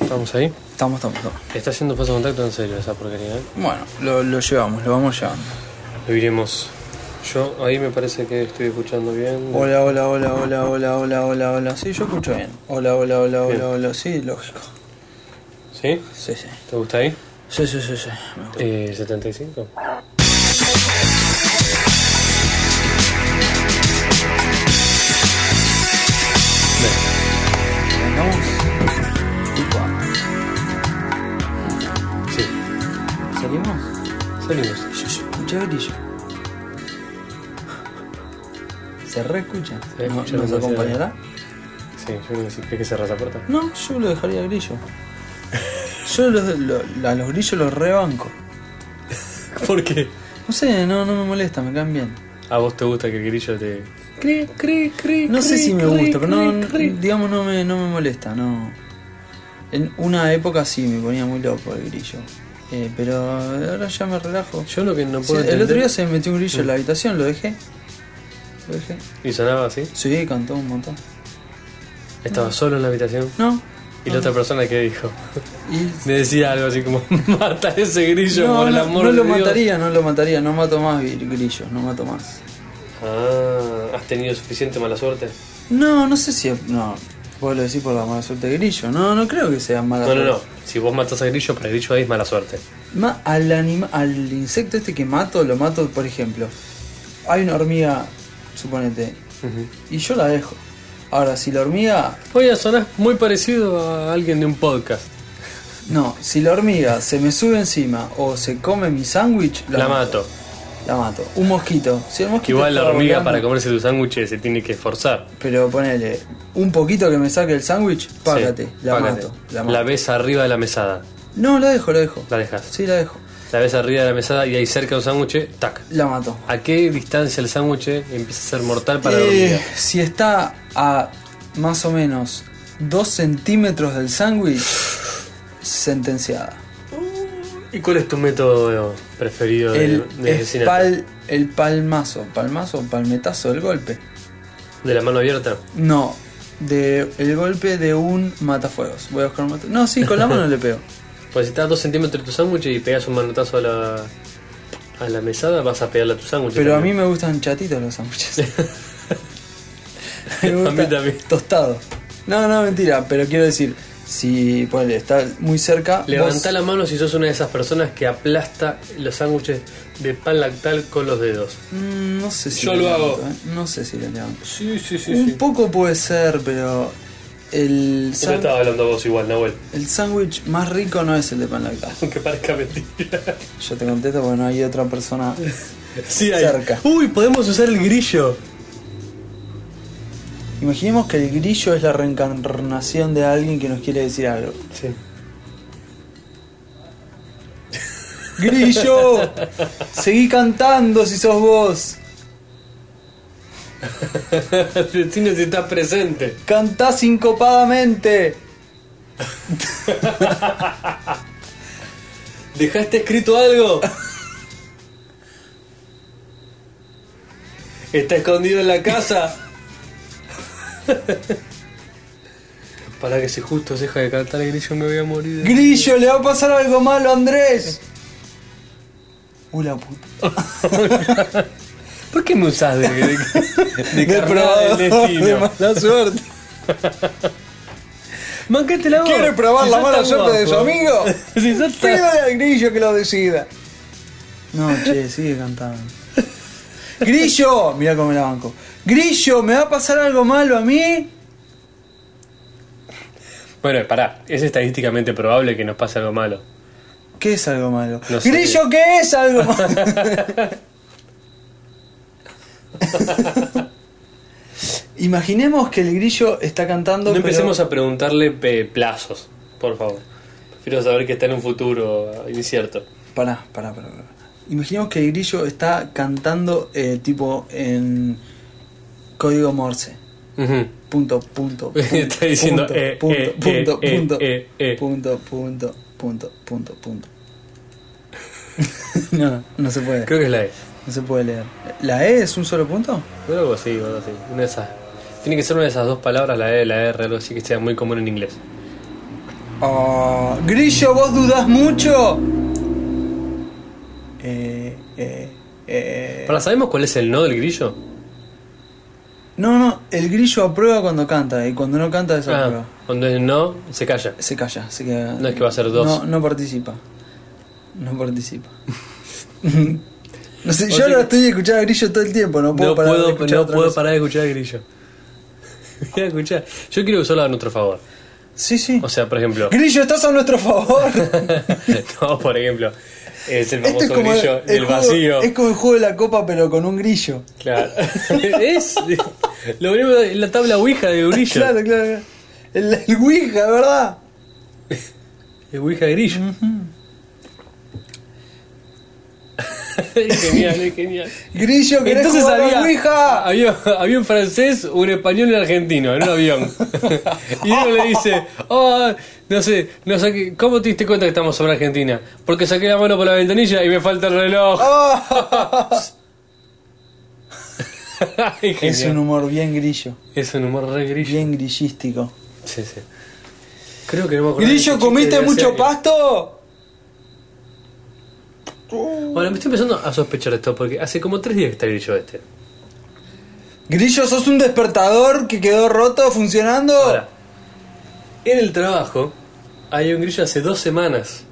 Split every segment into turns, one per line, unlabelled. ¿Estamos ahí?
Estamos, estamos, estamos.
Está haciendo paso contacto en serio esa porquería, ¿eh?
Bueno, lo, lo llevamos, lo vamos llevando.
Lo iremos. Yo ahí me parece que estoy escuchando bien.
Hola, hola, hola, hola, hola, hola, hola, hola. Sí, yo escucho bien. Hola, hola, hola, hola, hola. Sí, lógico.
¿Sí?
Sí, sí.
¿Te gusta ahí?
Sí, sí, sí, sí. Me gusta.
Eh, 75.
Vengamos. Upa.
Sí,
¿Salimos?
salimos.
Yo, yo escuché brillo. ¿Se reescucha?
Se reescucha
¿No- ¿Nos
demasiado.
acompañará?
Sí, yo creo que sí. ¿Crees que cerrar la puerta?
No, yo lo dejaría grillo. Yo los, lo- a los grillos los rebanco.
¿Por qué?
No sé, no, no me molesta, me caen bien.
¿A vos te gusta que el grillo te.?
No sé si me gusta, pero no, digamos no me, no me molesta, no. En una época sí me ponía muy loco el grillo. Eh, pero ahora ya me relajo.
Yo lo que no
Sí,
puedo
el otro
entender- Mm.
día se me metió un grillo en la habitación, lo dejé. Lo dejé.
¿Y sonaba así?
Sí, cantó un montón.
Estaba solo en la habitación.
No.
¿Y la otra persona qué dijo?
Y
Me decía algo así como: Mata ese grillo
no,
por el
no,
amor
no
de
lo
Dios".
mataría, no lo mataría, no mato más vi- grillos, no mato más.
Ah, ¿has tenido suficiente mala suerte?
No, no sé si es- no, vos lo decís por la mala suerte de grillo, no, no creo que sea mala
No, no,
suerte.
no. Si vos matás a grillo, para grillo ahí es mala suerte.
Ma- al, anima- al insecto este que mato, lo mato, por ejemplo. Hay una hormiga, suponete, y yo la dejo. Ahora, si la hormiga.
Oye, sonás muy parecido a alguien de un podcast.
No, si la hormiga se me sube encima o se come mi sándwich,
La, mato.
La mato. Un mosquito. Si el mosquito
Igual la
está
hormiga
volando,
para comerse tu sándwich se tiene que esforzar.
Pero ponele, un poquito que me saque el sándwich, págate,
Sí,
la,
págate.
Mato, la
La,
mato.
ves arriba de la mesada.
No, la dejo, la dejo.
La dejas.
Sí, la dejo.
La ves arriba de la mesada y ahí cerca de un sándwich, tac.
La mato.
¿A qué distancia el sándwich empieza a ser mortal para la
Eh,
hormiga?
si está a más o menos 2 centímetros del sándwich, sentenciada.
¿Y cuál es tu método preferido de,
El,
de asesinato?
espal- el palmazo, palmazo, palmetazo del golpe.
¿De la mano abierta?
No, de el golpe de un matafuegos. Voy a buscar un mata- No, sí, con la mano le pego.
Pues si estás a dos centímetros de tu sándwich y pegas un manotazo a la, a la mesada, vas a pegarle a tu sándwich.
Pero a mí
también.
me gustan chatitos los sándwiches. Me
A
gusta
mí también.
Tostado. No, no, mentira, pero quiero decir, si ponele, está muy cerca.
Levantá
vos-
la mano si sos una de esas personas que aplasta los sándwiches de pan lactal con los dedos.
Mm, No sé si
Yo
lo
lo hago.
levanto, ¿eh? No sé si lo levanto.
Sí, sí, sí.
Un poco puede ser, pero el,
No
san-
estaba hablando vos igual, Nahuel.
el sándwich más rico no es el de pan lactal.
Aunque parezca mentira.
Yo te contesto porque no hay otra persona.
Sí, hay.
Cerca.
Uy, podemos usar el grillo.
Imaginemos que el grillo es la reencarnación de alguien que nos quiere decir algo.
Sí.
¡Grillo! Seguí cantando si sos vos.
Destino si estás presente.
Cantá sincopadamente.
¿Dejaste escrito algo? ¿Está escondido en la casa? Para que si justo se deja de cantar el grillo me voy a morir. de-
¡Grillo, le va a pasar algo malo a Andrés! ¡Uh, la puta!
¿Por qué me usás de, de, de carnal
probador
del
de
destino?
mala suerte.
Mancate la voz.
¿Quiere probar
Si
la
sos
mala
tan
suerte de su
guapo.
amigo?
si sos tan-
Pídale al grillo que lo decida. No, che, sigue cantando. Grillo, mirá cómo me la banco. Grillo, ¿me va a pasar algo malo a mí?
Bueno, pará. Es estadísticamente probable que nos pase algo malo.
¿Qué es algo malo?
No sé.
Grillo, ¿qué es algo malo? Imaginemos que el grillo está cantando.
No empecemos
pero-
a preguntarle eh, plazos, por favor. Prefiero saber que está en un futuro eh, incierto.
Pará, pará, pará. pará. Imaginemos que el grillo está cantando eh, tipo en código morse. Punto, punto, punto.
Está diciendo,
punto,
eh,
punto,
eh,
punto,
eh,
punto,
eh, eh, eh.
punto, punto, punto, punto, punto. no, no se puede.
Creo que es la E.
No se puede leer. ¿La E es un solo punto?
Bueno, algo así, algo así. Una de esas. Tiene que ser una de esas dos palabras, la E, la R, algo así que sea muy común en inglés.
Ah, Grillo, vos dudás mucho. Eh, eh, eh.
¿Para sabemos cuál es el no del grillo?
No, no, el grillo aprueba cuando canta y cuando no canta desaprueba.
Ah, cuando es no, se calla.
Se calla, se queda.
No es que va a ser dos.
No, no participa. No participa. no sé,
O
yo
sea
lo
que-
estoy escuchando a grillo todo el tiempo, no puedo
No
parar de
puedo,
escuchar
no
otra
puedo
cosa.
parar de escuchar el grillo. Voy a escuchar. Yo quiero usarlo a nuestro favor.
Sí, sí.
O sea, por ejemplo.
Grillo, estás a nuestro favor.
no, por ejemplo. Es el famoso
Este es como
grillo
el,
del
juego-
vacío.
Es como el juego de la copa, pero con un grillo.
Claro. es. Lo venimos en la tabla Ouija de grillo.
Claro, claro. claro. El, el Ouija, ¿verdad?
De Ouija grillo. es genial, es genial.
Grillo, ¿querés
Entonces
jugar
había,
al Ouija?
había, había un francés, un español y un argentino en un avión. y uno le dice, oh, no sé, no saqué- ¿cómo te diste cuenta que estamos sobre Argentina? Porque saqué la mano por la ventanilla y me falta el reloj.
Ah.
Ay,
es
genial.
un humor bien grillo.
es un humor re grillo.
Bien grillístico.
Sí, sí. Creo que no me acuerdo de ese
Grillo,
chiste
¿comiste
desde hace
mucho
años.
pasto?
Bueno, me estoy empezando a sospechar esto porque hace como tres días que está el grillo este.
Grillo, ¿sos un despertador que quedó roto funcionando?
Ahora, en el trabajo hay un grillo hace dos semanas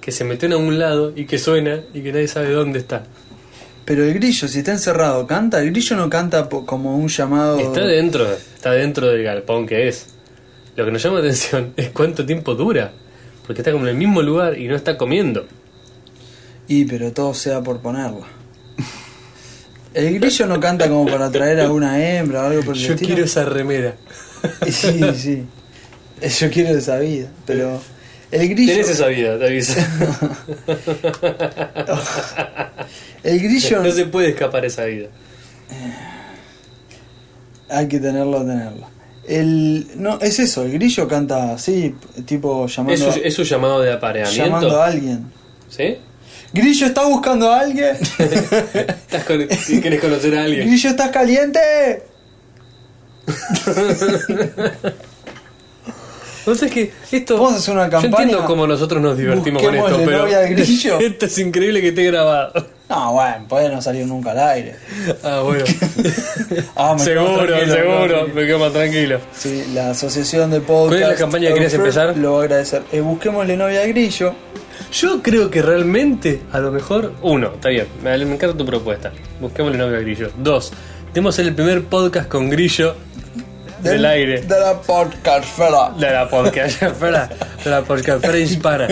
que se metió en algún lado y que suena y que nadie sabe dónde está.
Pero el grillo, si está encerrado, ¿canta? El grillo no canta po- como un llamado...
Está dentro, está dentro del galpón que es. Lo que nos llama la atención es cuánto tiempo dura, porque está como en el mismo lugar y no está comiendo.
Y pero todo sea por ponerla. El grillo no canta como para atraer a una hembra o algo por el
Yo
estilo.
quiero esa remera.
Sí, sí. Yo quiero esa vida, pero el grillo
Tenés esa vida, te aviso.
el grillo
No se puede escapar esa vida.
hay que tenerlo, tenerlo. El no es eso, el grillo canta así, tipo
Es
llamando
su, es su llamado de apareamiento.
llamando a alguien.
¿Sí?
Grillo está buscando a alguien.
Estás con- si querés conocer a alguien.
grillo estás caliente.
Entonces que esto.
Vamos a hacer una
Yo
campaña.
entiendo cómo nosotros nos divertimos con esto,
Busquémosle
pero.
novia al grillo.
Esto es increíble que esté grabado.
No, bueno, puede no salir nunca al aire.
Ah, bueno.
Ah, me quedo
seguro,
tranquilo, me quedo
seguro.
tranquilo.
Me quedo más tranquilo.
Sí, la asociación de podcast.
¿Cuál es la campaña que querías
Outfit,
empezar?
Lo voy a agradecer. Eh, busquémosle novia al grillo.
Yo creo que realmente, a lo mejor, uno, está bien, me me encanta tu propuesta. Busquémosle nombre a Grillo. Dos, tenemos el primer podcast con Grillo del, aire.
De la podcastfera.
De la podcastfera. De la podcastfera hispana.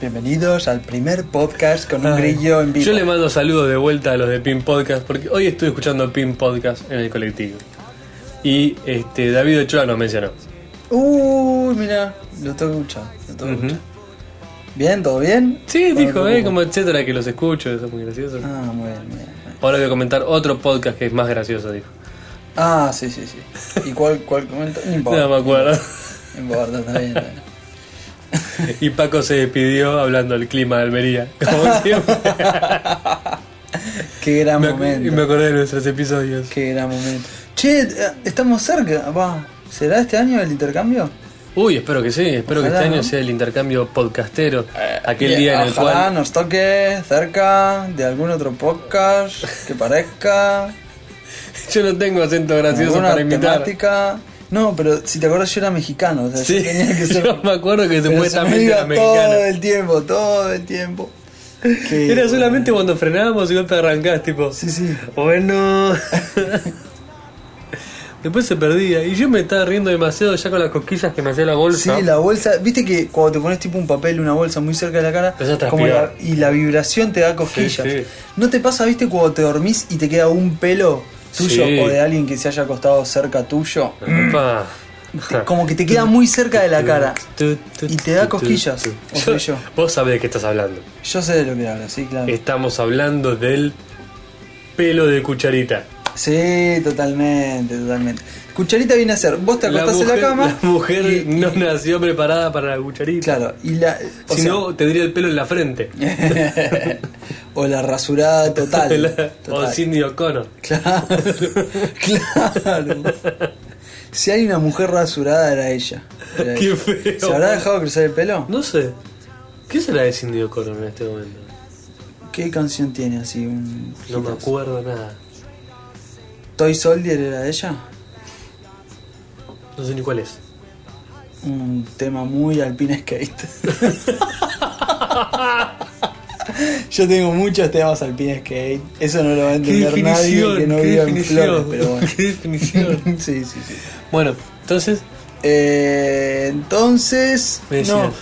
Bienvenidos al primer podcast con un grillo en vivo.
Ah. Yo le mando saludos de vuelta a los de Pin Podcast, porque hoy estuve escuchando Pin Podcast en el colectivo. Y este David Ochoa nos mencionó.
Uy, mira, lo tengo que escuchar. Lo tengo que
Ujú.
escuchar. ¿Bien? ¿Todo bien?
Sí,
Todo
dijo,
bien.
eh, como etcétera, que los escucho, eso es muy gracioso.
Ah, muy bien, muy bien, muy bien.
Ahora voy a comentar otro podcast que es más gracioso, dijo.
Ah, sí, sí, sí. ¿Y cuál, cuál comenta? No importa.
No me acuerdo.
No importa, está bien, está bien.
Y Paco se despidió hablando del clima de Almería. Como siempre.
Qué gran
Me ac-
momento.
y me acordé de nuestros episodios.
Qué gran momento. Che, eh, estamos cerca. Va. ¿Será este año el intercambio?
Uy, espero que sí. Espero que
Ojalá,
este año
¿no?
sea el intercambio podcastero. aquel
Bien,
día en el
ojalá
cual.
nos toque cerca de algún otro podcast que parezca.
Yo no tengo acento gracioso
alguna
para imitar.
temática. No, pero si te acuerdas yo era mexicano, o sea,
Sí,
yo tenía que ser.
yo me acuerdo que
pero se me
supuestamente
iba
era
Todo
mexicano.
el tiempo, todo el tiempo. Que-
Era solamente cuando frenábamos y vos te arrancás, tipo.
Sí, sí.
Bueno. Después se perdía. Y yo me estaba riendo demasiado ya con las cosquillas que me hacía la
Sí,
bolsa.
la bolsa, viste que cuando te pones tipo un papel, una bolsa muy cerca de la cara,
Empezás a
como la-
transpirar.
y la vibración te da cosquillas.
Sí, sí.
¿No te pasa, viste, cuando te dormís y te queda un pelo tuyo
Sí.
o de alguien que se haya acostado cerca tuyo?
Opa.
Te- como que te queda muy cerca de la cara. Y te da cosquillas, o soy yo.
Vos sabés de qué estás hablando.
Yo sé de lo que hablas, sí, claro.
Estamos hablando del pelo de cucharita.
Sí, totalmente, totalmente. Cucharita viene a ser, vos te acostás en la cama.
la mujer
y-
no nació preparada para la cucharita.
Claro, y la. O
si
sea-
no, tendría el pelo en la frente.
o la rasurada total.
o
total.
Cindy O'Connor.
Claro, claro. Si hay una mujer rasurada, era ella. Era
Qué
ella.
feo.
¿Se habrá dejado cruzar el pelo?
No sé. ¿Qué será de Cindy O'Connor en este momento?
¿Qué canción tiene así? Un...
No me acuerdo nada.
¿Toy Soldier era ella?
No sé ni cuál es.
Un tema muy alpina skate. Yo tengo muchos temas alpina skate. Eso no lo va a entender nadie que no viva en flores, pero bueno.
qué definición.
sí, sí, sí.
Bueno, entonces,
Eh, entonces.
Me decían.
No.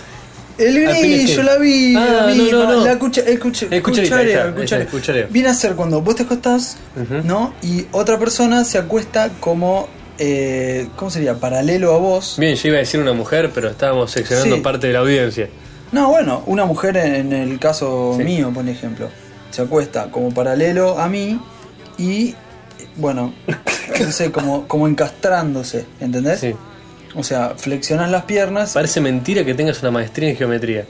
El
Al fin es
grillo,
que-
la vi,
Ah,
la
no,
misma,
no, no.
la cucha, el cucha-
El cucharita,
cuchareo,
ahí está,
el cuchareo.
el cuchareo.
Viene a ser cuando vos te acostás,
Ujú.
¿no? Y otra persona se acuesta como, eh, ¿cómo sería? Paralelo a vos.
bien, yo iba a decir una mujer, pero estábamos seccionando
Sí. ¿Eh?
parte de la audiencia.
No, bueno, una mujer en, en el caso
Sí.
mío, por ejemplo, se acuesta como paralelo a mí y, bueno, no sé, como, como encastrándose, ¿entendés?
Sí.
O sea, flexionás las piernas.
Parece mentira que tengas una maestría en geometría.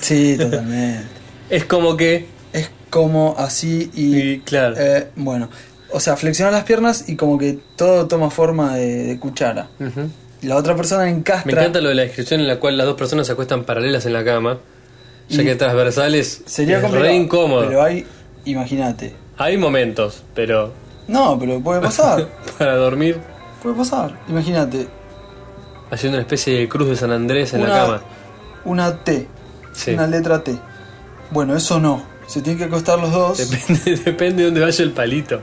Sí, totalmente.
Es como que.
Es como así y.
Y, claro.
eh, bueno, o sea, flexionas las piernas y como que todo toma forma de, de cuchara.
Ujú.
La otra persona
Me
encastra.
encanta lo de la descripción en la cual las dos personas se acuestan paralelas en la cama, ya
Y-
que transversales
Sería
es
complicado.
re incómodo.
Pero hay. Imagínate.
Hay momentos, pero
No, pero puede pasar.
para dormir
puede pasar. Imagínate.
haciendo una especie de cruz de San Andrés en la
Una-
cama.
Una T.
Sí.
Una letra T. Bueno, eso no. Se tienen que acostar los dos.
Depende, depende de dónde vaya el palito.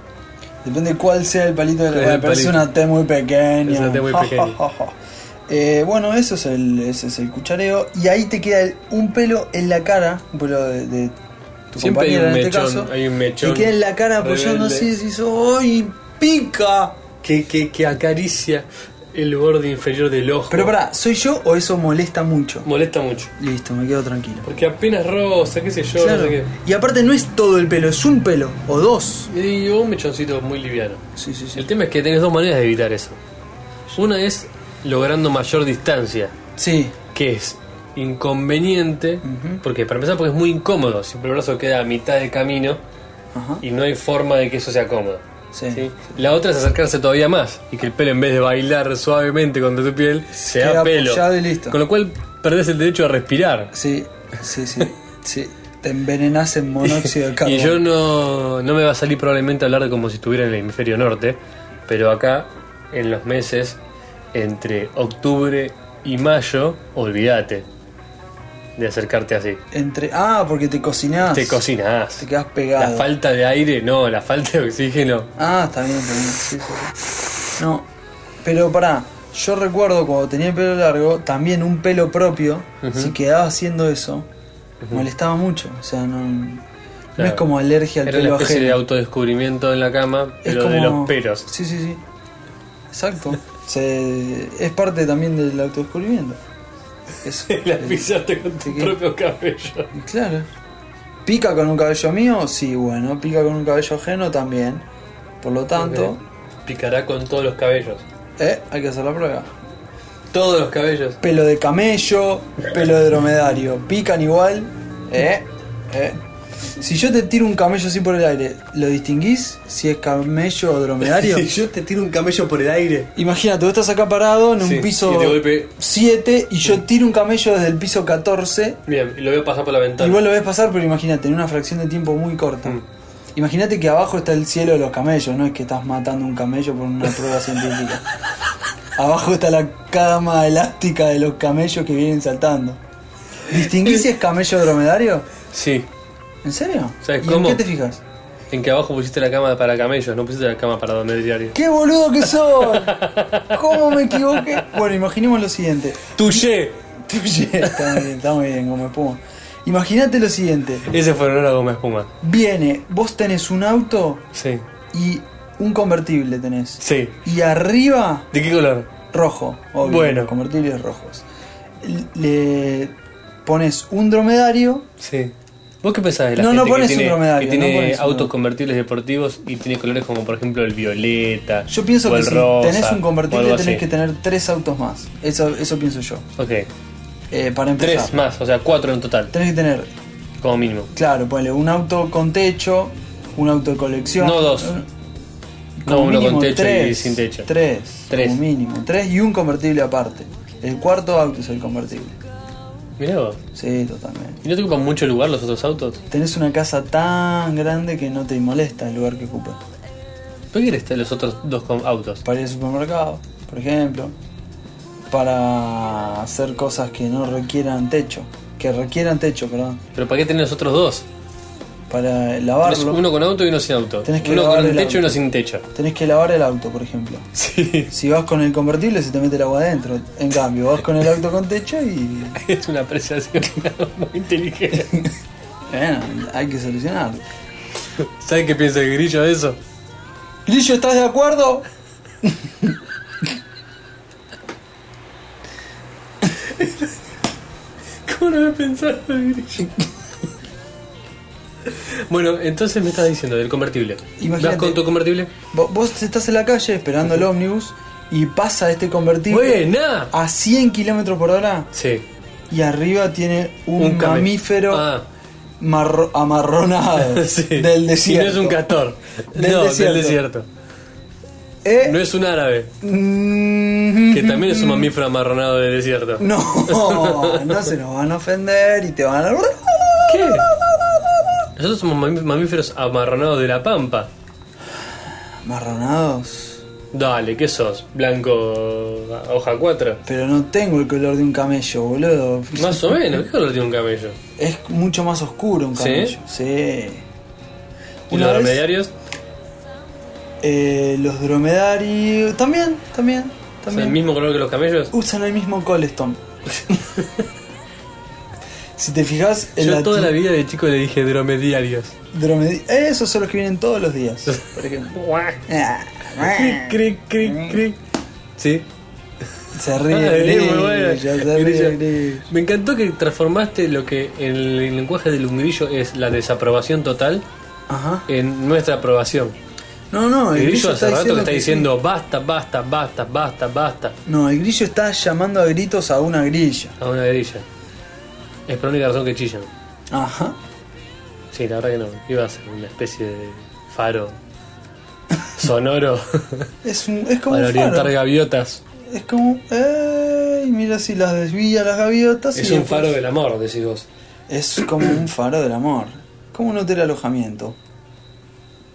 Depende cuál sea el palito de la
Cuál es
bueno,
el
pero es
palito.
una T muy pequeña.
Es una T muy pequeña.
Eh, bueno, eso es el, ese es el cuchareo. Y ahí te queda el- un pelo en la cara, un pelo de, de tu
Siempre hay
compañero
un
en este
mechón,
caso.
hay un mechón
Te queda en la cara apoyándose y
rebelde.
decís, ¡ay, pica!
Que, que, que acaricia el borde inferior del ojo.
Pero pará, ¿soy yo o eso molesta mucho?
Molesta mucho.
Listo, me quedo tranquilo.
Porque apenas rosa, qué sé yo,
Claro.
no sé
Y aparte no es todo el pelo, es un pelo o dos.
qué. Y un mechoncito muy liviano.
Sí, sí, sí.
El tema es que tenés dos maneras de evitar eso. Una es logrando mayor distancia,
Sí,
que es inconveniente,
Ujú.
porque para empezar porque es muy incómodo, siempre el brazo queda a mitad de camino
ajá.
y no hay forma de que eso sea cómodo.
Sí.
¿sí? La otra es acercarse todavía más y que el pelo en vez de bailar suavemente contra tu piel, sea
Queda
pelo.
apoyado y listo.
Con lo cual perdés el derecho a respirar.
Sí, sí, sí. sí. Te envenenas en monóxido de carbono.
Y yo no, no me va a salir probablemente a hablar de como si estuviera en el hemisferio norte, pero acá, en los meses entre octubre y mayo, olvídate de acercarte así.
Entre... Ah, porque te cocinás.
Te cocinás.
Te quedás
la
pegado.
falta de aire, no, la falta de oxígeno.
Ah, está bien, está bien. Sí, sí, sí. No. Pero pará, yo recuerdo cuando tenía el pelo largo, también un pelo propio, si quedaba haciendo eso, molestaba mucho. O sea, no, no es
Claro.
como alergia al
Era una
pelo
especie
ajeno.
de autodescubrimiento en la cama,
es
pero
como...
de los pelos.
Sí, sí, sí. Exacto. Se- Es parte también del autodescubrimiento. Eso.
La
Eh,
pisaste con tu
¿Qué?
propio cabello.
Y Claro. ¿Pica con un cabello mío? Sí, bueno. ¿Pica con un cabello ajeno? También. Por lo tanto,
Eh, Picará con todos los cabellos.
eh, hay que hacer la prueba.
Todos los cabellos.
Pelo de camello, pelo de dromedario. ¿Pican igual? Eh, eh. Si yo te tiro un camello así por el aire, ¿lo distinguís? Si es camello o dromedario.
yo te tiro un camello por el aire.
Imagínate, vos estás acá parado en
Sí,
un piso
y de golpe-
7 y yo tiro un camello desde el piso 14
Bien, y lo veo pasar por la ventana.
Igual lo ves pasar, pero imagínate, en una fracción de tiempo muy corta.
Mm.
Imagínate que abajo está el cielo de los camellos, no es que estás matando un camello por una prueba científica. Abajo está la cama elástica de los camellos que vienen saltando. ¿Distinguís si es camello dromedario?
Sí,
¿En serio?
¿Sabes
¿Y
cómo?
en qué te fijas?
en que abajo pusiste la cama para camellos, no pusiste la cama para domiciliario.
¡Qué boludo que sos! ¿Cómo me equivoqué? Bueno, imaginemos lo siguiente.
¡Tuye!
está muy bien, está muy bien, como espuma. Imagínate lo siguiente.
Ese fue el olor a goma espuma.
Viene, vos tenés un auto
Sí,
y un convertible tenés.
sí.
Y arriba,
¿De qué color?
rojo. Obvio,
Bueno.
los convertibles rojos. Le pones un dromedario.
Sí. ¿Vos qué pensás de la
No,
gente
no pones
que
un
tiene,
dromedario,
que tiene
no pones
autos
un dromedario.
convertibles deportivos y tiene colores como por ejemplo el violeta?
Yo pienso
o
que
el
si
rosa,
tenés un
o
convertible
algo
tenés
así.
que tener tres autos más. Eso, eso pienso yo.
Ok,
Eh, para empezar.
tres más, o sea, cuatro en total,
Tenés que tener,
como mínimo.
claro, ponle un auto con techo, un auto de colección.
No dos.
un-
No,
Como
uno
mínimo
con techo y
tres,
sin techo.
Tres,
Tres.
como mínimo. Tres y un convertible aparte. El cuarto auto es el convertible.
Mirá vos.
Sí, totalmente.
¿Y no te ocupan mucho lugar los otros autos?
Tenés una casa tan grande que no te molesta el lugar que ocupa.
¿Por qué querés tener los otros dos con- autos?
Para ir al supermercado, por ejemplo. Para hacer cosas que no requieran techo. Que requieran techo, perdón.
¿Pero para qué tenés los otros dos?
Para
Tenés
lavarlo.
uno con auto y uno sin auto.
Tenés que
uno
lavar
con
el
techo y
auto.
uno sin techo.
Tenés que lavar el auto, por ejemplo.
Sí,
Si vas con el convertible se te mete el agua adentro. En cambio, vas con el auto con techo y.
es una apreciación muy inteligente.
Bueno, hay que solucionarlo.
¿Sabes qué piensa el grillo de eso?
Grillo, ¿estás de acuerdo?
¿Cómo no había pensado el grillo? bueno, entonces me estás diciendo del convertible. ¿Vas
Imagínate.
con tu convertible?
Vo- Vos estás en la calle esperando el ómnibus y pasa este convertible
¡Buena!
a 100 kilómetros por hora
Sí.
y arriba tiene un,
Un camello.
mamífero
Ah.
marro- amarronado
Sí.
del desierto.
Y no es un castor.
Del
no,
desierto.
del desierto.
Eh,
No es un árabe,
mm,
que también es un mamífero amarronado del desierto.
No, no se nos van a ofender y te van a.
¿Qué? Nosotros somos mamí- mamíferos amarronados de la pampa.
Marronados.
Dale, ¿qué sos? Blanco a- hoja 4.
Pero no tengo el color de un camello, boludo.
Más o menos, ¿qué color tiene un camello?
Es mucho más oscuro un
¿Sí?
camello. Sí.
¿Y
Una
los
vez-
remediarios?
Eh, los dromedarios. También, también,
¿Son el
también.
mismo color que los camellos?
Usan el mismo colestón. si te fijas, el
Yo toda
lati-
la vida de chico le dije dromediarios.
dromedi- Esos son los que vienen todos los días, por ejemplo. Ah,
Cric, cric, cric, cric. Sí.
se
Ah,
ríe,
es muy
grillo,
buena.
se ríe,
Grillo.
grillo.
Me encantó que transformaste lo que en el lenguaje del hungrillo es la desaprobación total
Ajá.
en nuestra aprobación.
No, no,
El
el
grillo hace rato que está
que
diciendo basta, basta, basta, basta, basta
sí. No, el grillo está llamando a gritos a una grilla.
a una grilla. Es por la única razón que chillan.
Ajá.
Sí, la verdad que no. Iba a ser una especie de faro sonoro
Es, un, es como
para
un faro.
orientar gaviotas.
Es como. ¡Ey! Mira si las desvía las gaviotas.
es
y
un
después-
faro del amor, decís vos.
Es como un faro del amor. Como un hotel alojamiento.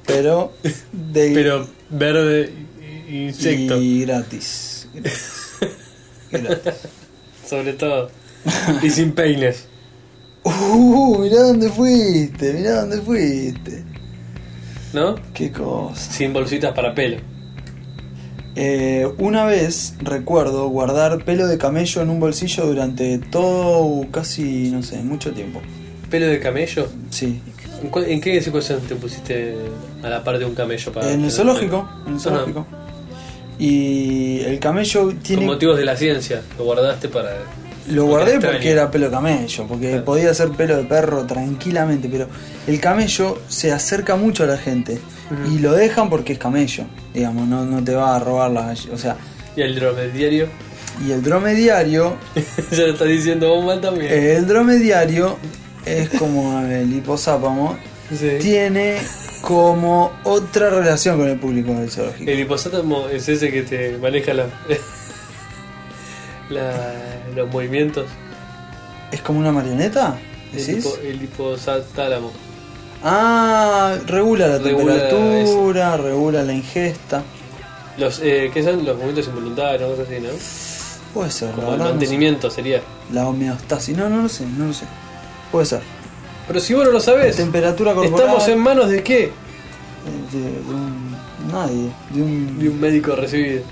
Pero. De,
Pero verde y- y insecto.
Y gratis. Gratis. Gratis.
Sobre todo. Y sin peines.
Uh, mirá dónde fuiste, mirá dónde fuiste.
¿No?
Qué cosa.
Sin bolsitas para pelo.
Eh, una vez recuerdo guardar pelo de camello en un bolsillo durante todo, casi, no sé, mucho tiempo.
¿Pelo de camello?
Sí.
¿En, cuál- en qué situación te pusiste a la par de un camello para.?
En el
tener-
zoológico. En el zoológico. Y el camello
Con
tiene.
motivos de la ciencia, lo guardaste para.
Lo
Porque
guardé
era extraño.
porque era pelo camello, porque
Claro.
podía ser pelo de perro tranquilamente, pero el camello se acerca mucho a la gente
Ujú.
y lo dejan porque es camello, digamos, no, no te va a robar las galli- O sea,
Y el dromediario.
y el dromediario, eh,
ya lo estás diciendo vos mal también.
el dromediario es como el hiposápamo,
Sí.
tiene como otra relación con el público del zoológico.
El hipopótamo es ese que te maneja la, la- los movimientos.
¿Es como una marioneta?
El,
¿Decís?
hipo- el hipotálamo.
Ah, regula la
Regula eso.
temperatura, regula la ingesta.
Los, eh, ¿Qué son? Los movimientos involuntarios, cosas así, ¿no?
Puede ser, la
Como el
verdad, no sé.
mantenimiento sería.
La homeostasis. No, no lo sé, no lo sé. Puede ser.
Pero si vos no lo sabés,
Temperatura corporal.
¿estamos en manos de qué?
De, de un. Nadie. De un.
De un médico recibido.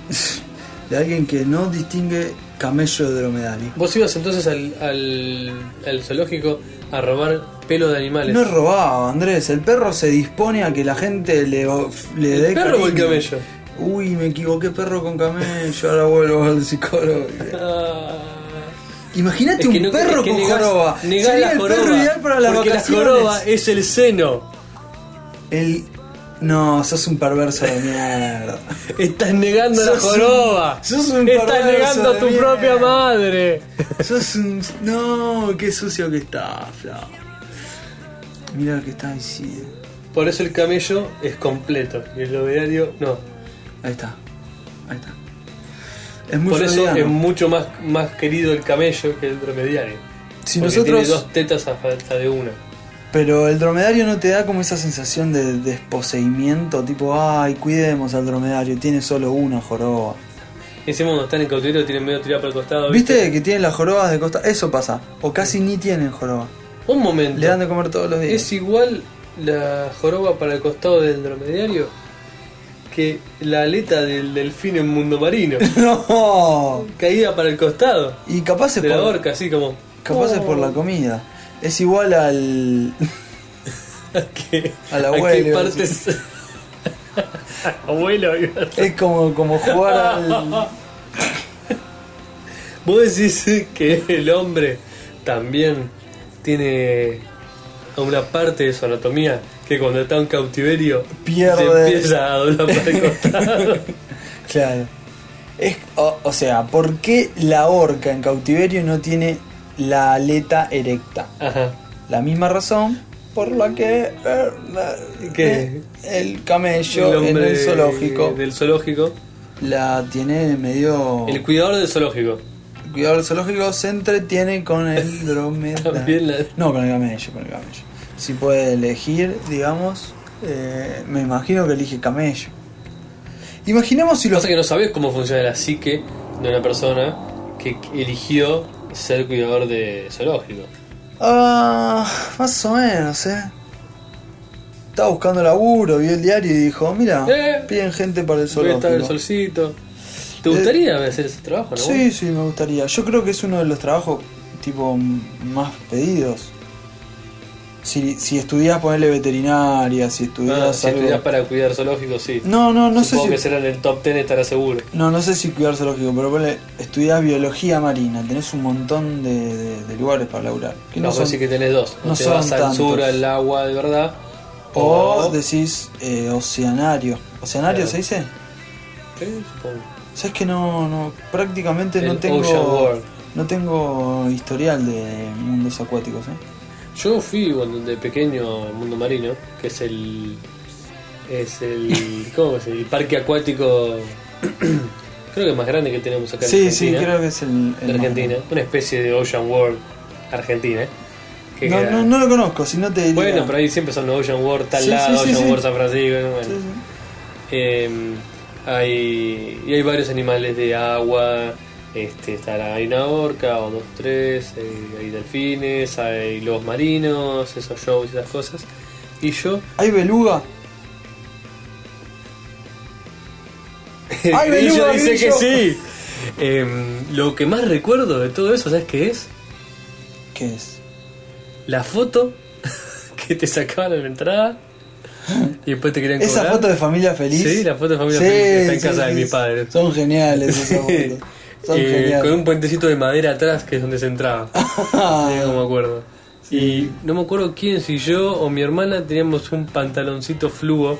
de alguien que no distingue camello de dromedario.
Vos ibas entonces al, al, al zoológico a robar pelo de animales.
No es robado, Andrés. El perro se dispone a que la gente le, of- le
¿El
dé.
perro o el
cariño.
camello?
Uy, me equivoqué, perro con camello. Ahora vuelvo al psicólogo.
Ah.
Imagínate
Es que
un
no-
perro
es que
con
negás-
joroba.
negás
Sería
la
el
joroba,
perro ideal para las
porque
vacaciones.
la joroba es el seno.
El. No, sos un perverso de mierda.
Estás negando la
Sos un-
joroba.
sos un
Estás
perverso
negando a
de
tu
mierda.
propia madre.
Sos un. No, qué sucio que estás, Fla. Mira lo que estás diciendo.
Por eso el camello es completo y el operario no.
Ahí está. Ahí está. Es muy
Por eso
freudiano.
es mucho más, más querido el camello que el dromedario.
Si
porque
nosotros.
tiene dos tetas a falta de una.
Pero el dromedario no te da como esa sensación de desposeimiento, tipo, ay, cuidemos al dromedario, tiene solo una joroba.
Encima cuando están en cautiverio tienen medio tirado para el costado.
¿Viste que tienen las jorobas de costa? Eso pasa. O casi ni tienen joroba.
Un momento.
Le dan de comer todos los días.
Es igual la joroba para el costado del dromedario que la aleta del delfín en mundo marino.
¡No!
Caída para el costado.
Y capaz es
De la
por,
horca, así como.
capaz es por la
Oh.
comida. Es igual al.
¿A qué,
Al
a qué
abuelo,
partes? abuelo, iba a-
Es como, como jugar al.
vos decís que el hombre también tiene una parte de su anatomía que cuando está en cautiverio
Pierde.
se empieza a doblar para el costado.
Claro. Es, o, o sea, ¿por qué la orca en cautiverio no tiene la aleta erecta?
Ajá.
La misma razón por la que eh,
¿Qué?
el camello en el zoológico
del zoológico.
la tiene medio...
El cuidador del zoológico.
cuidador del zoológico se entretiene con el dromedario.
También la-
No, con el camello, con el camello. Si puede elegir, digamos, eh, me imagino que elige camello. Imaginemos si
Lo que
los...
pasa es que no sabes cómo funciona la psique de una persona que eligió ser cuidador de zoológico.
Ah, más o menos, eh. Estaba buscando laburo, vio el diario y dijo, mira,
Eh,
piden gente para el
Voy a estar en el
zoológico.
solcito. ¿Te gustaría hacer ese trabajo, no?
Sí, sí, me gustaría. Yo creo que es uno de los trabajos tipo m- más pedidos. Si, si estudias ponerle veterinaria, si estudias
Ah, si
algo-
estudias para cuidar zoológico, sí.
No, no, no
Supongo
sé
que
si
será en el top 10 estará seguro.
no, no sé si cuidar zoológico, pero ponele, estudias biología marina, tenés un montón de, de- de lugares para laburar. Que no
no,
son-
sí que tenés dos. O
no
te
son
vas a altura,
tantos.
el agua de verdad.
O decís eh, oceanario. ¿Oceanario
Claro.
se dice?
Sí, supongo.
Sabes que no, no prácticamente no
El Ocean
tengo
World.
no tengo historial de mundos acuáticos, ¿eh?
Yo fui cuando de pequeño al mundo marino, que es el. Es el. ¿Cómo es? El parque acuático. creo que más grande que tenemos acá en
Sí, sí,
Argentina.
creo que es el, el
de
más
Argentina. Una especie de Ocean World Argentina. eh, que
grande.
queda-
No, no, no lo conozco, si no te diría.
Bueno, pero ahí siempre son los Ocean World tal
Sí, sí,
lado,
sí,
Ocean
sí.
World San Francisco. bueno.
Sí, sí.
Eh, hay, y hay varios animales de agua. Este, estará, hay una orca, o dos, tres, eh, hay delfines, hay lobos marinos, esos shows y esas cosas. Y yo.
¿Hay beluga? ¡Ay,
Grillo
beluga,
dice que
Grillo!
sí! Eh, lo que más recuerdo de todo eso, ¿sabes qué es?
¿Qué es?
La foto que te sacaban en la entrada y después te querían cobrar.
¿Esa foto de familia feliz?
Sí, la foto de familia
Sí,
feliz que está en
sí,
casa de
sí.
mi padre.
Son geniales esas fotos. Son
Eh,
geniales.
con un puentecito de madera atrás que es donde se entraba. Eh, no me acuerdo. Y no me acuerdo quién, si yo o mi hermana teníamos un pantaloncito fluo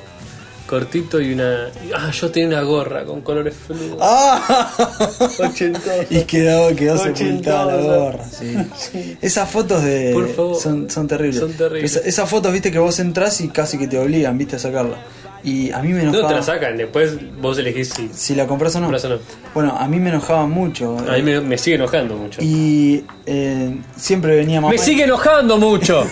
cortito y una. y- Ah, yo tenía una gorra con colores fluo.
¡Ah!
Ochentosa.
Y quedó, quedó
Ochentosa.
sepultada la gorra. sí. Esas fotos de
Por favor.
Son, son terribles.
Son terribles.
Esa- esas fotos, viste, que vos entras y casi que te obligan, viste, a sacarla. Y a mí me
No
enojaba.
te la sacan, después vos elegís si.
si la compras o no.
Compras o no.
Bueno, a mí me enojaba mucho. eh,
A mí me, me sigue enojando mucho.
Y eh, siempre venía mamá.
¡Me sigue enojando mucho!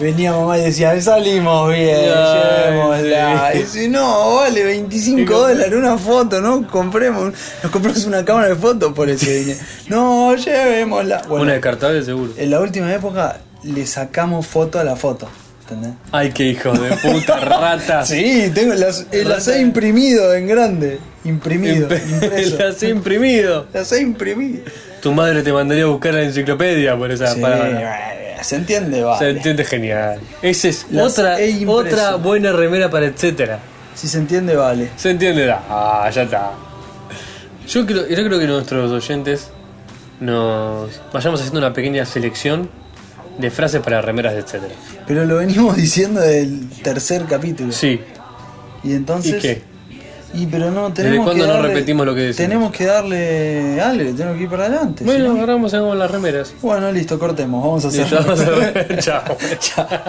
Venía mamá y decía, salimos bien,
Ay,
llevémosla.
sí.
Y dice, no, vale 25 dólares una foto, ¿no? Compremos, nos compramos una cámara de fotos por ese dinero. No, llevémosla. Bueno,
Una descartable seguro.
en la última época le sacamos foto a la foto, ¿entendés?
Ay, qué hijo de puta rata.
Sí, tengo las, eh, las he imprimido en grande. Imprimido, impreso.
Las he imprimido.
Las he imprimido.
Tu madre te mandaría a buscar la enciclopedia por esa
Sí,
palabra.
se entiende,
Se
vale.
entiende genial. Esa es
Las
otra,
he impreso.
otra buena remera para etcétera.
Si se entiende, vale.
Se entiende. da- Ah, ya está. Yo creo, yo creo que nuestros oyentes nos vayamos haciendo una pequeña selección de frases para remeras de etcétera.
Pero lo venimos diciendo del tercer capítulo.
Sí.
Y entonces.
¿Y qué?
Y pero no, tenemos
cuándo
que
no
darle-
repetimos lo que decimos?
Tenemos que darle algo, tenemos que ir para adelante.
Bueno,
si no-
ahora vamos a ver con las remeras.
bueno, listo, cortemos, vamos a
Listo,
hacer.
vamos a ver. Chao.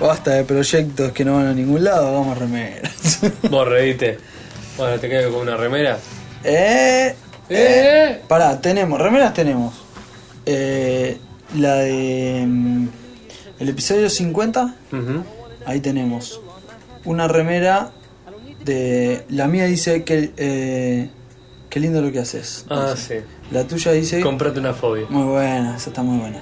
Basta de proyectos que no van a ningún lado, vamos remeras.
Vos reíste. Bueno, te quedo con una remera.
eh,
¿Eh?
Pará, tenemos, remeras tenemos. Eh, la de. mm, El episodio 50,
Ujú.
ahí tenemos. Una remera de. La mía dice que. eh, qué lindo lo que haces.
Ah,
dice.
sí.
La tuya dice.
Comprate una fobia.
Muy buena, esa está muy buena.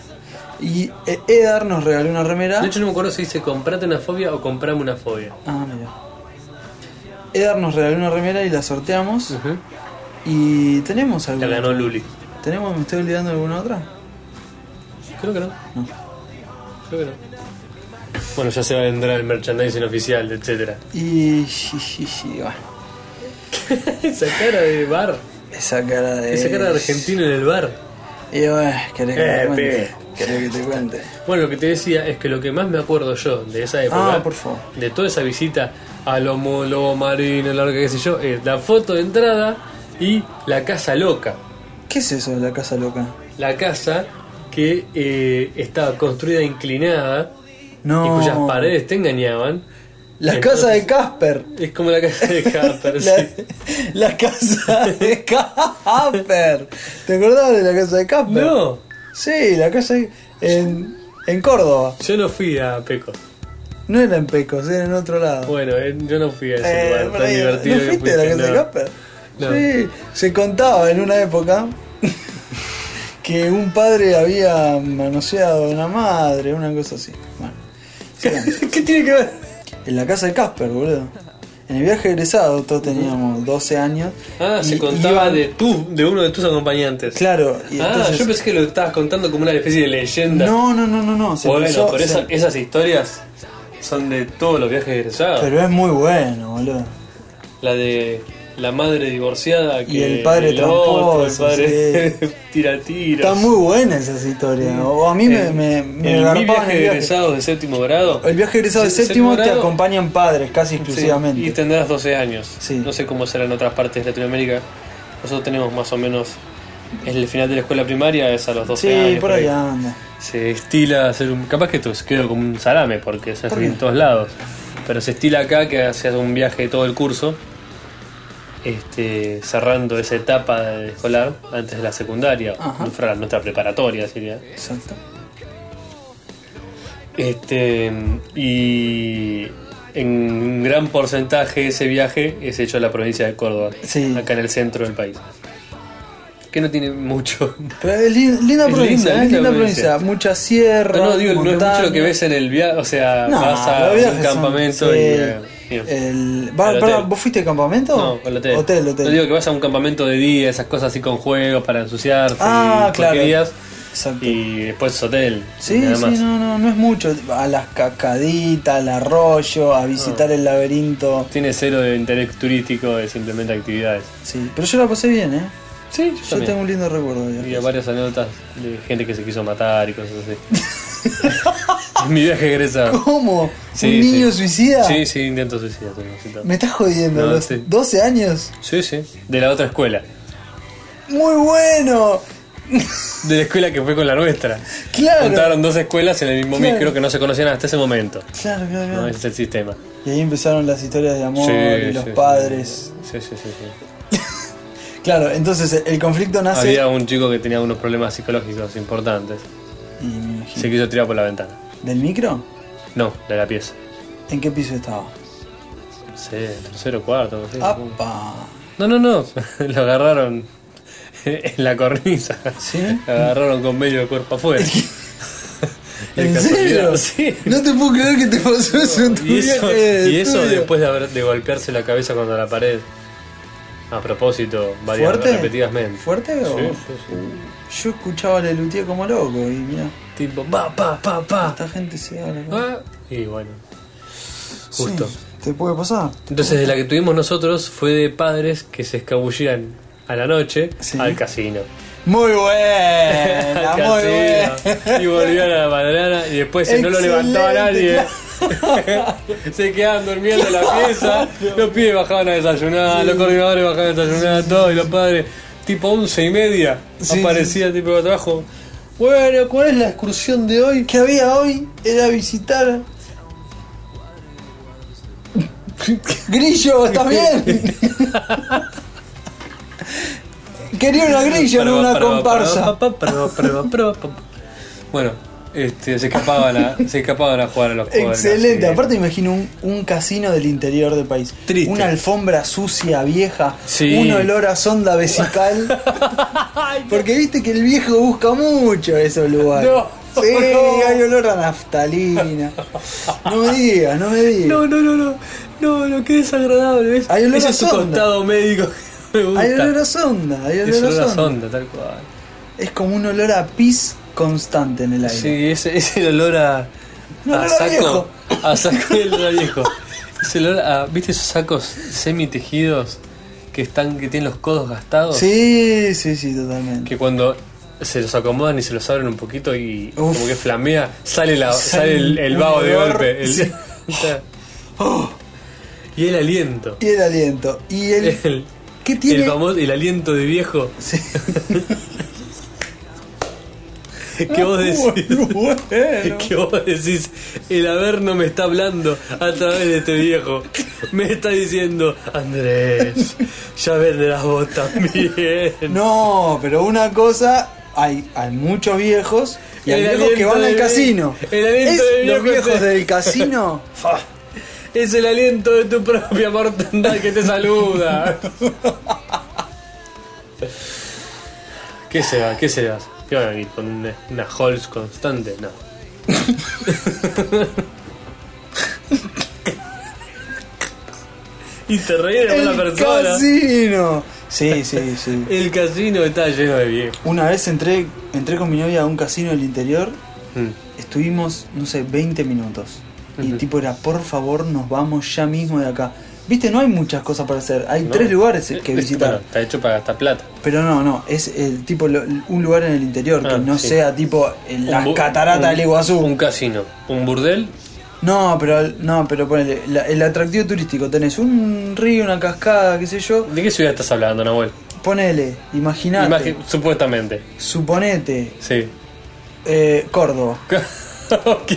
Y eh, Edar nos regaló una remera.
De hecho, no me acuerdo si dice comprate una fobia o comprame una fobia.
Ah, mira. Edar nos regaló una remera y la sorteamos.
Ujú.
Y tenemos
La
alguna.
ganó Luli.
¿Tenemos, me estoy olvidando de alguna otra?
Creo que no.
No.
Creo que no. Bueno, ya se va a vender el merchandising oficial, etcétera.
Y. y- y- bueno,
Esa cara de bar.
esa cara de.
Esa cara de argentino en el bar.
Y bueno, querés que
Eh,
te cuente.
pibe.
Querés que te cuente.
Bueno, lo que te decía es que lo que más me acuerdo yo de esa época,
Ah, por favor.
de toda esa visita a Lomo, Lobo Marino, larga, qué sé yo, es la foto de entrada y la casa loca.
¿Qué es eso de la casa loca?
La casa que eh, estaba construida inclinada
No.
y cuyas paredes te engañaban.
La
Entonces,
casa de Casper.
Es como la casa de Harper, sí.
La, la casa de Casper. ¿Te acordás de la casa de Casper?
No,
Sí, la casa de- en, en Córdoba.
yo no fui a Pecos.
No era en Pecos, era en otro lado.
Bueno, eh, yo no fui a ese
Eh,
lugar
por
tan
ahí,
divertido
¿No
que
fuiste a la
fuiste,
casa de
no.
Casper?
No.
Sí, se contaba en una época que un padre había manoseado a una madre, una cosa así. Bueno, sigamos.
¿Qué tiene que ver?
en la casa de Casper, boludo. En el viaje egresado, todos teníamos 12 años.
Ah,
y-
se contaba
iban-
de tú, de uno de tus acompañantes.
Claro, y
ah,
entonces.
yo pensé que lo estabas contando como una especie de leyenda.
No, no, no, no, no. se
bueno,
empezó-
pero
se-
esa- esas historias son de todos los viajes egresados.
pero es muy bueno, boludo.
La de la madre divorciada que
Y el padre
el otro, el
tramposo,
padre tira tiros.
Está muy buena esa historia. O a mí me,
En-
me, me
en mi
garpaban
viaje
el
de
viaje.
egresados de séptimo grado.
El viaje egresado de
Se-
séptimo te
grado-
acompañan padres
sí,
casi exclusivamente.
y tendrás 12 años.
Sí.
No sé cómo será en otras partes de Latinoamérica. Nosotros tenemos más o menos. El final de la escuela primaria es a los 12 años.
Sí, por
por
ahí
ahí.
anda.
Se estila hacer un. Capaz que esto se quedó como un salame porque se
¿Por
hace
qué?
en todos lados. Pero se estila acá que haces un viaje todo el curso. Este, cerrando esa etapa de escolar antes de la secundaria,
Ajá.
nuestra, nuestra preparatoria sería.
Exacto.
Este, y en un gran porcentaje ese viaje es hecho a la provincia de Córdoba,
Sí.
acá en el centro del país. Que no tiene mucho.
Pero es lin- linda
Es
provincia,
linda,
es
linda
linda
provincia.
provincia. Muchas sierras.
No, no, digo, no es mucho lo que
montañas.
ves en el viaje, o sea,
No,
vas
los
a
viajes
un
son-
campamento
sí.
y... eh, bien.
El- va-
Al
perdón,
hotel.
¿Vos fuiste de campamento?
no, al hotel.
Hotel,
No digo que vas a un campamento de día, esas cosas así con juegos para ensuciarse
Ah,
y
claro.
porquerías,
Exacto.
y después es hotel.
Sí,
nada
sí,
más.
no, no, no es mucho. A las cascaditas, al arroyo,
Ah.
a visitar el laberinto.
Tiene cero de interés turístico, es simplemente actividades.
Sí, pero yo la pasé bien, ¿eh?
Sí, yo,
Yo
también.
tengo un lindo recuerdo. de
Y
viaje.
varias anécdotas de gente que se quiso matar y cosas así. En Mi viaje egresado.
¿Cómo?
Sí,
¿Un
sí.
niño suicida?
Sí, sí, intento suicida. tengo, sí, todo.
Me estás jodiendo,
No,
los
sí.
12 años.
Sí, sí. De la otra escuela.
Muy bueno.
De la escuela que fue con la nuestra.
Claro.
Juntaron dos escuelas en el mismo
Claro.
micro que no se conocían hasta ese momento.
Claro, claro,
No,
claro.
ese es el sistema.
Y ahí empezaron las historias de amor
Sí,
y los
sí, sí.
padres.
Sí, sí, sí. sí.
Claro, entonces el conflicto nace.
Había un chico que tenía unos problemas psicológicos importantes.
Y me imagino-
Se quiso tirar por la ventana.
Eh, ¿Del micro?
No, de la pieza.
¿En qué piso estaba?
Sí, tercero, cuarto. no sé.
Ah, ¡Apa!
No, no, no. Lo agarraron en la cornisa.
¿Sí?
Lo agarraron con medio cuerpo afuera. De
¿En
casualidad,
serio?
Sí.
No te puedo creer que te pasó eso en tu
Y eso,
viaje de
y eso
estudio.
después de, haber- de golpearse la cabeza contra la pared. A propósito, varias
¿Fuerte?
repetidamente.
¿Fuerte o.?
Sí, sí, sí.
Yo escuchaba a Lelutier como loco y mira,
Tipo, pa, pa, pa, pa.
esta gente se da la
Ah, Y bueno, justo.
Sí, ¿Te puede pasar?
Entonces, de la que tuvimos nosotros fue de padres que se escabullían a la noche
Sí.
al casino.
Muy
Al
buena, muy buena.
casino. Y volvían a la banana y después si no lo
Excelente,
levantaba nadie.
claro.
Se quedaban durmiendo en la pieza, los pibes bajaban a desayunar, los coordinadores bajaban a desayunar, todo, y los padres, tipo once y media,
Sí,
aparecía tipo de trabajo. Bueno, ¿cuál es la excursión de hoy?
que había hoy era visitar. Grillo, ¿estás bien? Quería una grillo, no una comparsa.
Bueno, este, se escapaban a, se escapaban a jugar a los jóvenes.
Excelente,
sí.
aparte imagino un, un casino del interior del país.
Triste.
Una alfombra sucia, vieja,
Sí.
un olor a sonda vesical. Porque viste que el viejo busca mucho esos lugares.
No,
sí,
no.
hay olor a naftalina. No me digas, no me digas.
No, no, no, no, no, no, qué desagradable, ¿ves?
Hay olor
Ese
a
es su
sonda.
costado médico que me gusta.
Hay olor a sonda, hay
Es
olor a sonda.
sonda, tal cual.
Es como un olor a pis constante en el aire.
Sí, ese es el olor a,
Un olor
a
a
saco.
viejo.
A saco del olor a viejo. Es el olor a, ¿viste esos sacos semitejidos que están, que tienen los codos gastados?
Sí, sí, sí, totalmente.
Que cuando se los acomodan y se los abren un poquito y
Uf.
como que flamea, sale, la,
Sale
sale el, el
un
vaho de
olor.
golpe. el-
Sí. Oh.
y el aliento.
Y el aliento. Y el...
El,
¿Qué tiene?
el famoso- el aliento de viejo
Sí.
que vos decís.
Bueno.
Que vos decís, el haber no me está hablando a través de este viejo. Me está diciendo, Andrés, ya venderás vos también.
No, pero una cosa... Hay, hay muchos viejos y hay
El
viejos que
aliento
van
de
al
vie-
casino.
el aliento
¿Es
de
los
viejo
viejos
te-
del casino?
Es el aliento de tu propia mortandad que te saluda. ¿Qué se va? ¿Qué se va? ¿Qué van a venir? ¿Con una, una Halls constante? No. y te reí de una
el
persona.
casino. Sí, sí, sí.
El casino está lleno de viejos.
Una vez entré, entré con mi novia a un casino del interior,
Mm.
estuvimos, no sé, 20 minutos. Y
Ujú.
el tipo era, por favor, nos vamos ya mismo de acá. Viste, no hay muchas cosas para hacer, hay tres
No.
lugares
Eh,
que
es-
visitar.
bueno, está hecho para gastar plata.
Pero no, no, es el tipo lo- un lugar en el interior,
Ah,
que no
sí.
sea tipo en las
Un bu-
cataratas
un-
del Iguazú.
Un casino. Un burdel.
No, pero no, pero ponele, la- el atractivo turístico, tenés un río, una cascada, qué sé yo,
¿De qué ciudad estás hablando, Nahuel?
ponele, imaginate,
Imagi- supuestamente.
suponete,
Sí.
eh, Córdoba.
ok.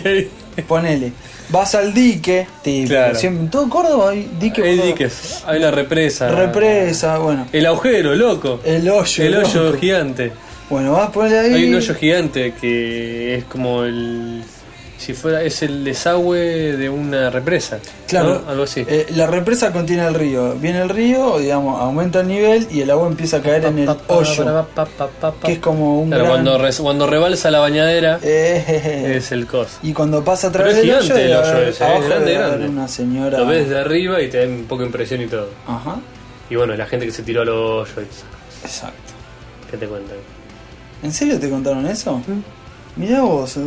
Ponele. Vas al dique, tipo,
Claro.
siempre, en todo Córdoba hay dique.
Hay
joder.
diques, ah. hay una represa.
Represa, bueno.
El agujero, loco.
El hoyo.
El hoyo
loco.
gigante.
Bueno, vas ponele ahí.
Hay un hoyo gigante que es como el. Si fuera, es el desagüe de una represa.
Claro.
¿no? Algo así.
Eh, la represa contiene el río. Viene el río, digamos, aumenta el nivel y el agua empieza a caer en el
Pa, pa,
hoyo.
pa, pa, pa, pa.
Que es como un.
Claro,
gran-
cuando, res- cuando rebalsa la bañadera
Eh, jeje.
es el cos.
Y cuando pasa a
Pero
través
es
del hoyo,
gigante el
debe
hoyo
haber-
ese,
abajo
es grande,
debe haber
grande.
una señora.
Lo ves de arriba y te da un poco de impresión y todo.
Ajá.
Y bueno, la gente que se tiró al hoyo.
Exacto.
¿Qué te cuentan?
¿En serio te contaron eso? Mirá vos. eh,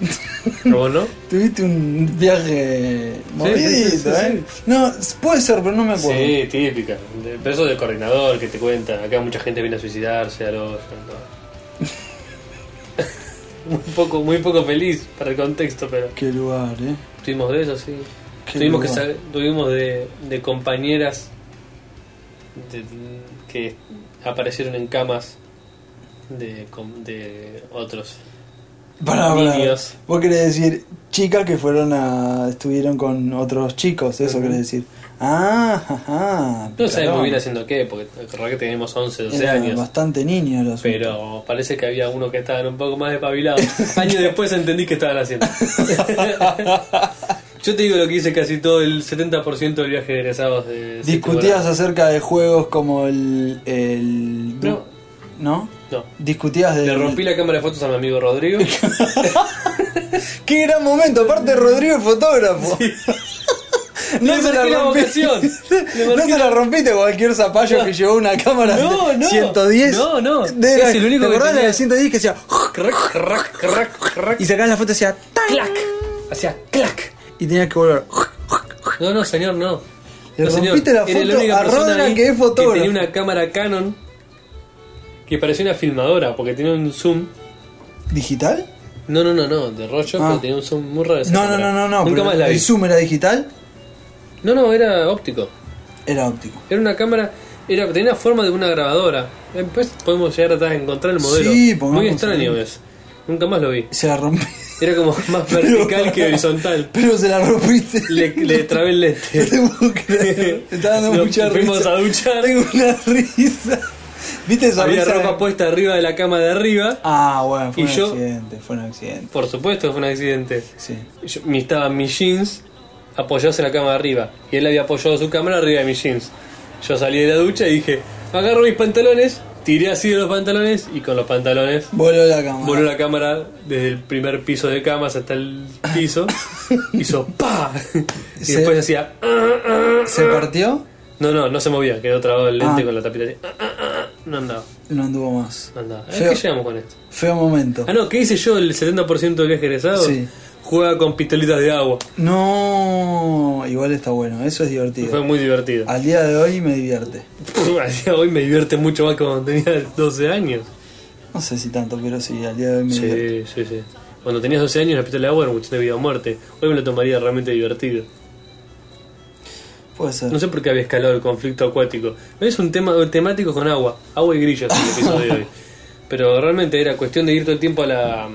¿Pero vos no?
Tuviste un viaje
sí,
movidito,
sí, sí,
¿eh? No, puede ser, pero no me acuerdo.
Sí, típica. De- Pero eso del coordinador que te cuenta. Acá mucha gente viene a suicidarse, a los. a todo. muy, poco, muy poco feliz para el contexto, pero.
Qué lugar, ¿eh?
Tuvimos de eso, sí.
Qué
Tuvimos, que
lugar.
sal- tuvimos de, de compañeras de- que aparecieron en camas de, com- de otros.
Pará, pará.
Niños.
Vos querés decir chicas que fueron a. estuvieron con otros chicos, eso
Ujú.
querés decir. Ah, ajá.
No sabemos
picarón.
muy bien haciendo qué, porque la verdad que tenemos 11, 12
Era
años.
bastante niño los
Pero parece que había uno que estaban un poco más despabilados. Años después entendí que estaban haciendo. Yo te digo lo que hice casi todo el 70% del viaje de egresados de.
Discutías acerca de juegos como el. el
No.
¿No?
No.
Discutías de.
Le rompí la cámara de fotos a mi amigo Rodrigo.
¡Qué gran momento! Aparte, Rodrigo es fotógrafo.
Le marqué la vocación. Le
No
marqué
se la rompiste a cualquier zapallo que llevó una cámara
No,
de
no.
110.
No, no.
De
Es el único
¿Te
que
acordás la
tenía-
de 110 que hacía.
Crack, crack, crack, crack.
Y sacaban la foto y hacía. ¡tac!
Clac. Hacía clac.
Y tenías que volver.
No, no, señor, no.
Le
No, señor.
rompiste la
Era
foto a
persona
Rodra,
ahí
que es fotógrafo.
tenía una cámara Canon que parecía una filmadora porque tenía un zoom.
¿Digital?
No, no, no, no, de rollo,
Ah.
pero tenía un zoom muy raro. esa
No, no,
cámara.
no, no, no.
Nunca
pero
más la vi.
El zoom era digital,
No, no, era óptico.
era óptico.
Era una cámara, era, tenía la forma de una grabadora. Después podemos llegar atrás a encontrar el modelo.
Sí, pongamos
muy extraño
ahí.
es. Nunca más lo vi.
Se la rompí.
Era como más vertical que horizontal.
Pero se la rompiste.
Le, le trabé el lente.
No te puedo creer. Te está dando
Nos
mucha
fuimos
risa.
a duchar.
Tengo una risa. ¿Viste esa
Había
risa?
ropa puesta arriba de la cama de arriba.
Ah, bueno, fue
Y
un
yo-
accidente, fue un accidente.
Por supuesto que fue un accidente.
Sí.
Yo- mi, estaban mis jeans apoyados en la cama de arriba. Y él había apoyado su cámara arriba de mis jeans. Yo salí de la ducha y dije, agarro mis pantalones, tiré así de los pantalones y con los pantalones
Voló la cámara.
voló la cámara desde el primer piso de camas hasta el piso. hizo ¡pa! Y
Se-
después hacía... "Ah,
¿Se partió?
No, no, no se movía, quedó trabado el lente
Ah.
con la tapita. así. ah, No andaba,
No anduvo más.
no andaba. ¿A
Feo.
qué llegamos con esto?
Feo momento.
Ah, no, ¿qué hice yo el 70% del viaje egresado?
Sí.
Juega con pistolitas de agua.
No, igual está bueno, eso
Fue
es divertido.
muy divertido.
Al día de hoy me divierte.
Pff, Hoy me divierte mucho más que cuando tenía 12 años.
No sé si tanto, pero sí, al día de hoy me divierte.
Sí, sí, sí. Cuando tenías 12 años la pistola de agua era un cuestión de vida o muerte. Hoy me lo tomaría realmente divertido.
Puede ser.
No sé por qué había escalado el conflicto acuático. Es un tema un temático con agua. Agua y grillos el episodio de hoy. Pero realmente era cuestión de ir todo el tiempo a la, a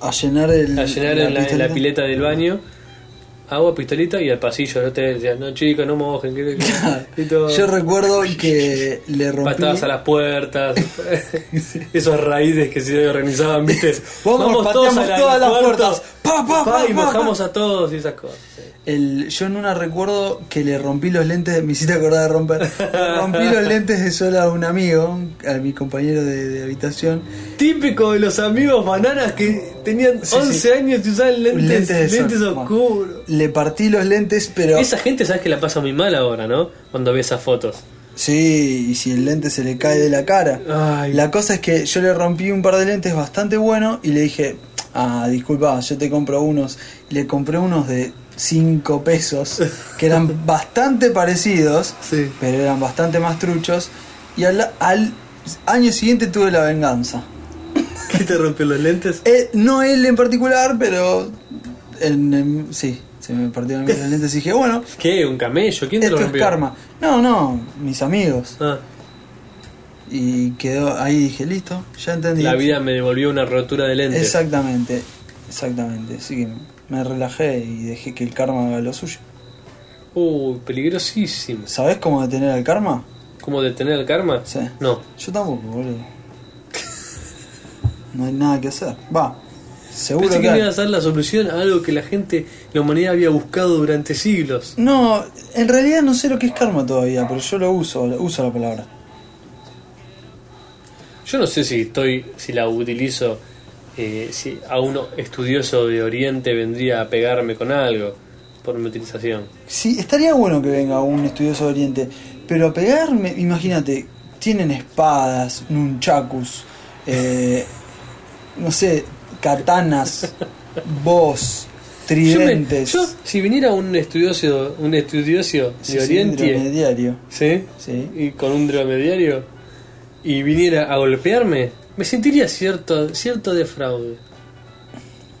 A llenar el.
llenar en la, en la
pistoleta.
pileta del baño. Agua, pistolita y al pasillo. No te decían, no chicos, no mojen. Que, que- y todo.
Yo recuerdo que le rompí.
Patadas a las puertas, esos raíces que se organizaban, viste.
Vamos, pateamos todas las puertas. Pa, pa, pa,
y
pa,
mojamos a todos y esas cosas. sí.
El, yo en una recuerdo que le rompí los lentes, me hiciste acordar de romper. Le rompí los lentes de sol a un amigo, a mi compañero de, de habitación.
Típico de los amigos bananas que tenían
Sí,
11
sí.
años y usaban lentes,
Lentes
lentes,
de sol, bueno.
oscuros.
Le partí los lentes, pero.
Esa gente sabes que la pasa muy mal ahora, ¿no? Cuando ve esas fotos.
Sí, y si el lente se le cae de la cara.
Ay.
La cosa es que yo le rompí un par de lentes bastante bueno y le dije, ah, disculpa, yo te compro unos. Y le compré unos de 5 pesos, que eran bastante parecidos,
Sí.
pero eran bastante más truchos. Y al, al año siguiente tuve la venganza.
¿Qué te rompió los lentes?
Eh, no él en particular, pero... en- en- sí, se me partieron los lentes y dije, bueno,
¿Qué? ¿Un camello? ¿Quién te
esto
lo
es
rompió?
karma. No, no, mis amigos.
Ah,
Y quedó ahí dije, listo, ya entendí.
la vida me devolvió una rotura de lentes.
Exactamente, exactamente. Así que me relajé y dejé que el karma haga lo suyo.
Uy, Uh, peligrosísimo.
¿Sabés cómo detener al karma?
¿Cómo detener el karma?
Sí.
No.
Yo tampoco, boludo. No hay nada que hacer. Va. Seguro
Pensé
que
que me
hay.
iba a dar la solución a algo que la gente, la humanidad había buscado durante siglos.
No, en realidad no sé lo que es karma todavía, pero yo lo uso, lo- uso la palabra.
Yo no sé si estoy, si la utilizo, eh, si a uno estudioso de Oriente vendría a pegarme con algo por mi utilización.
Sí, estaría bueno que venga un estudioso de Oriente, pero a pegarme, imagínate, tienen espadas, nunchakus, eh, no sé, katanas, bows,
Yo, me-
tridentes.
yo, si viniera un estudioso, un estudioso
Sí,
de
sí,
Oriente,
intermediario.
¿sí?
Sí.
Y con un dromediario y viniera a golpearme, me sentiría cierto, cierto defraude.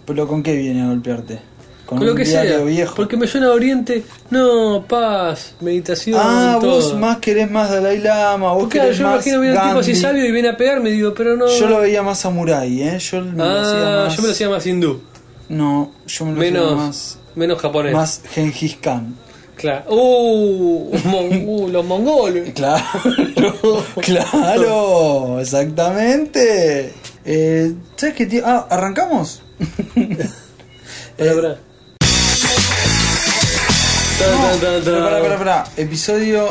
¿Pero con qué viene a golpearte?
Con lo
un
que
diario
sea,
viejo.
porque me suena a Oriente, no, paz, meditación,
ah, vos
todo.
más querés más Dalai Lama, vos
Claro,
querés
yo me
más
imagino viene un tipo así
Gandhi.
sabio y viene a pegarme, digo, pero no.
Yo lo veía más samurái, ¿eh? Yo me lo hacía
ah,
más...
yo me lo hacía más hindú,
No, yo me lo hacía
menos,
más...
menos japonés.
Más Gengis Khan.
Claro. Uh, mon- uh, los mongoles.
Claro, claro, exactamente. Eh, ¿Sabes qué? tío? Ah, ¿arrancamos? Eh,
Pará, pará. Tan, tan, tan, tan.
Pará, pará, pará. Episodio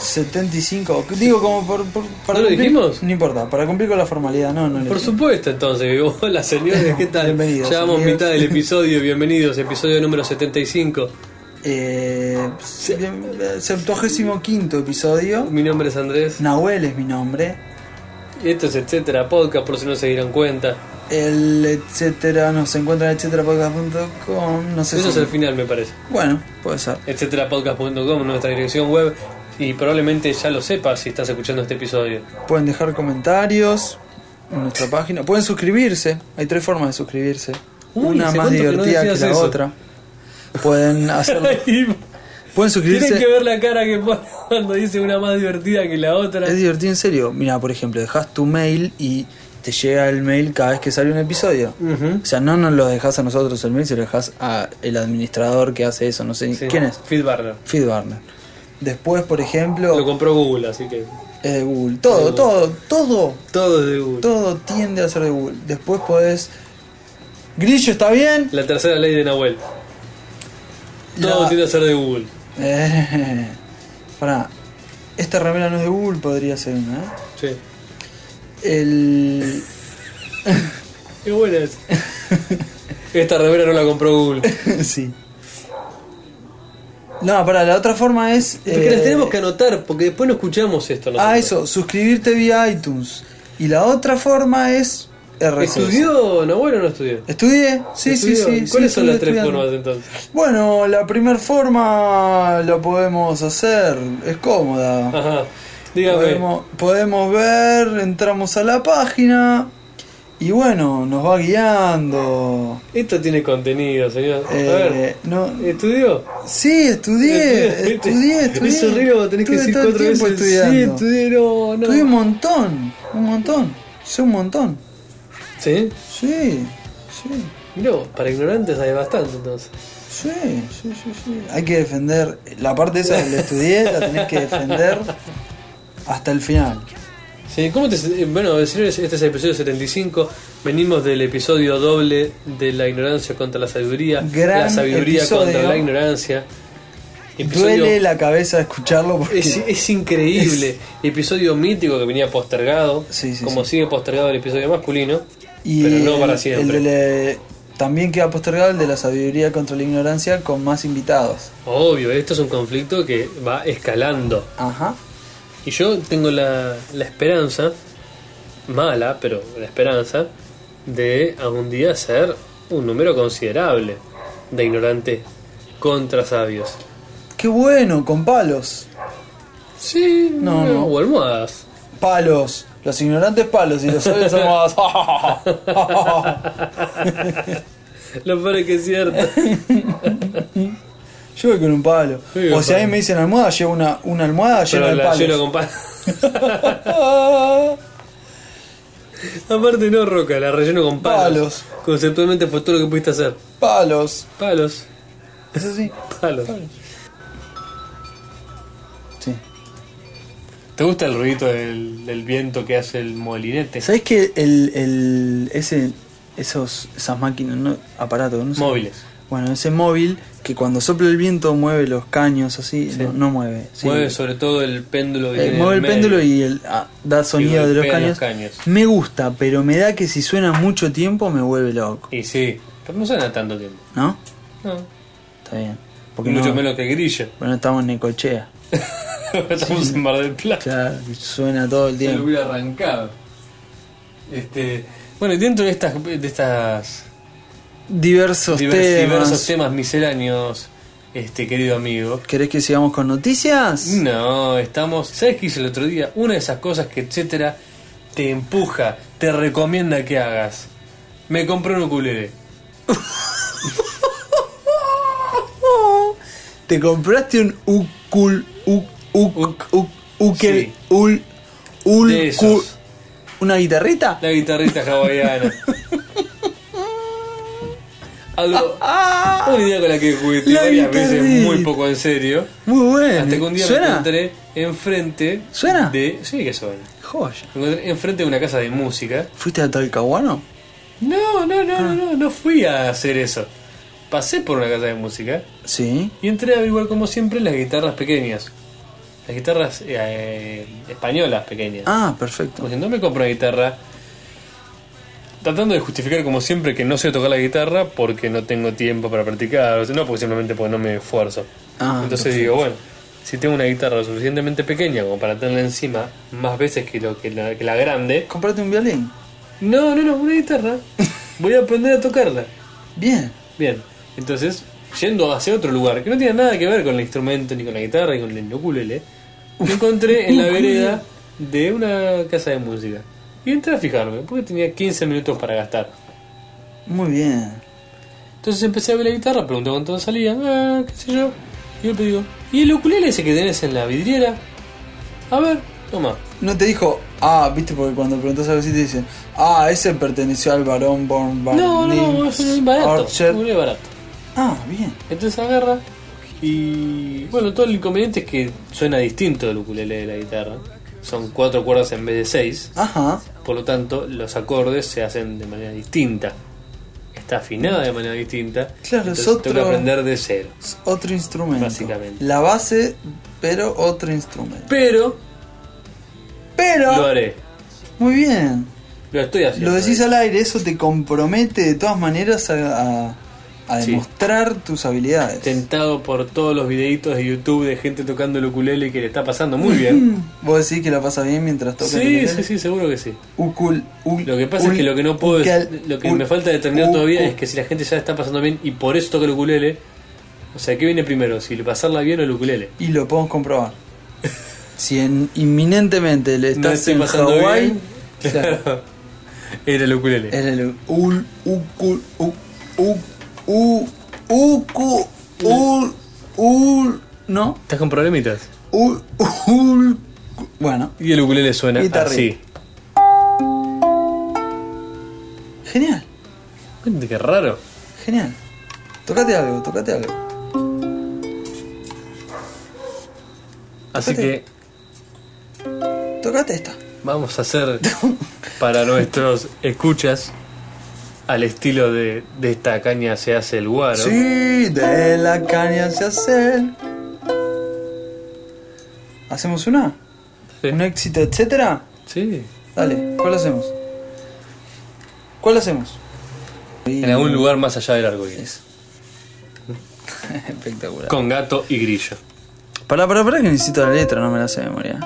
75. Digo, como por. por- para
¿No lo
cumplir-
dijimos?
No importa, para cumplir con la formalidad. No, no lo
Por
dijimos.
supuesto, entonces, hola señores, ¿qué tal?
Bienvenidos,
Ya vamos
amigos.
mitad del episodio, bienvenidos, episodio número 75.
Eh, se- 75 episodio.
Mi nombre es Andrés,
Nahuel es mi nombre.
esto es etcétera, podcast, por si no se dieron cuenta.
El etcétera nos encuentra en etcéterapodcast.com. No sé
Eso es
si.
el final, me parece.
Bueno, puede ser.
etcéterapodcast.com, nuestra dirección web, y probablemente ya lo sepas si estás escuchando este episodio.
Pueden dejar comentarios. en nuestra página. Pueden suscribirse, hay tres formas de suscribirse.
Uy,
Una
¿hace
más
cuánto que no
divertida que,
decías
la
eso?
otra. Pueden hacerlo. Pueden
Tienen que
suscribirse.
ver la cara que pone cuando dice una más divertida que la otra.
Es divertido en serio. Mira, por ejemplo, dejas tu mail y te llega el mail cada vez que sale un episodio.
Ujú.
O sea, no nos lo dejas a nosotros el mail, se lo dejas a el administrador que hace eso, no sé ni-
Sí.
quién es.
Fit Barner.
Feed Barner. Después, por
Lo
ejemplo,
compró Google, así que.
es de Google. Todo, todo, todo,
Todo es de Google.
todo tiende a ser de Google. Después podés. Grillo está bien.
La tercera ley de Nahuel. Todo
La-
tiene que ser de Google.
Eh, pará. Esta remera no es de Google, podría ser una, ¿eh?
Sí.
El.
Qué buena es. Esta remera no la compró Google.
sí. No, pará, la otra forma es.
Porque las
eh,
tenemos que anotar, porque después no escuchamos esto. nosotros.
Ah, eso, suscribirte vía iTunes. Y la otra forma es. RSS.
¿Estudió Nahuel o no estudió?
¿Estudié? Sí,
¿Estudió?
sí, sí.
¿Cuáles
sí,
son las
estuve
tres
estudiando.
formas entonces?
Bueno, la primera forma la podemos hacer, es cómoda.
Ajá. Dígame.
Podemos, podemos ver, entramos a la página y bueno, nos va guiando.
Esto tiene contenido, señor. A ver.
Eh, no,
¿Estudió?
sí, estudié, estudié, estudié.
Es horrible cuando tenés que
Estuve
decir
todo el
cuatro veces.
tiempo
Sí,
estudiando.
estudié, no, no.
Estudié un montón, un montón, sé un montón.
¿Sí?
Sí, sí,
No, para ignorantes hay bastante entonces.
sí, sí, sí, sí. Hay que defender, la parte esa que la estudié la tenés que defender hasta el final.
Sí, ¿cómo te, eh, bueno, señores, este es el episodio 75. Venimos del episodio doble de la ignorancia contra la sabiduría.
Gran
la sabiduría
episodio.
contra la ignorancia.
Duele la cabeza escucharlo porque...
Es, es increíble. Episodio mítico que venía postergado.
Sí, sí,
como sigue postergado el episodio masculino.
Y
pero no
el-
para siempre.
el de la- también queda postergado el de la sabiduría contra la ignorancia con más invitados.
Obvio, esto es un conflicto que va escalando.
Ajá.
Y yo tengo la, la esperanza, mala, pero la esperanza, de algún día ser un número considerable de ignorantes contra sabios.
Qué bueno, con palos.
Sí,
No, no.
O almohadas.
Palos. Los ignorantes palos y los sabios somos...
Lo peor es que es cierto.
Yo voy con un palo.
Sí,
o si a mí
palo.
me dicen almohada, llevo una, una almohada llena
pero
de
la, yo lo
palos.
comparo. Aparte no, Roca, la relleno con palos.
Palos.
Conceptualmente fue todo lo que pudiste hacer.
Palos.
Palos,
Eso sí.
palos.
Sí.
¿Te gusta el ruido del, viento que hace el molinete?
¿Sabés que el, el, ese, esos, esas máquinas, no, aparatos, no sé.
Móviles.
Bueno, ese móvil que cuando sopla el viento mueve los caños así, no, no mueve. sí.
Mueve sobre todo el péndulo. que
Eh,
tiene
mueve el
en medio.
péndulo y el- ah, da sonido de los
golpea los
caños.
caños.
Me gusta, pero me da que si suena mucho tiempo me vuelve loco,
Y sí, pero no suena tanto tiempo.
¿no?
No.
Está bien. Porque
Porque Mucho
no,
menos que grilla.
porque no estamos en Necochea.
Estamos en Mar del Plata.
Claro, suena todo el
Se lo
tiempo.
hubiera arrancado. Este, bueno, y dentro de estas, de estas
Diversos
diver-
temas.
diversos temas misceláneos, este querido amigo.
¿Querés que sigamos con noticias?
Mm, No, estamos. ¿Sabes qué hice el otro día? Una de esas cosas que etcétera te empuja, te recomienda que hagas. Me compré un ukulele.
Te compraste un ucul uc uc
Uc.
uc ukel-
Sí.
ul ul
De
cu-
esos.
una guitarrita.
La guitarrita hawaiana. Algo.
¡Ah!
Una idea con la que jugué
La
varias veces
guitarrita.
muy poco en serio.
Muy bueno.
Hasta que un día me
¿Suena?
encontré enfrente.
¿Suena?
De, sí, que suena.
Joya.
Me encontré enfrente de una casa de música. Ah.
¿Fuiste a Talcahuano?
No, no, no, no, no, no fui a hacer eso. Pasé por una casa de música
Sí.
y entré a averiguar, como siempre, las guitarras pequeñas. Las guitarras eh, españolas pequeñas.
Ah,
Como
perfecto.
diciendo, me compro una guitarra. Tratando de justificar, como siempre, que no sé tocar la guitarra porque no tengo tiempo para practicar. o sea, No, porque simplemente porque no me esfuerzo.
Ah,
Entonces digo, bueno, si tengo una guitarra lo suficientemente pequeña como para tenerla encima más veces que, lo, que, la, que la grande.
Comprate un violín.
No, no, no, una guitarra. Voy a aprender a tocarla.
Bien.
Bien, entonces, yendo hacia otro lugar, que no tiene nada que ver con el instrumento, ni con la guitarra, ni con el ukulele, me encontré en la vereda de una casa de música. Y entré a fijarme, porque tenía 15 minutos para gastar.
Muy bien.
Entonces empecé a ver la guitarra, pregunté cuánto salía, ah, qué sé yo. Y yo le digo, ¿y el ukulele ese que tenés en la vidriera? A ver, toma.
No te dijo, ah, viste, porque cuando preguntas algo así te dicen, ah, ese perteneció al varón Born Barney.
No, no, es un barato,
Orchard".
un ukulele barato.
Ah, bien.
Entonces agarra y... Bueno, todo el inconveniente es que suena distinto el ukulele de la guitarra. Son cuatro cuerdas en vez de seis.
Ajá.
Por lo tanto, los acordes se hacen de manera distinta. Está afinada de manera distinta.
Claro, es
entonces tengo
otro-
que aprender de cero.
Es otro instrumento.
Básicamente.
La base, pero otro instrumento.
Pero lo
Pero.
haré.
Muy bien.
Lo estoy haciendo.
Lo decís al aire, eso te compromete de todas maneras a, a- a
Sí.
demostrar tus habilidades.
Tentado por todos los videitos de YouTube de gente tocando el ukulele que le está pasando muy bien.
Vos decís que la pasas bien mientras tocas el
sí,
ukelele.
sí, sí, seguro que sí.
Ucul- ul-
Lo que pasa
ul-
es que lo que no puedo
ucal-
es- lo que
ul-
me falta determinar
u-
todavía
u-
es que si la gente ya está pasando bien y por eso toca el ukulele, o sea, ¿qué viene primero? Si pasarla bien o el ukulele.
Y lo podemos comprobar. Si en- inminentemente le
No
estás
estoy
en
pasando
Hawái,
bien.
claro, Eh.
Era el ukulele.
era el ul- ucul- u- u- u- ucu- ul- ul- no,
¿Estás con problemitas?
ul- ul- bueno,
Y el ukulele suena
Guitarra.
así.
genial,
Gente, Qué raro.
genial. Tocate algo, tocate algo.
Así que
Espérate. Tocate esta.
vamos a hacer para nuestros escuchas al estilo de, de esta caña se hace el guaro.
Sí, de la caña se hace. ¿Hacemos una?
Sí.
¿Un éxito, etcétera?
Sí.
Dale, ¿cuál hacemos? ¿Cuál hacemos?
En algún lugar más allá del arco iris.
Espectacular.
Con gato y grillo.
Pará, pará, pará que necesito la letra, no me la sé de memoria.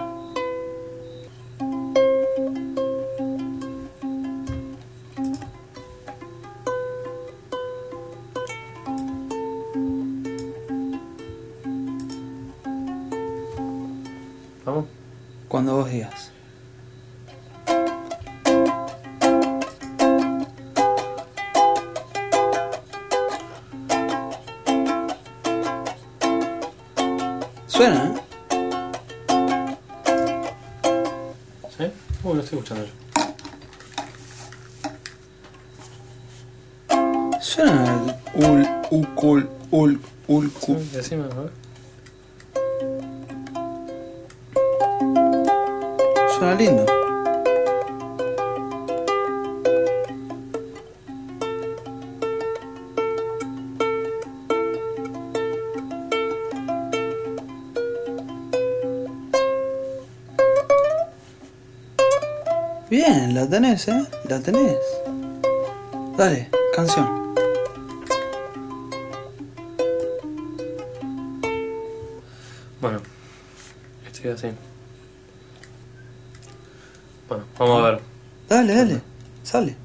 Vamos.
Cuando vos digas. Suena, ¿eh?
¿Sí? Uh, lo estoy escuchando yo.
Suena el ul, ucul, ul, ulcu.
Sí, decime, a ver.
Suena lindo. Bien, la tenés, ¿eh? La tenés. Dale, canción.
Bueno. Estoy así. Bueno, vamos a ver.
Dale, dale. Sale.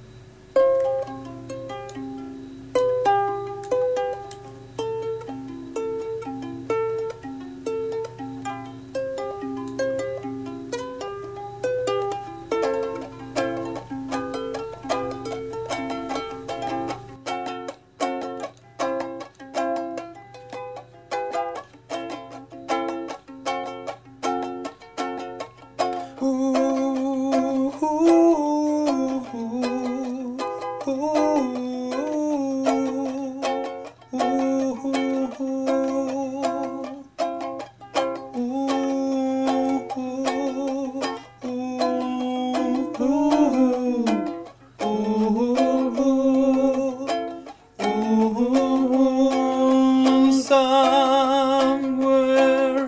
Somewhere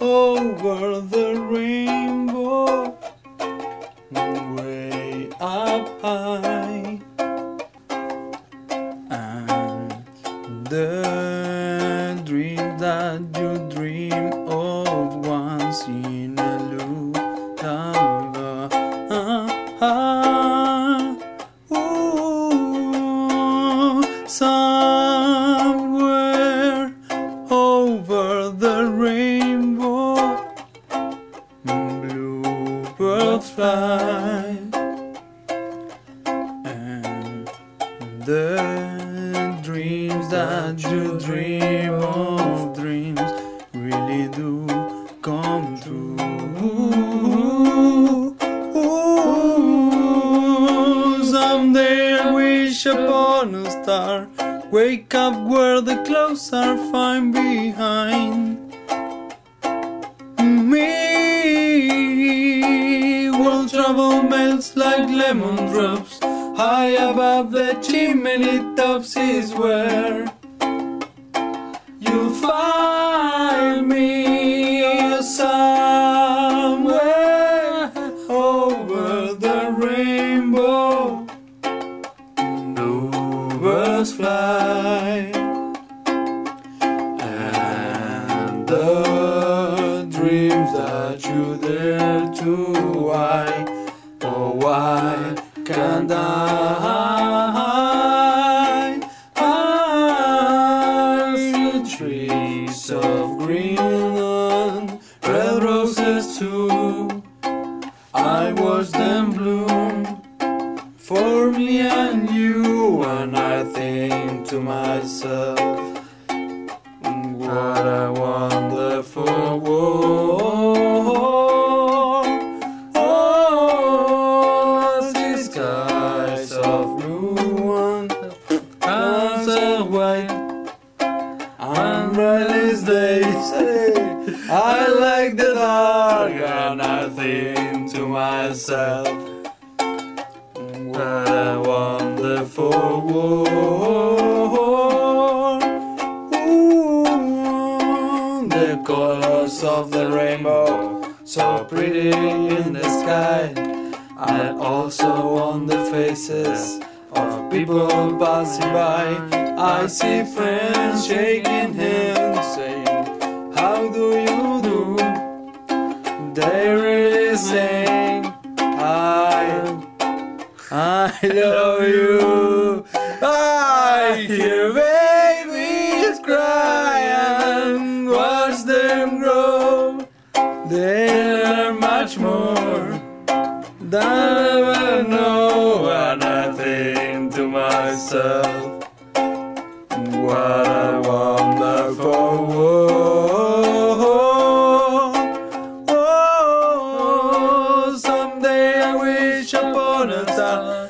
over the rainbow, way up high, and the dream that you dream of once in a love. Ooh, somewhere over the rainbow, bluebirds fly, star. Wake up where the clouds are fine behind me. World travel melts like lemon drops. High above the chimney tops is where you'll find me somewhere over the rainbow. Rovers fly and the dreams that you dare to why oh why can't I I see trees of green and red roses too I watch them bloom for me and you and I think to myself what a wonderful world Oh, the skies of blue and clouds of white And brightest days I like the dark and I think to myself what a wonderful world. Ooh, the colors of the rainbow, so pretty in the sky, and also on the faces of people passing by. I see friends shaking hands, saying, How do you do? They really saying, I I love you. I hear babies cry and watch them grow. They are much more than I ever know. And I think to myself, what a wonderful world. Oh, someday I wish upon a star.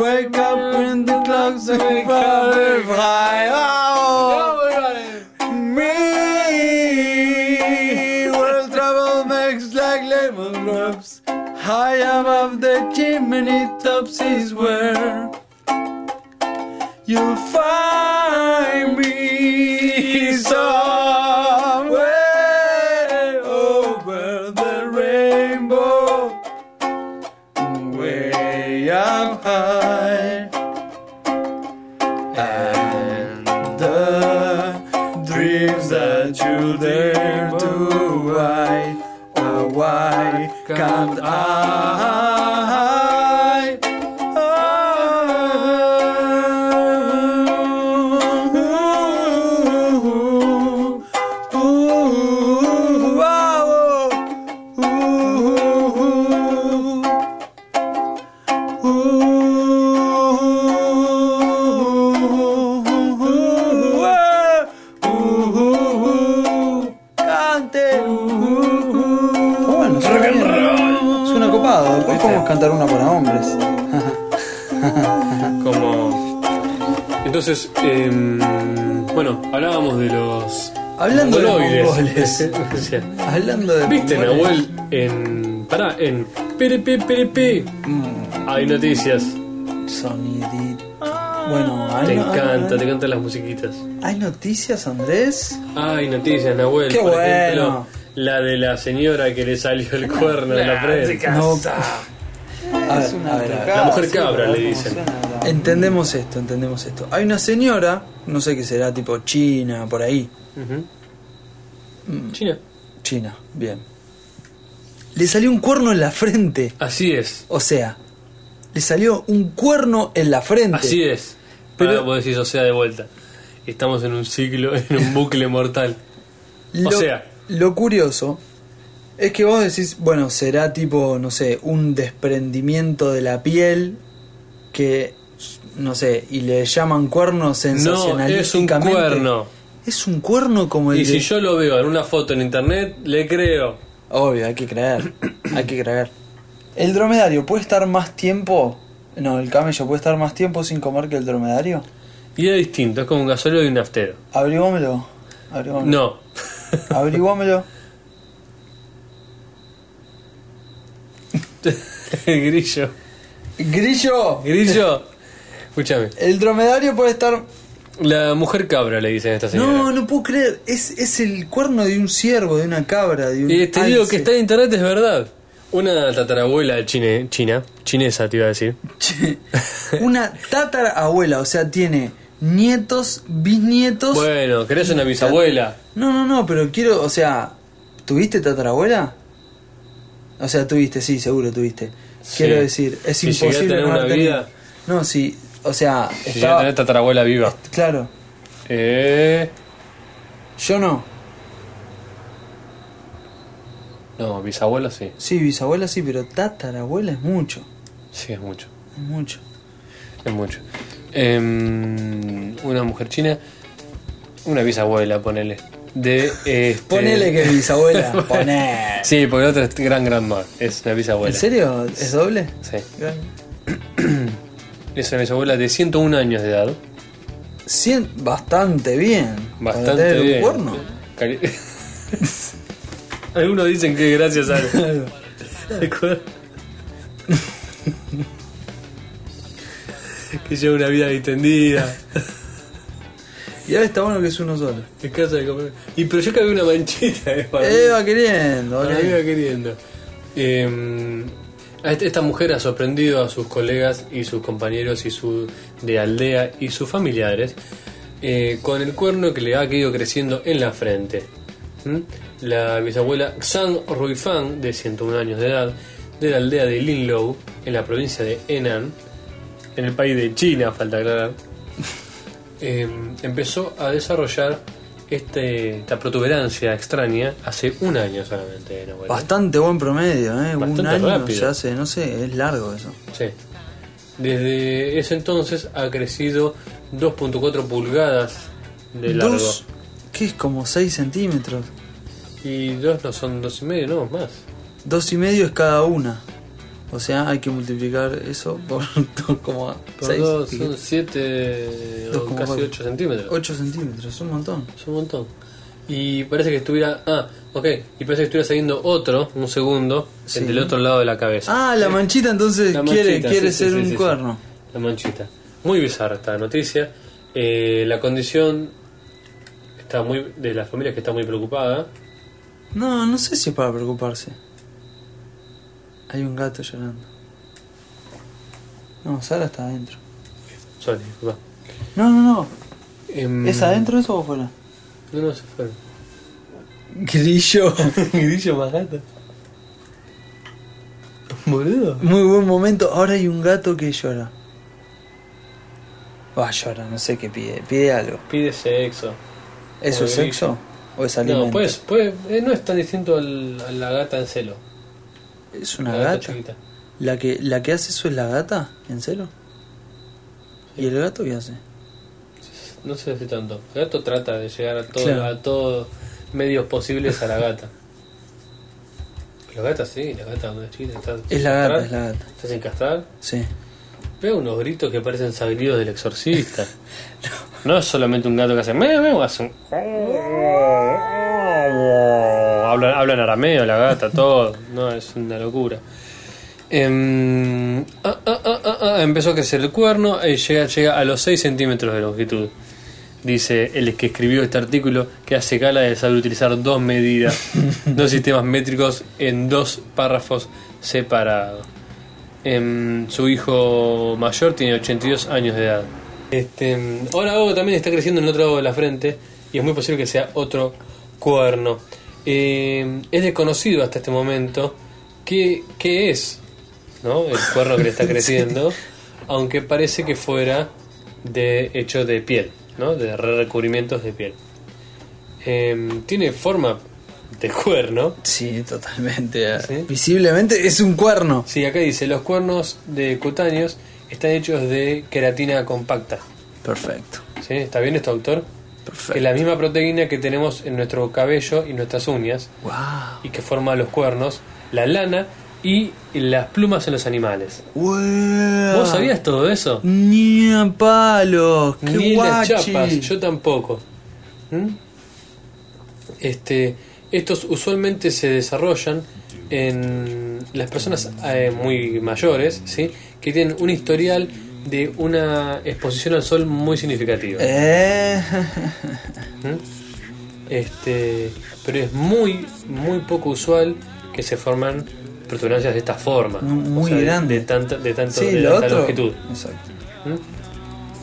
Wake up when the clocks are very high. Oh, me. World travel makes like lemon drops. High above the chimney tops is where you'll find me somewhere over the rainbow, way up high, and the dreams that you dare to why, oh why can't I?
Bueno, rock and roll. Suena copado. Después podemos cantar una para hombres.
Como. Entonces, em, bueno, hablábamos de los.
Hablando de los mongoles.
mongoloides. O sea,
Hablando de.
¿Viste,
mongoles,
Nahuel? En. Pará, en. PRP, PRP.
Mm.
Hay noticias.
Sonidito. Bueno, hay,
Te
Ah, no-
encanta, te encantan las musiquitas.
¿Hay noticias, Andrés.
Hay noticias, Nahuel.
Qué
Por
bueno. Ah,
ejemplo, la de la señora que le salió el cuerno de la frente.
No. A ver, a ver, a ver.
La mujer cabra, le dicen.
Entendemos esto, entendemos esto. Hay una señora, no sé qué será, tipo China, por ahí.
Ujú. China.
China, bien. Le salió un cuerno en la frente.
Así es.
O sea, le salió un cuerno en la frente.
Así es.
Pero-
Pero vos decís, o sea, de vuelta. Estamos en un ciclo, en un bucle mortal.
Lo,
O sea.
lo curioso es que vos decís, bueno, será tipo, no sé, un desprendimiento de la piel que, no sé, y le llaman cuerno
No, es un
sensacionalísticamente.
cuerno.
Es un cuerno como el
Y si
de-
yo lo veo en una foto en internet, le creo.
Obvio, hay que creer, hay que creer. ¿El dromedario puede estar más tiempo? No, el camello puede estar más tiempo sin comer que el dromedario.
Y era distinto, es como un gasóleo y un naftero.
Averiguámelo. Averiguámelo.
No.
Averiguámelo.
Grillo.
Grillo.
Grillo. Escúchame.
El dromedario puede estar.
La mujer cabra le dicen a esta señora.
No, no puedo creer. Es, es el cuerno de un ciervo, de una cabra, de un.
Y Eh, te digo
alce.
que está en internet, es verdad. Una tatarabuela chine, china, chinesa te iba a decir.
Che, Una tatarabuela, o sea, tiene nietos, bisnietos.
Bueno, querés una bisabuela.
No, no, no, pero quiero, o sea, ¿tuviste tatarabuela? O sea, tuviste, sí, seguro tuviste. Quiero
Sí.
decir, es
Si llegué a
imposible
tener
no haber
una
tenido-
vida.
No, sí, o sea,
Si ya
estaba
tenés tatarabuela viva.
claro.
Eh,
Yo no.
no, bisabuela sí.
Sí, bisabuela sí, pero tatarabuela es mucho,
Sí, es mucho.
es mucho.
Es mucho. Em, una mujer china, una bisabuela, ponele. De, este-
Ponele que es bisabuela, ponele.
Sí, porque la otra es gran grandma. Es una bisabuela.
¿En serio? ¿Es doble?
Sí. Es una bisabuela de 101 años de edad.
Cien- bastante bien. para
Bastante
tener un
bien.
cuerno.
Cari- Algunos dicen que gracias a que lleva una vida distendida,
Y ahora está bueno que es uno solo.
escasa de comer. Y pero yo que había una manchita eh, para mí.
Eh, va queriendo, va
Para mí
queriendo.
iba queriendo. Eh, a este- esta mujer ha sorprendido a sus colegas y sus compañeros y su de aldea y sus familiares eh, con el cuerno que le ha quedado creciendo en la frente. ¿Mm? La bisabuela Xang Ruifang, de 101 años de edad, de la aldea de Linlou, en la provincia de Henan, en el país de China, falta aclarar, eh, empezó a desarrollar este, esta protuberancia extraña hace un año solamente. Nahuel.
Bastante buen promedio, ¿eh? un
Bastante
año
rápido.
se hace, no sé, es largo eso.
Sí. Desde ese entonces ha crecido 2.4 pulgadas de largo.
Dos, ¿qué es? Como 6 centímetros.
Y dos no son dos y medio, no, más.
Dos y medio es cada una. O sea, hay que multiplicar eso por 2,6.
Por dos son 7
Dos
o
como
casi
cuatro.
8 centímetros.
8 centímetros, es un montón.
Es un montón. Y parece que estuviera. Ah, ok. Y parece que estuviera saliendo otro, un segundo,
Sí.
el del otro lado de la cabeza.
Ah, la manchita entonces
La
quiere,
manchita,
quiere
sí,
ser
sí, sí,
un
sí, sí.
cuerno.
La manchita. Muy bizarra esta noticia. Eh, la condición está muy de la familia que está muy preocupada.
No, no sé si es para preocuparse. Hay un gato llorando. No, Sara está adentro.
Sorry, disculpa.
No, no,
Em,
no. ¿Es adentro eso o fuera?
No, no, se fueron.
Grillo.
Grillo más gato. Boludo.
Muy buen momento. Ahora hay un gato que llora. Va, llora, no sé qué pide. Pide algo.
Pide sexo.
¿Eso
Como grillo.
es sexo? ¿O es alimento?
No, pues, pues eh, no es tan distinto al- a la gata en celo.
Es una
la
gata.
chiquita.
¿La que, ¿La que hace eso es la gata? ¿En serio? ¿Y el gato qué hace?
No sé si tanto. El gato trata de llegar a todo,
Claro.
a todos medios posibles a la gata. La gata sí, la gata cuando es chiquita está
Es
sin
la gata,
castrar,
es la gata.
Está sin castrar.
Sí.
Pega unos gritos que parecen sabidos del exorcista. no. es solamente un gato que hace meo, meo, hace un... habla, habla en arameo la gata, todo. No, es una locura. Em, ah, ah, ah, ah, ah, empezó a crecer el cuerno y llega, llega a los 6 centímetros de longitud. Dice el que escribió este artículo que hace gala de saber utilizar dos medidas, dos sistemas métricos en dos párrafos separados. Em, su hijo mayor tiene 82 años de edad. Este, em, ahora algo también está creciendo en otro lado de la frente y es muy posible que sea otro cuerno. Em, es desconocido hasta este momento qué, qué es ¿no? el cuerno que le está creciendo, aunque parece que fuera de hecho de piel, ¿no? de re- recubrimientos de piel. Em, tiene forma de cuerno.
Sí, totalmente.
¿Sí?
Visiblemente es un cuerno.
Sí, acá dice, los cuernos de cutáneos están hechos de queratina compacta.
Perfecto.
¿Sí? ¿Está bien esto, doctor?
Perfecto.
Que es la misma proteína que tenemos en nuestro cabello y nuestras uñas
Wow.
y que forma los cuernos, la lana y las plumas en los animales.
Ué.
¿Vos sabías todo eso?
Ni a palos, qué
Ni las
guachi.
chapas, yo tampoco. ¿Mm? Este, estos usualmente se desarrollan en las personas eh, muy mayores, ¿sí? que tienen un historial de una exposición al sol muy significativa.
Eh.
Este, pero es muy, muy poco usual que se formen protuberancias de esta forma.
Muy
de-
grande.
De, tanta, de tanto
sí,
de
lo
tanta
otro.
longitud.
Exacto.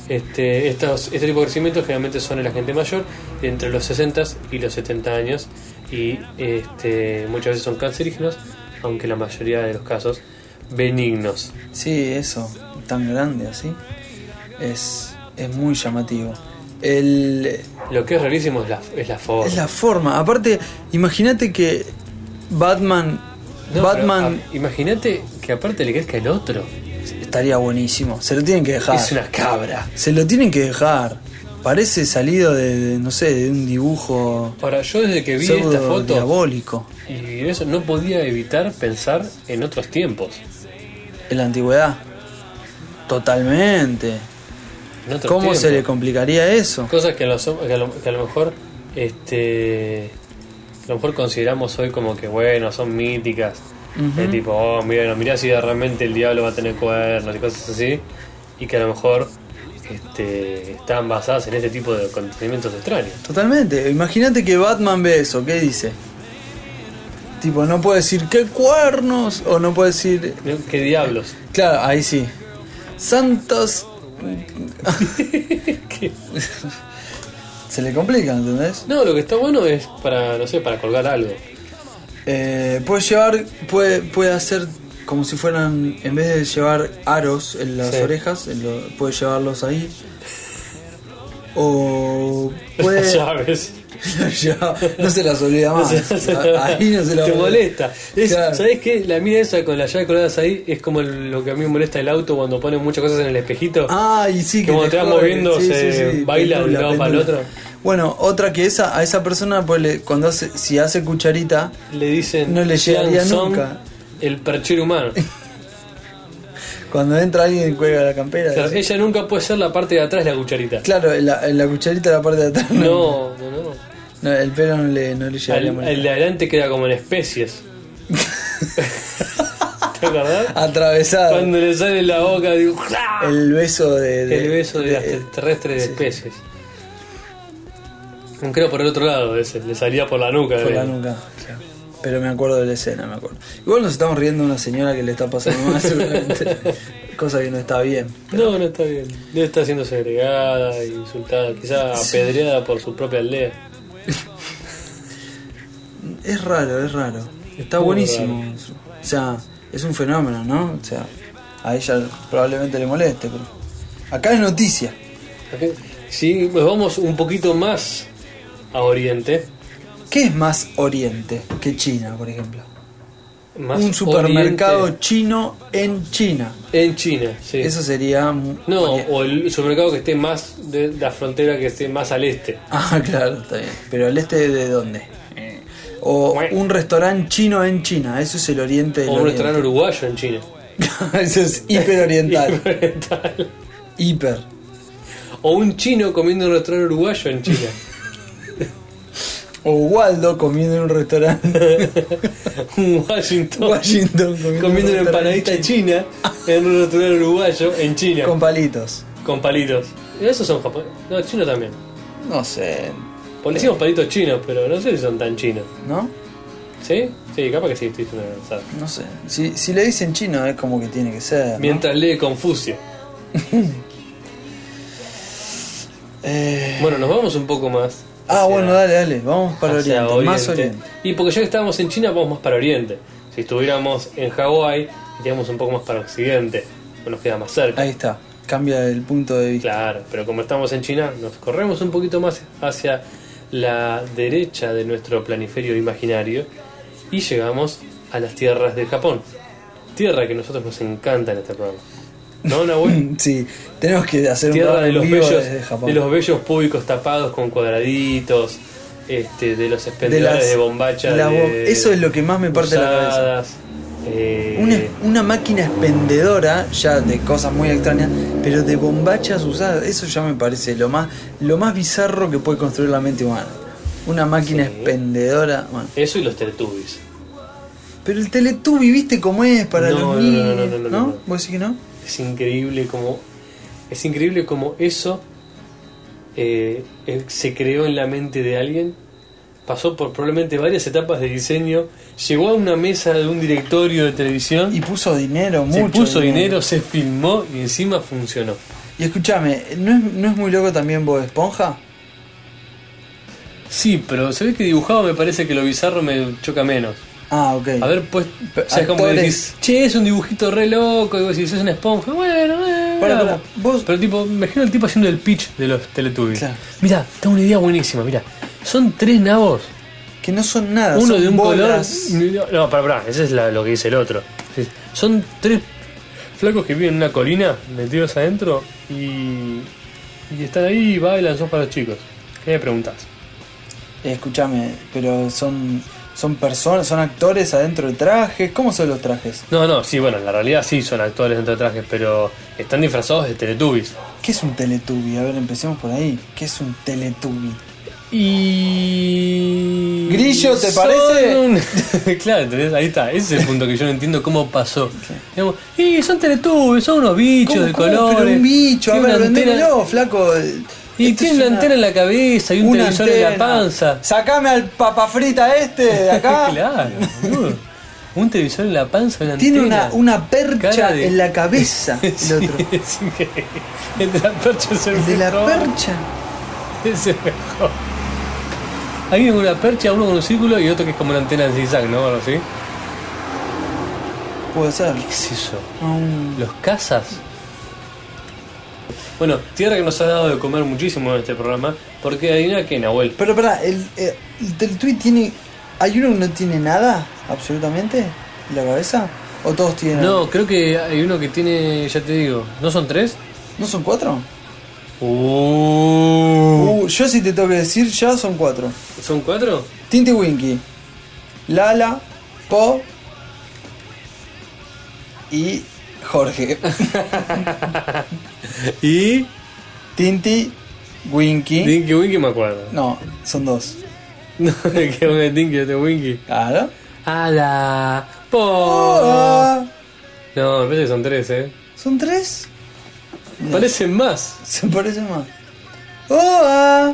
Este, estos, este tipo de crecimientos generalmente son en la gente mayor, de entre los 60 y los 70 años, y este, muchas veces son cancerígenos, aunque la mayoría de los casos benignos.
Sí, eso, tan grande así. Es, es muy llamativo. El,
Lo que es rarísimo es la, es la forma.
es la forma. Aparte, imagínate que Batman.
No,
Batman
pero, a- Imagínate que aparte le crezca el otro.
estaría buenísimo. Se lo tienen que dejar.
Es una cabra.
Se lo tienen que dejar. Parece salido de, de, no sé, de un dibujo
Ahora, yo desde que vi
pseudo
esta foto
diabólico.
y eso, no podía evitar pensar en otros tiempos.
En la antigüedad. Totalmente.
en otros
¿Cómo se le
tiempos.
complicaría eso?
Cosas que a, los hom- que a lo, que a lo mejor este a lo mejor consideramos hoy como que bueno, son míticas. Eh, tipo, oh, mira, mirá si realmente el diablo va a tener cuernos y cosas así. Y que a lo mejor este, están basadas en este tipo de acontecimientos extraños.
Totalmente. Imagínate que Batman ve eso. ¿Qué dice? Tipo, no puede decir qué cuernos. O no puede decir.
¿no? ¿Qué diablos?
Claro, ahí sí. Santos.
¿Qué?
Se le complica, ¿entendés?
No, lo que está bueno es para, no sé, para colgar algo.
Eh, puede llevar, puede, puede hacer como si fueran, en vez de llevar aros en las
Sí.
orejas, en lo- puede llevarlos ahí. O puede...
¿Sabes?
Ya, no se las olvida más. A- ahí no se las
Te
olvida.
molesta. Es-
Claro.
¿Sabés qué? La mía esa con las llaves colgadas ahí es como el- lo que a mí me molesta el auto cuando ponen muchas cosas en el espejito.
Ah, y sí,
Que cuando te vas
jode.
moviendo se baila de un lado para el
pendula.
otro.
Bueno, otra que esa, a esa persona, pues, le- cuando hace, si hace cucharita,
Le dicen.
No le
Jean
llegaría
Song,
nunca.
El perchero humano.
cuando entra alguien y cuelga la campera.
Claro, eh.
dice-
ella nunca puede ser la parte de atrás de la cucharita.
Claro, la, la cucharita de la parte de atrás.
No, no, no.
No, el pelo no le, no le llega a la
Al,
mano.
el de adelante queda como en especies. ¿Te acordás?
Atravesado.
Cuando le sale la boca, digo. ¡ah!
El beso de, de-
El beso de,
de-
las terrestres de especies. No creo por el otro lado ese, le salía por la nuca. eh.
por la
creo.
nuca. claro. Pero me acuerdo de la escena, me acuerdo. Igual nos estamos riendo de una señora que le está pasando mal seguramente. Cosa que no está bien.
No, no está bien. Debe estar siendo segregada, insultada, quizá apedreada por su propia aldea.
Es raro, es raro. Está
Muy
buenísimo. eso. O sea, es un fenómeno, ¿no? O sea, a ella probablemente le moleste, pero. Acá es noticia.
Acá- Si nos pues vamos un poquito más a Oriente,
¿Qué es más oriente que China, por ejemplo?
más
un supermercado
oriente
chino en China.
en China, sí.
Eso sería. mu-
no,
oriente.
o el supermercado que esté más de la frontera, que esté más al este.
Ah, claro, está bien. Pero el este de dónde? Eh, O
Bueno.
un restaurante chino en China, eso es el oriente del
O un
oriente.
restaurante uruguayo en China.
eso es hiperoriental.
Oriental.
hiper.
O un chino comiendo en un restaurante uruguayo en China.
O Waldo comiendo en un restaurante
un Washington,
Washington
comiendo una
en un restaurante
empanadita china en un restaurante uruguayo en China
con
con,
palitos.
palitos. Esos son japoneses. No, chinos también.
No sé,
Porque le decimos palitos chinos, pero no sé si son tan chinos.
¿no?
¿Sí? Sí, capaz que sí, estoy diciendo una verdad.
No sé. Si, si le dicen chino es como que tiene que ser. ¿no?
Mientras lee Confucio.
Eh,
Bueno, nos vamos un poco más.
ah,
hacia-
bueno, dale, dale. Vamos para
hacia
oriente, Más oriente.
Y porque ya que estábamos en China, vamos más para Oriente. Si estuviéramos en Hawái, iríamos un poco más para Occidente. Nos queda más cerca.
Ahí está. Cambia el punto de vista.
Claro, pero como estamos en China, nos corremos un poquito más hacia la derecha de nuestro planiferio imaginario y llegamos a las tierras de Japón. Tierra que a nosotros nos encanta en este programa. ¿No, Nahuel?
Sí, tenemos que hacer
Tierra
un
de los,
vivo
bellos,
desde Japón.
de los bellos públicos tapados con cuadraditos, este, de los
de
expendedores de, bombacha.
la
de-
bo- eso es lo que más me parte la
usadas,
Eh,
Una, una máquina expendedora, ya de cosas muy extrañas, pero de bombachas usadas. Eso ya me parece lo más, lo más bizarro que puede construir la mente humana. Una máquina
Sí.
expendedora. bueno.
Eso y los Teletubbies.
Pero el Teletubby, ¿viste cómo es para
No,
los
no, no,
niños?
no,
No,
no, no, no, no.
¿Vos decís que no?
Es increíble como. Es increíble como eso eh, eh, se creó en la mente de alguien. Pasó por probablemente varias etapas de diseño. Llegó a una mesa de un directorio de televisión.
Y puso dinero,
se
mucho.
puso dinero, se filmó y encima funcionó.
Y escúchame, ¿no es, ¿no es muy loco también Bob Esponja?
Sí, pero se ve que dibujado me parece que lo bizarro me choca menos.
Ah, ok.
A ver, pues.
Pero
O sea, como
actores-
decís, che, es un dibujito re loco. Y vos decís, es una esponja. Bueno, bueno.
Pará, pará, vos-
Pero tipo, imagino al tipo haciendo el pitch de los Teletubbies.
Claro.
Mirá, tengo una idea buenísima. Mirá, son tres nabos.
Que no son nada.
Uno
Ah, son
de un
bolas.
color. No, pará, pará, ese es la- lo que dice el otro. Sí, Son tres flacos que viven en una colina, metidos adentro, y. y están ahí y bailan, son para los chicos. ¿Qué me preguntás?
Eh, escúchame, pero son son personas, son actores adentro de trajes. ¿Cómo son los trajes?
No, no, sí, bueno, en la realidad sí son actores dentro de trajes, pero están disfrazados de Teletubbies.
¿Qué es un Teletubby? A ver, empecemos por ahí. ¿Qué es un Teletubby?
Y.
Grillo, ¿te
son
parece?
un- claro, ¿entendés? ahí está. Ese es el punto que yo no entiendo cómo pasó. Digamos, y son teletubbies, son unos bichos
¿Cómo-
de
cómo?
colores.
Pero un bicho, a
Tiene
ver,
una antena-
vendémelo, flaco.
Y
Esto
tiene
es
una,
una-
antena en la cabeza y un
una
televisor en la
antena.
panza.
Sacame al papafrita este de acá.
claro, boludo. Un televisor en la panza, una
Tiene
antena.
una, una percha
Cara de-
en la cabeza el
Sí,
otro.
es increíble. El de la percha es el
El de la
mejor.
percha.
Es el mejor. Hay uno con una percha, uno con un círculo y otro que es como una antena en zigzag, ¿no? Algo así.
Puede ser.
¿Qué es eso?
No, un-
¿Los cazas? Bueno, tierra que nos ha dado de comer muchísimo en este programa, porque adivina que Nahuel.
Pero pará, el, eh, el Teletubby tiene. ¿Hay uno que no tiene nada? ¿Absolutamente? ¿En ¿La cabeza? ¿O todos tienen?
No, creo que hay uno que tiene, ya te digo, ¿no son tres?
¿No son cuatro?
Uh.
Uh, yo sí te tengo que decir, ya son cuatro.
¿Son cuatro?
Tinti Winky, Lala, Po y Jorge.
Y.
Tinti, Winky.
Dinky Winky me acuerdo.
No, son dos.
No, que uno es Dinky y otro es Winky.
Claro.
¡Ala! ¡Po!
Ah,
No, me parece que son tres, ¿eh?
¿Son tres?
Parecen más.
Se parecen más. ¡Oh! ah,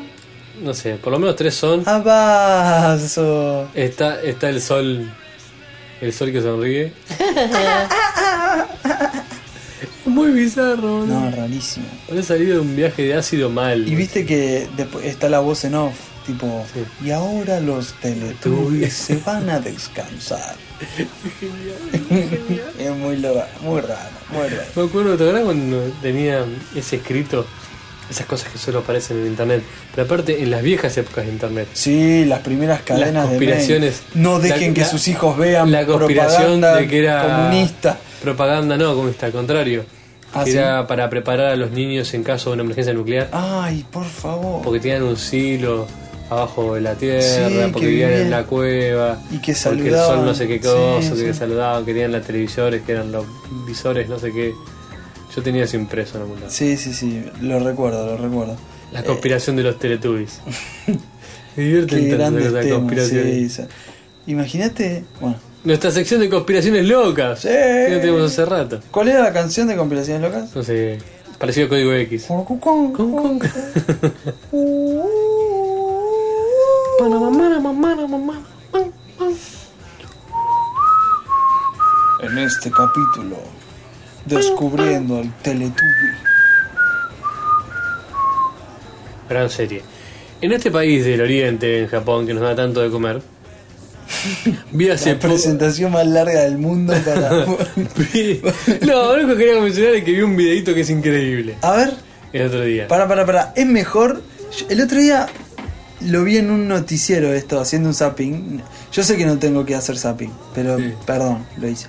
No sé, por lo menos tres son.
¡Abrazo!
Está, está el sol. El sol que sonríe. Muy bizarro, boludo.
No, rarísimo.
Parece salido de un viaje de ácido mal.
Y viste que después está la voz en off, tipo,
Sí.
y ahora los teletubbies se van a descansar. es muy, loca, muy raro, muy raro.
Me acuerdo, ¿te acuerdas cuando tenía ese escrito? Esas cosas que solo aparecen en internet. Pero aparte, en las viejas épocas de internet.
Sí, las primeras cadenas de mail.
conspiraciones.
No dejen
La-
que
la-
sus hijos vean
la conspiración
propaganda
de que era
comunista.
Propaganda no, comunista, al contrario.
Ah,
que
¿sí?
era para preparar a los niños en caso de una emergencia nuclear.
Ay, por favor.
Porque tenían un silo abajo de la tierra,
Sí,
porque
que
vivían en
vivían-
la cueva.
y que
Porque el sol no
saludaban.
sé qué
Sí,
cosa, que
sí.
saludaban, que tenían las televisores, que eran los visores, no sé qué. Yo tenía eso impreso en algún lado.
Sí, sí, sí, lo recuerdo, lo recuerdo.
La conspiración de los Teletubbies. Me divierte
Qué
tanto
grandes
la
temas.
conspiración.
sí, sí. Imagínate, bueno.
Nuestra sección de conspiraciones locas.
Sí.
Que no tenemos hace rato.
¿Cuál era la canción de compilaciones locas?
No sé, parecido a Código X. Con, con-
En este capítulo, descubriendo al Teletubby.
Gran serie. En este país del oriente, en Japón, que nos da tanto de comer, vi hace
La
poco.
presentación más larga del mundo para.
Vi- No, lo único que quería mencionar es que vi un videito que es increíble
A ver,
el otro día.
para, para, para. Es mejor. Yo- El otro día lo vi en un noticiero esto, haciendo un zapping. Yo sé que no tengo que hacer zapping, pero
Sí.
perdón, lo hice.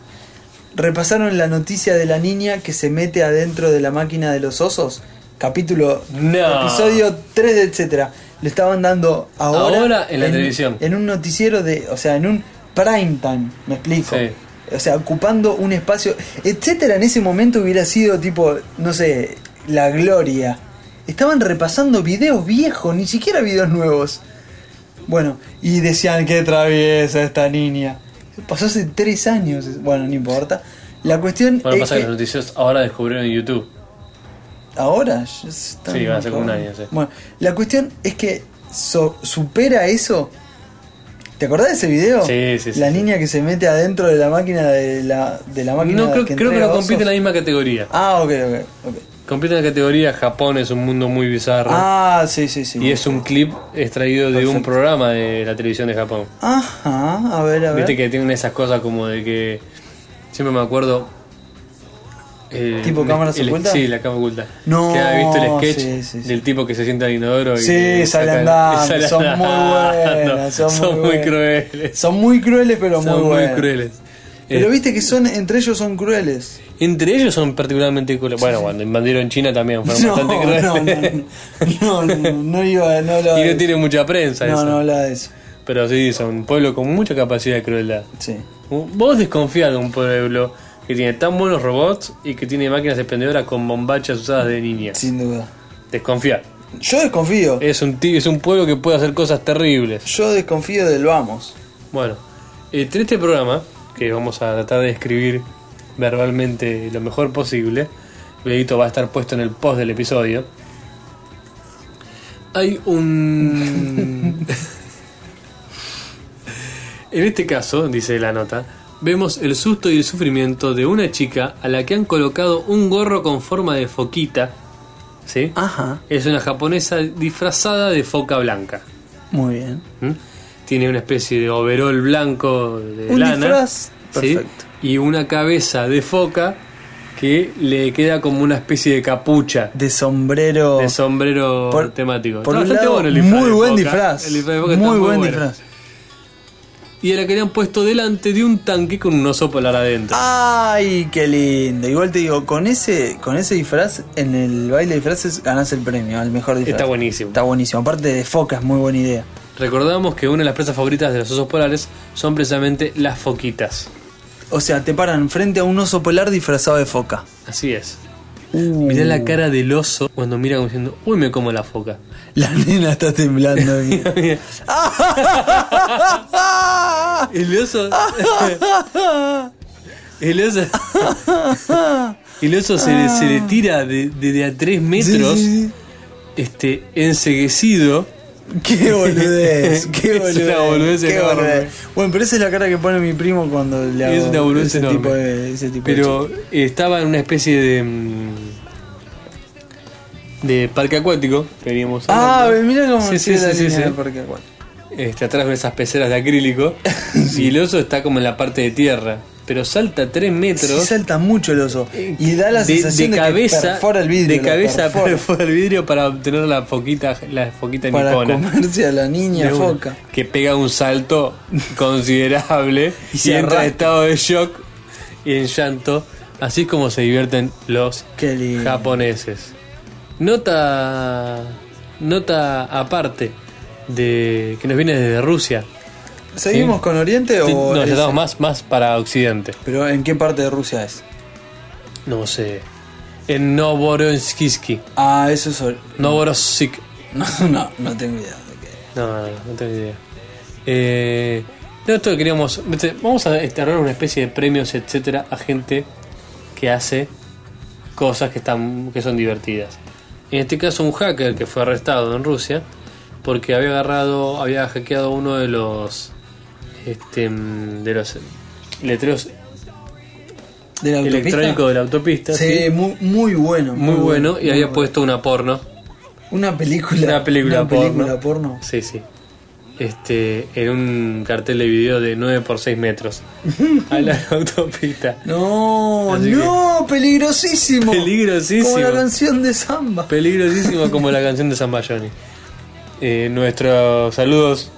Repasaron la noticia de la niña que se mete adentro de la máquina de los osos. Capítulo
No.
Episodio 3, de etcétera. Lo estaban dando ahora,
Ahora en la televisión.
En un noticiero de. O sea, en un prime time, me explico.
Sí.
O sea, ocupando un espacio, etcétera, en ese momento hubiera sido tipo, no sé, la gloria. Estaban repasando videos viejos, ni siquiera videos nuevos. Bueno, y decían, qué traviesa esta niña. Pasó hace tres años, bueno, no importa. La cuestión
Bueno,
es
pasa que los noticieros ahora descubrieron en YouTube.
Ahora, ya está
Sí, va a ser como un
acabado.
año, sí.
Bueno, la cuestión es que so- supera eso. ¿Te acordás de ese video?
Sí, sí, sí,
La
sí.
niña que se mete adentro de la máquina de la, de la máquina
No, creo,
que
creo que
entrega
no compite en la
osos.
misma categoría.
Ah, ok, ok. ok.
Compite en la categoría Japón es un mundo muy bizarro.
Ah, sí, sí, sí.
y es un clip extraído de un programa de la televisión de Japón.
Ajá, a ver, a ver.
Viste que tienen esas cosas como de que. Siempre me acuerdo. eh,
¿Tipo
un-
cámaras
el-
ocultas?
Sí, la cámara oculta.
No,
Que había visto el sketch
sí, sí, sí.
del tipo que se sienta al inodoro y.
Sí,
que
sale
saca-
andando,
sale
son muy
andando.
buenas, son muy buenas.
crueles.
Son muy crueles, pero
Son muy,
buenos.
crueles.
Pero
Eh,
viste que son entre ellos son crueles.
entre ellos son particularmente crueles. Bueno, cuando invadieron China también fueron
No,
bastante
no,
crueles.
no, no, no, no, no iba, no hablaba
y
de
no tiene mucha prensa
No,
eso.
no hablaba de eso.
Pero sí, son un pueblo con mucha capacidad de crueldad.
Sí.
Vos desconfías de un pueblo que tiene tan buenos robots y que tiene máquinas expendedoras con bombachas usadas de niña.
Sin duda.
Desconfía.
Yo desconfío.
Es un, ti- es un pueblo que puede hacer cosas terribles.
Yo desconfío del vamos.
Bueno, eh, en este programa, que vamos a tratar de describir verbalmente lo mejor posible, el videito va a estar puesto en el post del episodio. Hay un. en este caso, dice la nota, vemos el susto y el sufrimiento de una chica a la que han colocado un gorro con forma de foquita. ¿Sí?
Ajá.
Es una japonesa disfrazada de foca blanca.
Muy bien.
¿Mm? Tiene una especie de overol blanco de
Un
lana.
disfraz.
¿sí?
Perfecto.
Y una cabeza de foca que le queda como una especie de capucha
De sombrero.
de sombrero
Oh. Por-
temático.
por
Está
un
bastante
lado,
bueno el disfraz
muy
de
buen
foca.
disfraz.
El disfraz de foca
muy,
está
buen
bueno.
disfraz.
Y la querían puesto delante de un tanque con un oso polar
Ah,
adentro.
Ay, qué lindo. Igual te digo, con ese, con ese disfraz, en el baile de disfraces ganás el premio al mejor disfraz.
Está buenísimo.
Está buenísimo. Aparte de foca, es muy buena idea.
Recordamos que una de las presas favoritas de los osos polares son precisamente las foquitas.
O sea, te paran frente a un oso polar disfrazado de foca.
Así es.
Uh,
Mirá la cara del oso cuando mira como diciendo, uy, me como la foca.
la nena está temblando. aquí.
El oso. El oso. El oso se, le- se le tira de, de- de a 3 metros,
Ah. Sí, sí,
este, enseguecido.
sí. Qué boludez, qué
Es
boludez.
una boludez
qué
enorme.
Bueno, pero esa es la cara que pone mi primo cuando le hago
Es una boludez
ese,
enorme.
tipo de, ese tipo de
Pero estaba en una especie de. mm, de parque acuático, que veníamos
Ah,
hablando.
mira cómo
Sí,
sigue
sí,
la
sí,
línea
sí.
del parque acuático.
Este, atrás de esas peceras de acrílico. Y el oso está como en la parte de tierra. Pero salta 3
Sí,
metros.
salta mucho el oso y da la
de,
sensación
de
de,
cabeza
que perfora el vidrio.
de
lo
cabeza
perfora
perfora el vidrio para obtener la foquita la foquita
para
nipona
comerse a la niña
De una,
foca.
que pega un salto considerable
Y
y,
se
entra
arrastra.
en estado de shock y en llanto así es como se divierten los
Qué lindo.
japoneses nota nota aparte de que nos viene desde Rusia
¿Seguimos
Sí.
con Oriente o.?
no
es-
ya estamos más más para Occidente
Pero ¿en qué parte de Rusia es?
no sé en Novorossiysk
Ah, eso es. or-
Novorossiysk
No, no, no tengo idea. de qué.
No, no, no tengo ni idea. Eh, no, esto queríamos. viste, Vamos a instalar una especie de premios, etcétera, a gente que hace cosas que, están, que son divertidas. En este caso, un hacker que fue arrestado en Rusia porque había agarrado, había hackeado uno de los. Este, mm, de los letreros
¿De la autopista?
electrónicos de la autopista.
Sí,
sí.
Muy, muy bueno.
Muy bueno, y
muy
había
bueno.
puesto una porno.
Una película.
Una película
una
porno.
película porno.
Sí, sí. Este, en un cartel de video de 9 por 6 metros. a la autopista.
No,
Así
no, peligrosísimo.
Peligrosísimo.
Como la canción de Samba.
Peligrosísimo como la canción de San Bayoni. Eh, nuestros saludos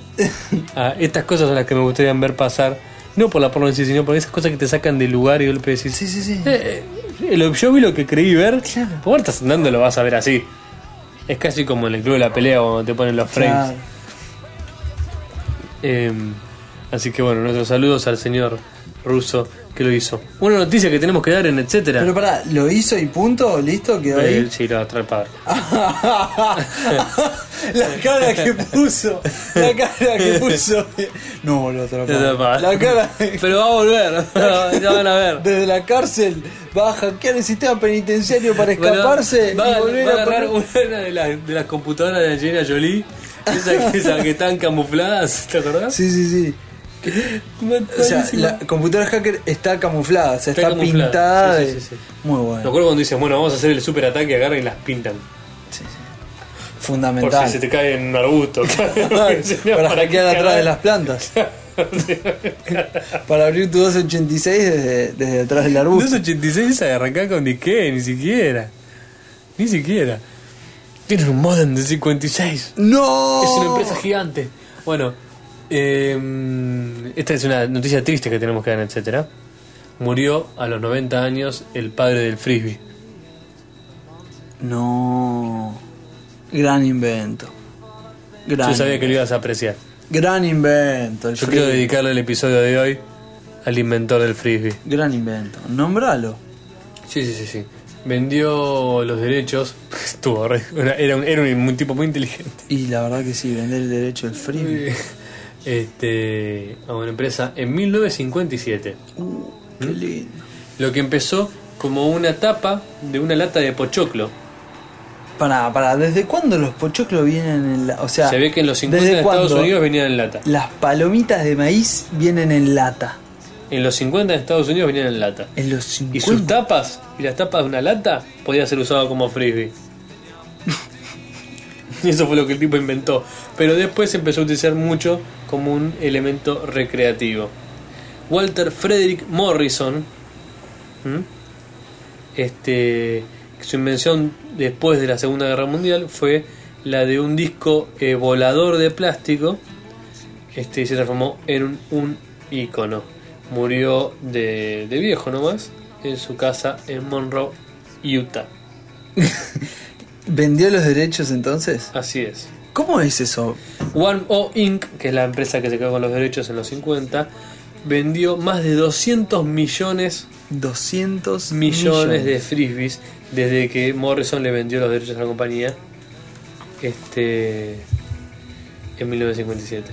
a estas cosas son las que me gustaría ver pasar. No por la porno en sí, sino por esas cosas que te sacan del lugar y de golpe decís.
Sí, sí, sí.
"Eh, eh, lo- yo vi lo que creí ver.
Claro.
Vos estás andando lo vas a ver así. Es casi como en el club de la pelea cuando te ponen los frames.
Claro.
Em, Eh, así que bueno, nuestros saludos al señor ruso que lo hizo. Una noticia que tenemos que dar en etcétera.
Pero pará, ¿lo hizo y punto? ¿Listo? ¿Quedó
Eh,
ahí?
sí, lo trae el padre.
la cara que puso. La cara que puso. No, lo
Lo
atraparon.
atraparon.
La cara.
Pero va a volver, ya van a ver.
Desde la cárcel va a hackear el sistema penitenciario para
Bueno,
escaparse
va,
y
a-
volver
va a
a
agarrar
poner-
una de las, de las computadoras de Angelina Jolie, esas que, esas que están camufladas, ¿te acordás?
Sí, sí, sí. O sea,
Buenísimo.
la computadora hacker está camuflada, o sea, está,
Está camuflada,
pintada.
sí,
de-
sí, sí, sí.
Muy
Me
bueno.
acuerdo cuando dices, bueno, vamos a hacer el super ataque, agarran y las pintan. Por
Fundamental.
si se te cae en un arbusto.
para hackear atrás de las plantas. Para abrir tu 286 desde, desde atrás del arbusto.
286 arrancar con disque, ni siquiera. Ni siquiera. Tienen un modem de 56.
¡No!
Es una empresa gigante. Bueno, eh, esta es una noticia triste que tenemos que dar, etcétera. Murió a los 90 años el padre del frisbee.
No. Gran invento. Gran,
Yo sabía que lo ibas a apreciar.
gran invento. el
Yo
frío.
quiero dedicarle el episodio de hoy al inventor del frisbee.
Gran invento. Nombralo.
Sí, sí, sí, sí. Vendió los derechos. Estuvo re- era, un, era un- un tipo muy inteligente.
Y la verdad que sí, vender el derecho al frío.
Este, a una empresa en 1957.
Uh, qué lindo.
Lo que empezó como una tapa de una lata de pochoclo.
Pará, pará, ¿desde cuándo los pochoclos vienen en la.? O sea,
Se ve que en los 50 de
¿desde
Estados
cuándo
Unidos venían en lata.
Las palomitas de maíz vienen en lata.
En los 50 de Estados Unidos venían en lata.
En los
Y
50.
sus tapas, y las tapas de una lata, podía ser usado como frisbee. Y eso fue lo que el tipo inventó. Pero después se empezó a utilizar mucho como un elemento recreativo. Walter Frederick Morrison, ¿m? este, su invención después de la Segunda Guerra Mundial fue la de un disco eh, volador de plástico este, y se transformó en un, un ícono. Murió de, de viejo nomás en su casa en Monroe, Utah.
¿Vendió los derechos entonces?
Así es.
¿Cómo es eso?
One O Inc., que es la empresa que se quedó con los derechos en los 50, vendió más de 200 millones,
200
millones, de frisbees desde que Morrison le vendió los derechos a la compañía este, en 1957.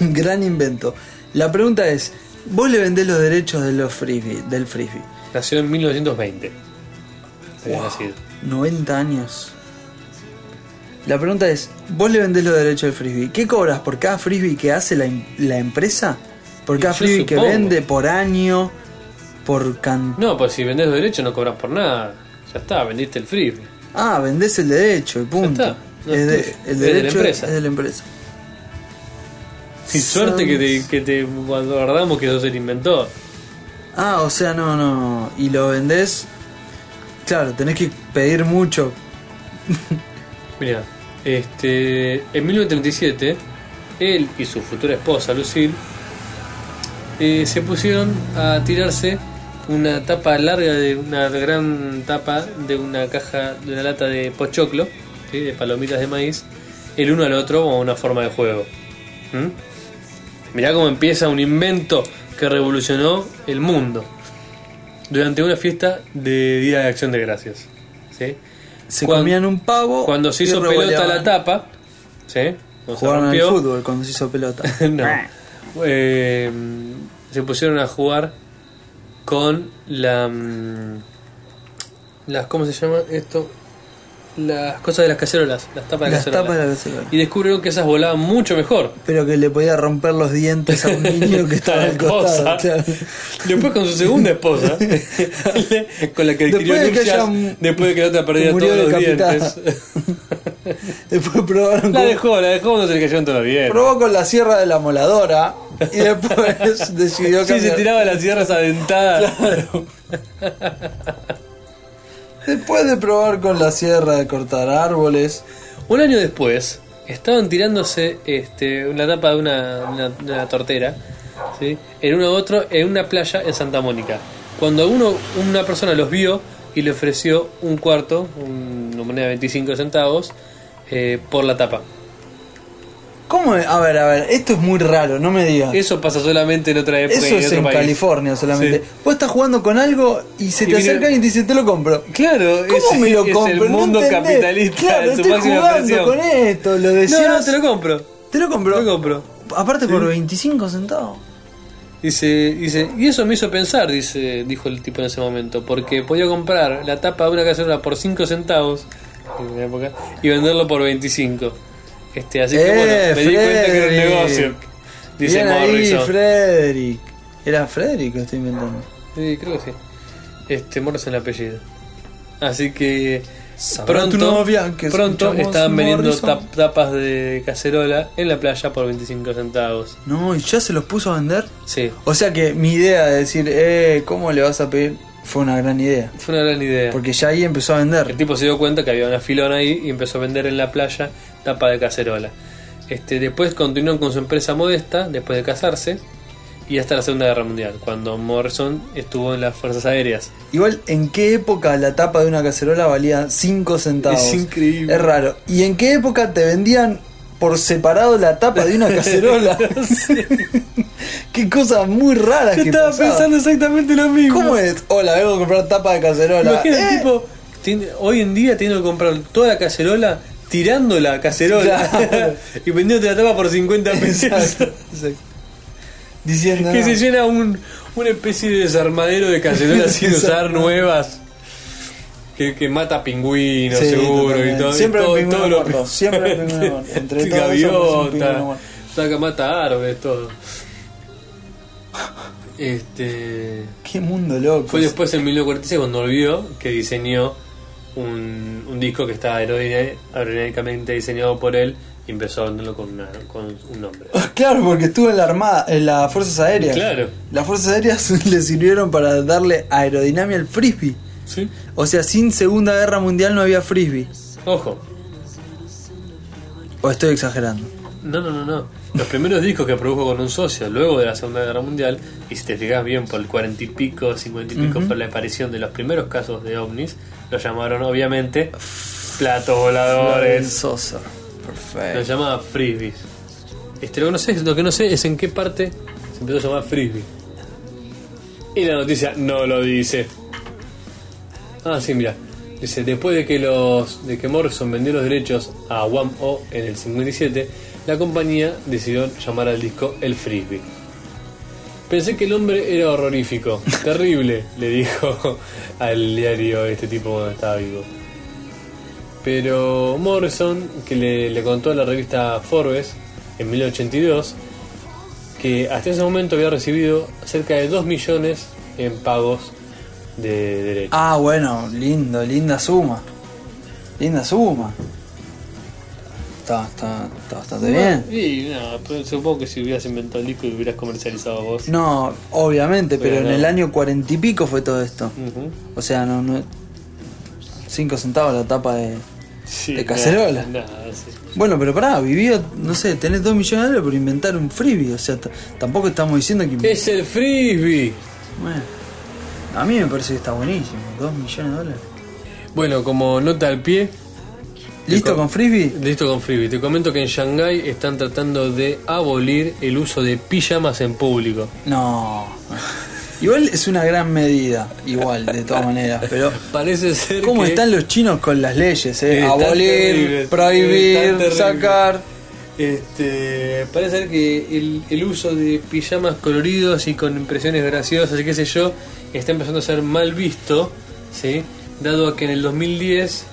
Gran invento. La pregunta es: ¿vos le vendés los derechos de los frisbee, del frisbee?
Nació en 1920. Había nacido.
90 años. La pregunta es: ¿vos le vendés los derechos del frisbee? ¿Qué cobras por cada frisbee que hace la, em- la empresa? ¿Por
Y
cada
yo
frisbee que
supongo.
vende? ¿Por año? ¿Por cantidad?
No, pues si vendés los derechos no cobras por nada. Ya está, vendiste el frisbee.
Ah, vendés el derecho y punto.
está. No
Es
es
de-
tuyo.
el
Es de la
derecho
empresa.
es de la empresa.
Sí, suerte que te,
Sans.
que te guardamos que sos el inventor.
Ah, o sea, no, no. Y lo vendés. Claro, tenés que pedir mucho.
Mira, este, en 1937, él y su futura esposa, Lucille, eh, se pusieron a tirarse una tapa larga de una gran tapa de una caja, de una lata de pochoclo, ¿sí? de palomitas de maíz, el uno al otro como una forma de juego. ¿Mm? Mirá cómo empieza un invento que revolucionó el mundo durante una fiesta de Día de Acción de Gracias. ¿sí?
Se
Cuan-
comían un pavo.
Cuando se
y
hizo pelota
revoleaban.
la tapa, ¿sí? Cuando se
Jugaron al
rompió,
fútbol cuando se hizo pelota.
no. Eh, se pusieron a jugar con la. mm, Las, ¿Cómo se llama esto? Las cosas de las cacerolas, las tapas de
Las
cacerolas.
tapas de la cacerola.
Y descubrieron que esas volaban mucho mejor.
Pero que le podía romper los dientes a un niño que estaba
A la
al costado.
esposa.
claro.
Después con su segunda esposa, con la que adquirió
Después de que
nupcias,
hayan-
después de que la otra perdiera
murió
todos los
decapitada.
dientes.
Después probaron
La
con,
dejó, la dejó cuando se le cayeron todos los dientes.
probó con la sierra de la moladora y después decidió
Sí, se
cambiar.
tiraba las sierras adentadas.
Después de probar con la sierra de cortar árboles,
Un año después, estaban tirándose este, una tapa de una, una- una tortera, ¿sí? en uno u otro, en una playa en Santa Mónica. Cuando uno, una persona los vio y le ofreció un cuarto, un- una moneda de 25 centavos, eh, por la tapa.
¿Cómo? es? A ver, a ver, esto es muy raro, no me digas.
Eso pasa solamente en otra época y
Eso
en
es
otro
en
país.
California solamente.
Sí.
Vos estás jugando con algo y se
Y
te
viene-
acercan y te dicen, te lo compro.
Claro,
¿Cómo
es,
me lo
es
compro?
el
No
mundo
entendés.
capitalista
Claro,
en su
estoy
máxima
jugando
expresión.
con esto, lo decías.
No, no, te lo compro.
Te lo compro.
Te lo compro.
Aparte por 25 centavos.
Dice, dice, y eso me hizo pensar, dice, dijo el tipo en ese momento, porque podía comprar la tapa de una cacerola por 5 centavos en la época, y venderlo por 25. Este, así que
Eh,
bueno, me di cuenta que era un
Frederick.
negocio. Dice
Bien ahí,
Morrison.
Frederick. Era Frederick lo estoy inventando.
Sí, creo que sí. Este, Morrison el apellido. Así que
Sabrá
pronto,
tu novia que
pronto
escuchamos
estaban vendiendo
Morrison.
tap- tapas de cacerola en la playa por 25 centavos.
No, y ya se los puso a vender.
Sí,
O sea que mi idea de decir, eh, ¿cómo le vas a pedir? Fue una gran idea.
fue una gran idea.
Porque ya ahí empezó a
El
vender.
tipo se dio cuenta que había una filona ahí y empezó a vender en la playa tapa de cacerola. Este, después continuó con su empresa modesta, después de casarse, y hasta la Segunda Guerra Mundial, cuando Morrison estuvo en las Fuerzas Aéreas.
Igual, ¿en qué época la tapa de una cacerola valía 5 centavos?
Es increíble.
Es raro. ¿Y en qué época te vendían por separado la tapa de una cacerola? qué cosas muy raras que pasaban.
exactamente lo mismo.
¿Cómo es? Hola, vengo a comprar tapa de cacerola.
Imagina el
Eh,
tipo, tiene- hoy en día teniendo que comprar toda la cacerola, tirando la cacerola
Claro.
y vendiéndote la tapa por 50 pesos.
Exacto, exacto. Diciendo.
Que
no.
se llena un, una especie de desarmadero de cacerolas sin usar nuevas. Que, que mata pingüinos,
Sí,
seguro.
totalmente.
Y todo, y
Siempre
todo,
hay
todo
pingüinos
lo-
muertos, siempre hay pingüinos muertos. Entre todo eso, pues, un pingüino
Gaviota,
muerto.
saca, mata árboles, todo. Este.
Qué mundo loco.
Fue después en 1946 cuando volvió que diseñó un, un disco que estaba aerodiná- aerodinámicamente diseñado por él y empezó a venderlo con, una- con un nombre.
Claro, porque estuvo en la armada, en las fuerzas aéreas.
Claro.
Las fuerzas aéreas le sirvieron para darle aerodinámica al frisbee.
¿Sí?
O sea, sin Segunda Guerra Mundial no había frisbee.
Ojo,
O estoy exagerando.
No, no, no, no. Los primeros discos que produjo con un socio luego de la Segunda Guerra Mundial, y si te fijas bien, por el cuarenta y pico, cincuenta y pico, por la aparición de los primeros casos de ovnis, lo llamaron obviamente platos
El
voladores.
Sosa.
Lo
Perfecto.
llamaba frisbees. Este, lo, que no sé, lo que no sé es en qué parte se empezó a llamar frisbee. Y la noticia no lo dice. Ah, sí, mira. Dice, después de que los de que Morrison vendió los derechos a One O en el 57, la compañía decidió llamar al disco El Frisbee. Pensé que el hombre era horrorífico, terrible, le dijo al diario este tipo cuando estaba vivo. Pero Morrison, que le, le contó a la revista Forbes en 1982, que hasta ese momento había recibido cerca de 2 millones en pagos de derechos.
Ah, bueno, lindo, linda suma. Linda suma. Está, está, está bastante Ah, bien.
Y no, pero supongo que si hubieras inventado el disco y hubieras comercializado vos.
No, obviamente,
Pero
pero en
no.
el año cuarenta y pico fue todo esto.
Ujú.
O sea, no, no. Cinco centavos la tapa de.
Sí,
¿De
no,
cacerola?
No, sí.
Bueno, pero pará, vivió, no sé, tenés dos millones de dólares por inventar un freebie. O sea, t- tampoco estamos diciendo que.
Es el frisbee.
Bueno, a mí me parece que está buenísimo. Dos millones de dólares.
Bueno, como nota al pie,
¿Listo con freebie?
listo con frisbee. Te comento que en Shanghái están tratando de abolir el uso de pijamas en público.
No. Igual es una gran medida, igual, de todas maneras. Pero,
Parece ser
¿cómo
que
están los chinos con las leyes?
Sí,
Eh?
están
Abolir,
terribles, sí, están
prohibir,
terribles.
sacar.
este, parece ser que el, el uso de pijamas coloridos y con impresiones graciosas y qué sé yo está empezando a ser mal visto, ¿sí? dado a que en el 2010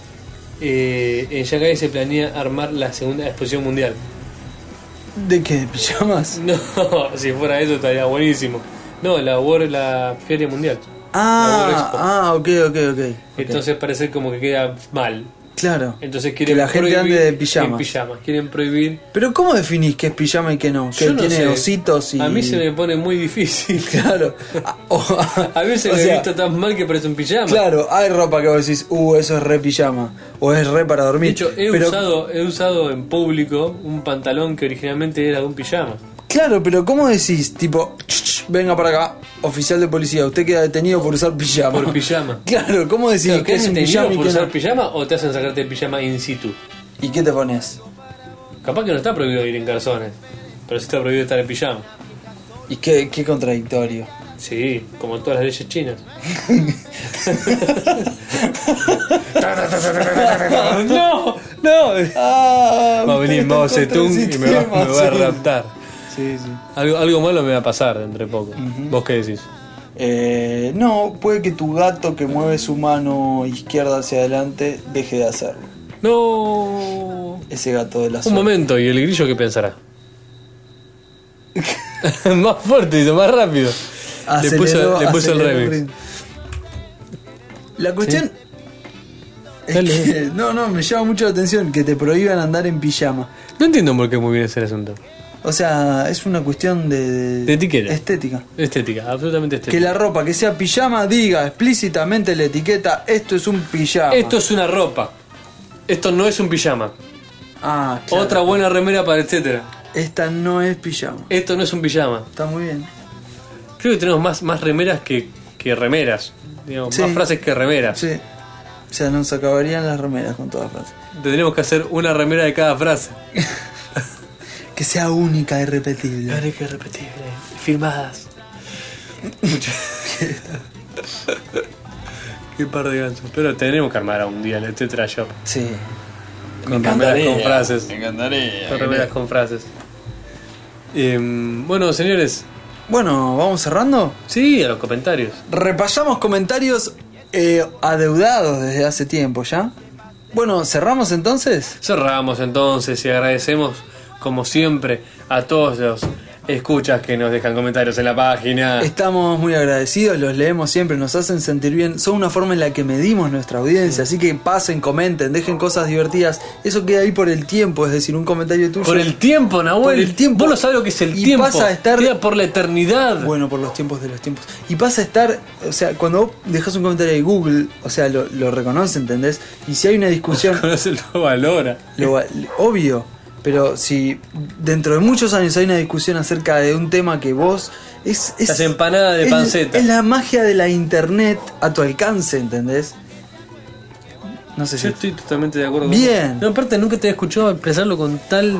eh, en Shanghái se planea armar la segunda exposición mundial.
¿De qué? ¿De pijamas?
No, si fuera eso estaría buenísimo. No, la, World- la Feria Mundial. La World
Ah,
Expo.
ah, ok, ok, ok. ok.
Entonces parece como que queda mal.
Claro.
Entonces
que
quieren
la gente
prohibir-
ande de
En
pijamas.
pijamas. Quieren prohibir
Pero ¿cómo definís qué es pijama y qué no? Que
Yo no
tiene
sé.
ositos y...
A mí se me pone muy difícil.
Claro. Ah, o-
A veces
o
me he
sea,
visto tan mal que parece un pijama.
Claro, hay ropa que vos decís, uh, eso es re pijama. O es re para dormir.
De hecho, he,
pero,
usado, he usado en público un pantalón que originalmente era de un pijama.
Claro, pero ¿cómo decís? Tipo, "Ch, ch, venga para acá, oficial de policía, usted queda detenido por usar pijama.
Por pijama.
Claro, ¿cómo decís
Claro,
que es un
detenido
pijama y
por
qué
usar
no?
pijama o te hacen sacarte el pijama in situ?
¿Y qué te pones?
Capaz que no está prohibido ir en calzones, pero sí está prohibido estar en pijama.
Y qué, qué contradictorio.
Sí, como todas las leyes chinas. ¡No! ¡No!
Ah,
Va a venir
ustedes están
Mao
contra
Zedong
el
y me va,
sistema,
me va a
sí.
raptar.
Sí, sí.
Algo, algo malo me va a pasar entre poco. ¿Vos qué decís?
Eh, no, puede que tu gato que mueve su mano izquierda hacia adelante deje de hacerlo.
No.
Ese gato de la
Un
suerte.
momento, ¿y el grillo qué pensará? más fuerte, dice, más rápido. le puso,
Aceleró,
le puso el
aceleró
remix.
La cuestión. es
Dale.
que- no, no, me llama mucho la atención que te prohíban andar en pijama.
No entiendo por qué muy bien ese asunto.
O sea, es una cuestión de, de-
De etiqueta.
estética.
Estética, absolutamente
Que
estética.
la ropa que sea pijama diga explícitamente la etiqueta, esto es un pijama.
Esto es una ropa. Esto no es un pijama.
Ah, claro.
Otra buena remera para etcétera.
Esta no es pijama.
Esto no es un pijama.
Está muy bien.
Creo que tenemos más, más remeras que, que remeras. Digamos,
Sí.
Más frases que remeras.
Sí. O sea, nos acabarían las remeras con todas las frases.
Tendremos que hacer una remera de cada frase.
Que sea única y repetible.
irrepetible. Firmadas. Qué par de gansos. Pero tenemos que armar a un día el etcétera shop.
Sí.
Con remeras con frases. Con remeras con frases. Em, bueno, señores.
Bueno, ¿vamos cerrando?
Sí, a los comentarios.
Repasamos comentarios eh, adeudados desde hace tiempo ya. Bueno, ¿cerramos entonces?
Cerramos entonces y agradecemos, como siempre, a todos los escuchas que nos dejan comentarios en la página.
Estamos muy agradecidos, los leemos siempre, nos hacen sentir bien. Son una forma en la que medimos nuestra audiencia, así que pasen, comenten, dejen cosas divertidas. Eso queda ahí por el tiempo, es decir, un comentario tuyo.
Por el tiempo, Nahuel.
Por el tiempo.
Vos no sabés lo que es el
Y
tiempo.
pasa a estar-
Queda por la eternidad.
Bueno, por los tiempos de los tiempos. Y pasa a estar, o sea, cuando vos dejas un comentario de Google, o sea, lo, lo reconoce, ¿entendés? Y si hay una discusión,
No se lo valora.
lo va- obvio, pero si dentro de muchos años hay una discusión acerca de un tema que vos. Es, es,
Las empanadas de
es-
panceta.
Es la magia de la internet a tu alcance, ¿entendés? No sé
Yo
si.
estoy totalmente de acuerdo
Bien.
con No, aparte nunca te he escuchado expresarlo con tal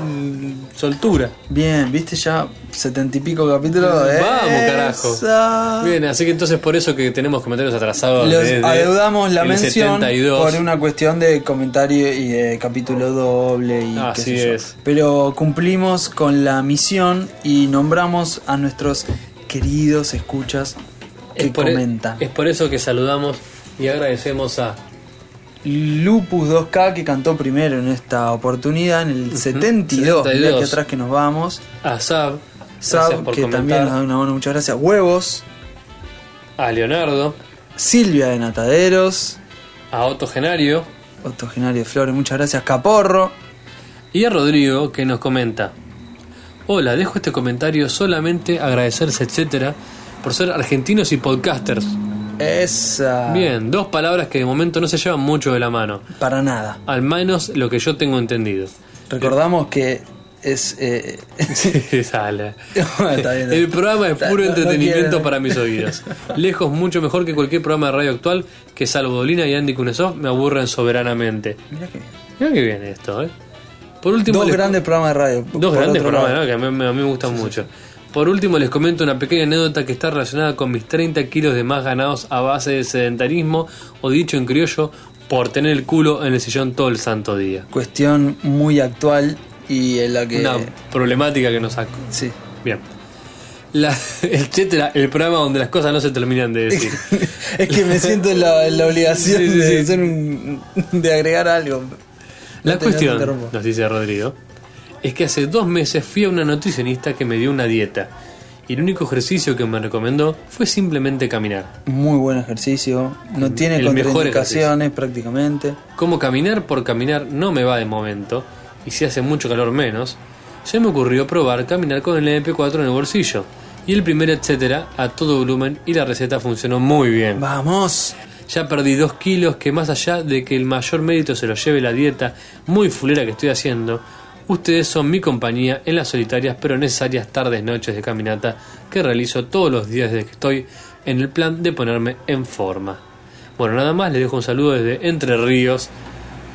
soltura.
Bien, viste ya setenta y pico capítulos.
Vamos, carajo.
Esa.
Bien, así que entonces por eso que tenemos comentarios atrasados.
Ah. Los
desde
adeudamos la
el
mención
72.
por una cuestión de comentario y de capítulo doble y qué sé
Así
yo.
es.
Pero cumplimos con la misión y nombramos a nuestros queridos escuchas que
Es por, e-
comentan.
es por eso que saludamos y agradecemos a
Lupus 2K que cantó primero en esta oportunidad en el 72, mirá
72.
que atrás que nos vamos.
a Sab, gracias
Sab
por
que también nos da
comentar,
una mano, muchas gracias. Huevos,
a Leonardo,
Silvia de Nataderos,
a Otto Genario
Octogenario de Flores, muchas gracias. Caporro,
y a Rodrigo que nos comenta. Hola, dejo este comentario solamente agradecerse, etcétera, por ser argentinos y podcasters.
esa.
Bien, dos palabras que de momento no se llevan mucho de la mano.
Para nada.
Al menos lo que yo tengo entendido.
Recordamos que es. eh,
Sale.
Bueno, está bien, está bien.
El programa es
Está-
puro
no- no
entretenimiento
quiero-
para mis oídos. Lejos mucho mejor que cualquier programa de radio actual que salvo Dolina y Andy Kunesov me aburren soberanamente.
Mirá que bien.
Mira que bien esto, ¿eh? Por último,
Dos
les-
grandes programas de radio.
dos
por
grandes
otro
programas
lado.
¿no? que a mí, a mí me gustan mucho. Por último, les comento una pequeña anécdota que está relacionada con mis 30 kilos de más ganados a base de sedentarismo, o dicho en criollo, por tener el culo en el sillón todo el santo día.
Cuestión muy actual y en la que.
Una problemática que nos saco.
Sí.
Bien. La, etcétera, el programa donde las cosas no se terminan de decir.
es que me siento en la, en la obligación
Sí, sí,
de,
sí.
hacer un- de agregar algo.
La
No te- no te
cuestión,
interrumpo.
nos dice Rodrigo, es que hace dos meses fui a una nutricionista que me dio una dieta. Y el único ejercicio que me recomendó fue simplemente caminar.
Muy buen ejercicio. No tiene
El mejor
contraindicaciones prácticamente.
Como caminar por caminar no me va de momento, y si hace mucho calor menos, se me ocurrió probar caminar con el MP4 en el bolsillo. Y el primer etcétera a todo volumen y la receta funcionó muy bien.
Vamos.
Ya perdí dos kilos que más allá de que el mayor mérito se lo lleve la dieta muy fulera que estoy haciendo, ustedes son mi compañía en las solitarias pero necesarias tardes noches de caminata que realizo todos los días desde que estoy en el plan de ponerme en forma. Bueno, nada más, les dejo un saludo desde Entre Ríos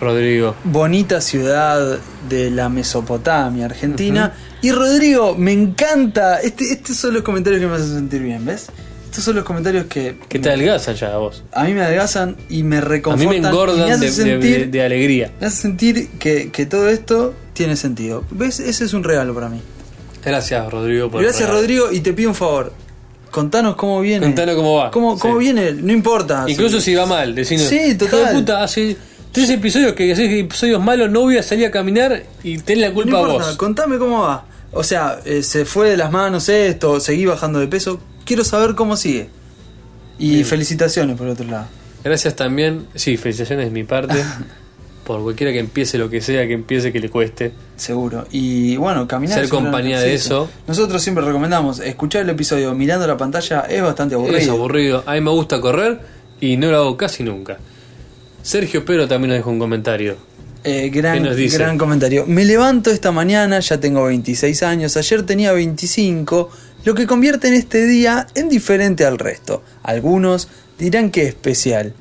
Rodrigo.
bonita ciudad de la Mesopotamia, Argentina. Y Rodrigo, me encanta. Este, estos son los comentarios que me hacen sentir bien, ¿ves? Estos son los comentarios que
Que te adelgaza ya vos.
a mí me adelgazan y me
A mí
reconfortan.
me
y me
engordan
hace
de, de-
sentir,
de- de alegría.
me hace sentir que, que todo esto tiene sentido. ¿Ves? Ese es un regalo para mí.
Gracias, Rodrigo. Por el
Gracias,
regalo.
Rodrigo, y te pido un favor. Contanos cómo viene.
Contanos cómo va.
¿Cómo, cómo
Sí.
viene? No importa.
Incluso si va mal, decimos.
Ah, Sí,
Hijo
total.
de puta, hace tres episodios que haces episodios malos, no voy a salir a caminar y ten la
No
culpa
importa,
vos.
contame cómo va. O sea, eh, se fue de las manos esto, seguí bajando de peso. Quiero saber cómo sigue. Y felicitaciones por otro lado.
Gracias también, sí, felicitaciones de mi parte. por cualquiera que empiece lo que sea, que empiece que le cueste.
Seguro. Y bueno, caminar.
Ser
es un gran
compañía de
ejercicio.
eso.
Nosotros siempre recomendamos escuchar el episodio mirando la pantalla es bastante aburrido.
Es aburrido. A mí me gusta correr y no lo hago casi nunca. Sergio Pero también nos dejó un comentario.
Eh,
¿Qué
gran,
nos dice?
gran comentario. Me levanto esta mañana, ya tengo 26 años, ayer tenía 25, lo que convierte en este día en diferente al resto. Algunos dirán que especial,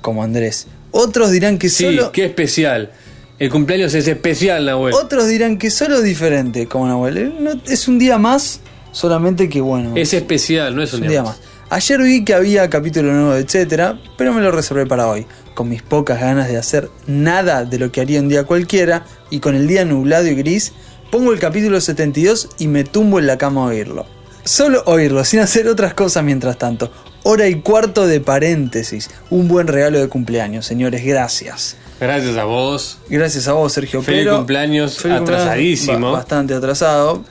como Andrés. Otros dirán que
Sí,
solo...
qué especial. El cumpleaños es especial, Nahuel.
Otros dirán que solo diferente, como Nahuel. Eh, No- es un día más, solamente que bueno.
Es especial, no es un,
un día más. Ayer vi que había capítulo nuevo, etcétera, pero me lo reservé para hoy, con mis pocas ganas de hacer nada de lo que haría un día cualquiera y con el día nublado y gris, pongo el capítulo 72 y me tumbo en la cama a oírlo. Solo oírlo, sin hacer otras cosas mientras tanto. Hora y cuarto de paréntesis. Un buen regalo de cumpleaños, señores, gracias.
Gracias a vos.
Gracias a vos, Sergio
Feliz
Pero.
cumpleaños,
cumpleaños,
atrasadísimo.
ba- bastante atrasado.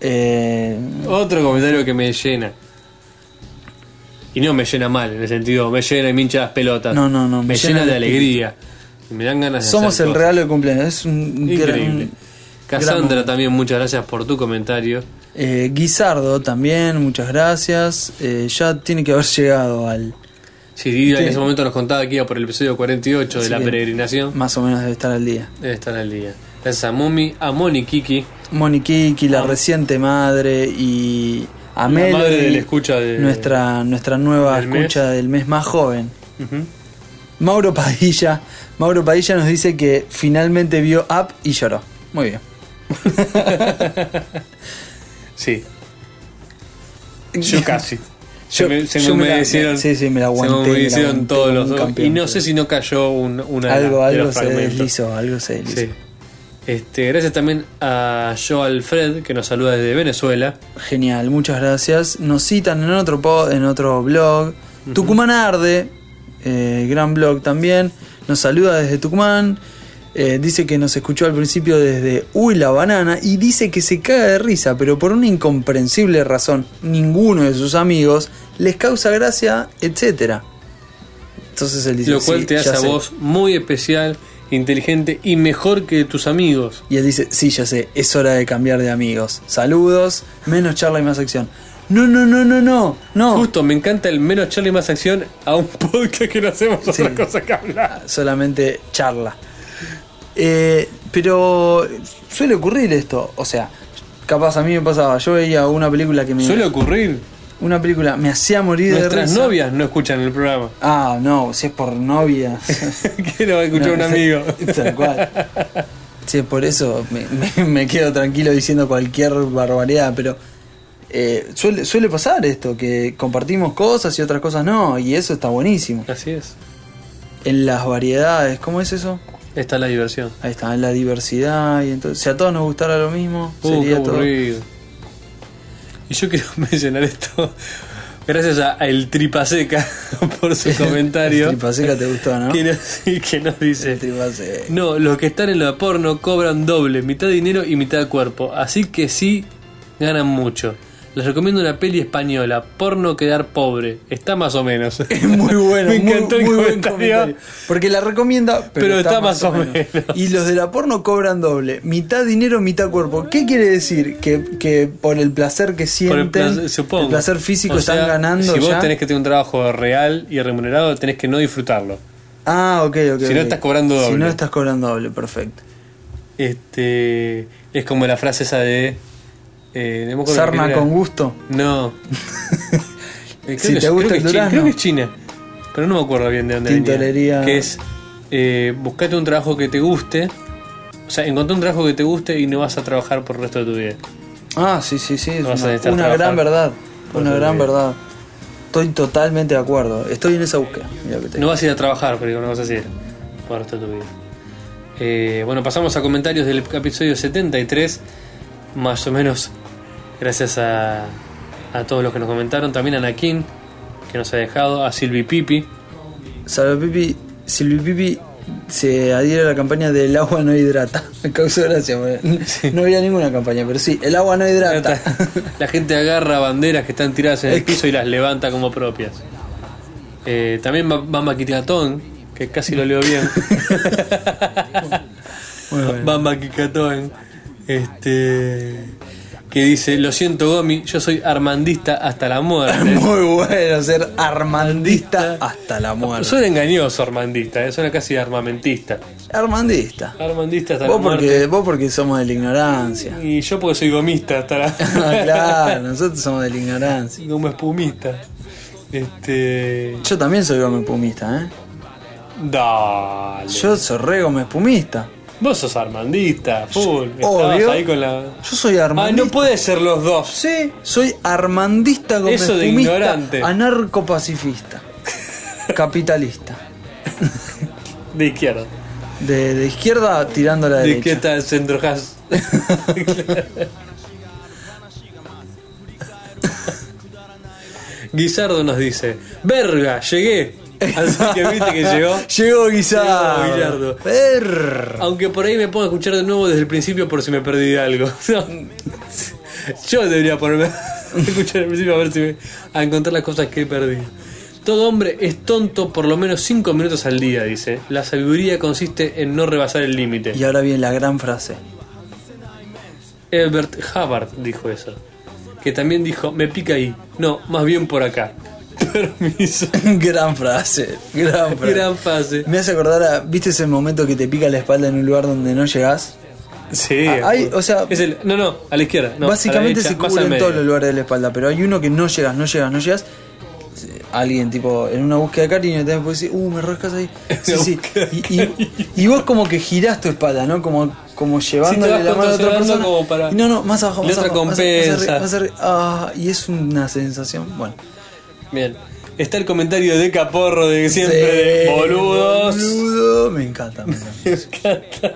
Eh,
Otro comentario que me llena. Y no me llena mal, en el sentido, me llena y me hincha las pelotas.
No, no, no,
Me,
me
llena,
llena
de
el espíritu.
alegría. Y Me dan ganas de
somos
hacer
el
cosas.
regalo de cumpleaños. Es un gran-
Increíble.
gran
Cassandra,
momento.
también muchas gracias por tu comentario.
Eh, Guisardo también, muchas gracias. Eh, ya tiene que haber llegado al.
Sí, Didio en
Sí.
ese momento nos contaba que iba por el episodio 48 de
así
la
que
peregrinación.
Más o menos debe estar al día.
Debe estar al día. Gracias a Mumi, a Moni Kiki,
Moniquiki, la reciente madre y. A Melody,
madre de Ah. la escucha de-
nuestra, nuestra nueva
del mes.
escucha del mes más joven. Mauro Padilla. Mauro Padilla nos dice que finalmente vio Up y lloró. Muy bien.
Sí. Yo casi.
Yo-
se me, se
yo
me
me la-
hicieron,
sí, sí, me la aguanté,
se me
me la
humedecieron
aguanté
todos
como
los
un
ojos. Y
campeón.
no sé si no cayó un- una de
algo
la- de
algo
los
se
fragmentos.
deslizó, algo se deslizó.
Sí. Este, gracias también a Joe Alfred, que nos saluda desde Venezuela.
Genial, muchas gracias. Nos citan en otro pod- en otro blog. Tucumán Arde, eh, gran blog también. Nos saluda desde Tucumán. Eh, dice que nos escuchó al principio desde Uy la banana y dice que se caga de risa, pero por una incomprensible razón, ninguno de sus amigos les causa gracia, etcétera. Entonces él dice,
lo cual
"Sí,
te
ya
hace a
sé".
vos muy especial, inteligente y mejor que tus amigos.
Y él dice, sí, ya sé, es hora de cambiar de amigos. Saludos, menos charla y más acción. No, no, no, no, no, no.
Justo, me encanta el menos charla y más acción a un podcast que no hacemos
Sí.
otra cosa que hablar.
solamente charla. Eh, pero suele ocurrir esto, o sea, capaz a mí me pasaba, yo veía una película que me
Suele ocurrir.
una película me hacía morir
Nuestras
de risa.
novias no escuchan el programa.
Ah, no, si es por novia.
que lo va a escuchar
No,
un amigo.
Tal cual. Sí, por eso me, me- me quedo tranquilo diciendo cualquier barbaridad, pero eh, suele, suele pasar esto, que compartimos cosas y otras cosas no, y eso está buenísimo.
Así es.
En las variedades, ¿cómo es eso?
Esta es la diversión.
Ahí está, en la diversidad y entonces si a todos nos gustara lo mismo,
Uh, qué
sería todo.
aburrido. Y yo quiero mencionar esto. Gracias a, a El Tripaseca por su comentario.
El tripaseca te gustó, ¿no?
que, nos, que nos
El
dice:
tripaseca.
No, los que están en la porno cobran doble, mitad dinero y mitad cuerpo. Así que sí, ganan mucho. Les recomiendo una peli española, Porno Quedar Pobre. Está más o menos.
Es muy bueno,
Me
muy-
encantó el
muy, buen
comentario.
comentario. Porque la recomienda, pero,
Pero está más o menos.
Y los de la porno cobran doble, mitad dinero, mitad cuerpo. ¿Qué quiere decir? Que, que por el placer que
Por
sienten,
el placer, supongo.
el placer físico
O sea,
están ganando
Si vos
ya.
tenés que tener un trabajo real y remunerado, tenés que no disfrutarlo.
Ah, ok, ok.
Si no
ok.
estás cobrando
Si
doble.
no estás cobrando doble, perfecto.
Este es como la frase esa de eh, no me acuerdo quién
Sarna
era.
con gusto.
No. Eh, creo
Si
que-
te gusta
creo
el
que es chi-
durazno.
creo que es China, pero no me acuerdo bien de dónde venía.
Tintorería.
Que es eh, buscate un trabajo que te guste. O sea, encontrá un trabajo que te guste y no vas a trabajar por el resto de tu vida.
Ah, sí, sí, sí, es
Vas a
una,
necesitar
una
trabajar.
gran verdad.
Por
Una
tu
gran
vida.
verdad. Estoy totalmente de acuerdo. Estoy en esa búsqueda. Mirá que te
No
digo.
vas a ir a trabajar, pero no vas a hacer por el resto de tu vida. Eh, bueno, pasamos a comentarios del episodio 73. Más o menos, gracias a, a todos los que nos comentaron. También a Nakin, que nos ha dejado. A Silvi Pipi.
Salve Pipi, Silvi Pipi se adhiere a la campaña del agua no hidrata. Me causó gracia. porque No había ninguna campaña, pero sí, el agua no hidrata.
La gente agarra banderas que están tiradas en el piso y las levanta como propias. Eh, también Ma- Bamba Kikatón, que casi lo leo bien. Bamba Kikatón, este, que dice: Lo siento, Gomi, yo soy armandista hasta la muerte.
Muy bueno ser armandista hasta la muerte.
Suena engañoso armandista, eh, suena casi armamentista.
Armandista.
Armandista hasta
Vos
la muerte.
porque, vos porque somos de la ignorancia.
Y yo porque soy gomista hasta la.
Ah, claro, nosotros somos de la ignorancia.
Como espumista. Este.
Yo también soy gome espumista, ¿eh?
Dale.
Yo soy re gome espumista.
Vos sos armandista, full.
Obvio.
Estabas ahí con la.
Yo soy
Ah, no
armandista.
puede ser los dos.
Sí, soy armandista como
Eso de ignorante.
anarcopacifista, capitalista,
De izquierda.
de, de izquierda tirando a la
De
derecha.
izquierda centro has. Guisardo nos dice, verga, llegué. Así que viste que llegó.
Llegó Guisardo.
Llegó Guillardo.
Perr.
Aunque por ahí me pongo a escuchar de nuevo desde el principio por si me perdí de algo. No. Yo debería ponerme a escuchar al principio a ver si me, a encontrar las cosas que perdí. Todo hombre es tonto por lo menos 5 minutos al día, dice. La sabiduría consiste en no rebasar el límite.
Y ahora viene la gran frase.
Herbert Hubbard dijo eso. Que también dijo, me pica ahí. No, más bien por acá. Permiso.
gran frase, gran frase.
Gran fase.
Me hace acordar a, ¿viste ese momento que te pica la espalda en un lugar donde no llegás?
Sí.
Ah, hay, o sea-
Es el- no, no, a la izquierda. no, a la
Básicamente
derecha,
se
más al
cubren
medio.
todos los lugares de la espalda, pero hay uno que no llegas, no llegas, no llegas. Eh, Alguien, tipo, en una búsqueda de cariño, te puede decir, uh, me rascas ahí. Sí,
Una
sí.
búsqueda de
Y, y- y vos como que girás tu espalda, ¿no? Como, como llevándole la mano a otra
controlando
persona.
como para-
Y no, no, más abajo,
La
más
otra
abajo. más arriba, más
compensa.
arriba, más arriba. Ah, y es una sensación, bueno.
Bien. Está el comentario de Caporro de siempre. de
Sí,
boludos.
boludo, me encanta. me encanta.
Me encanta.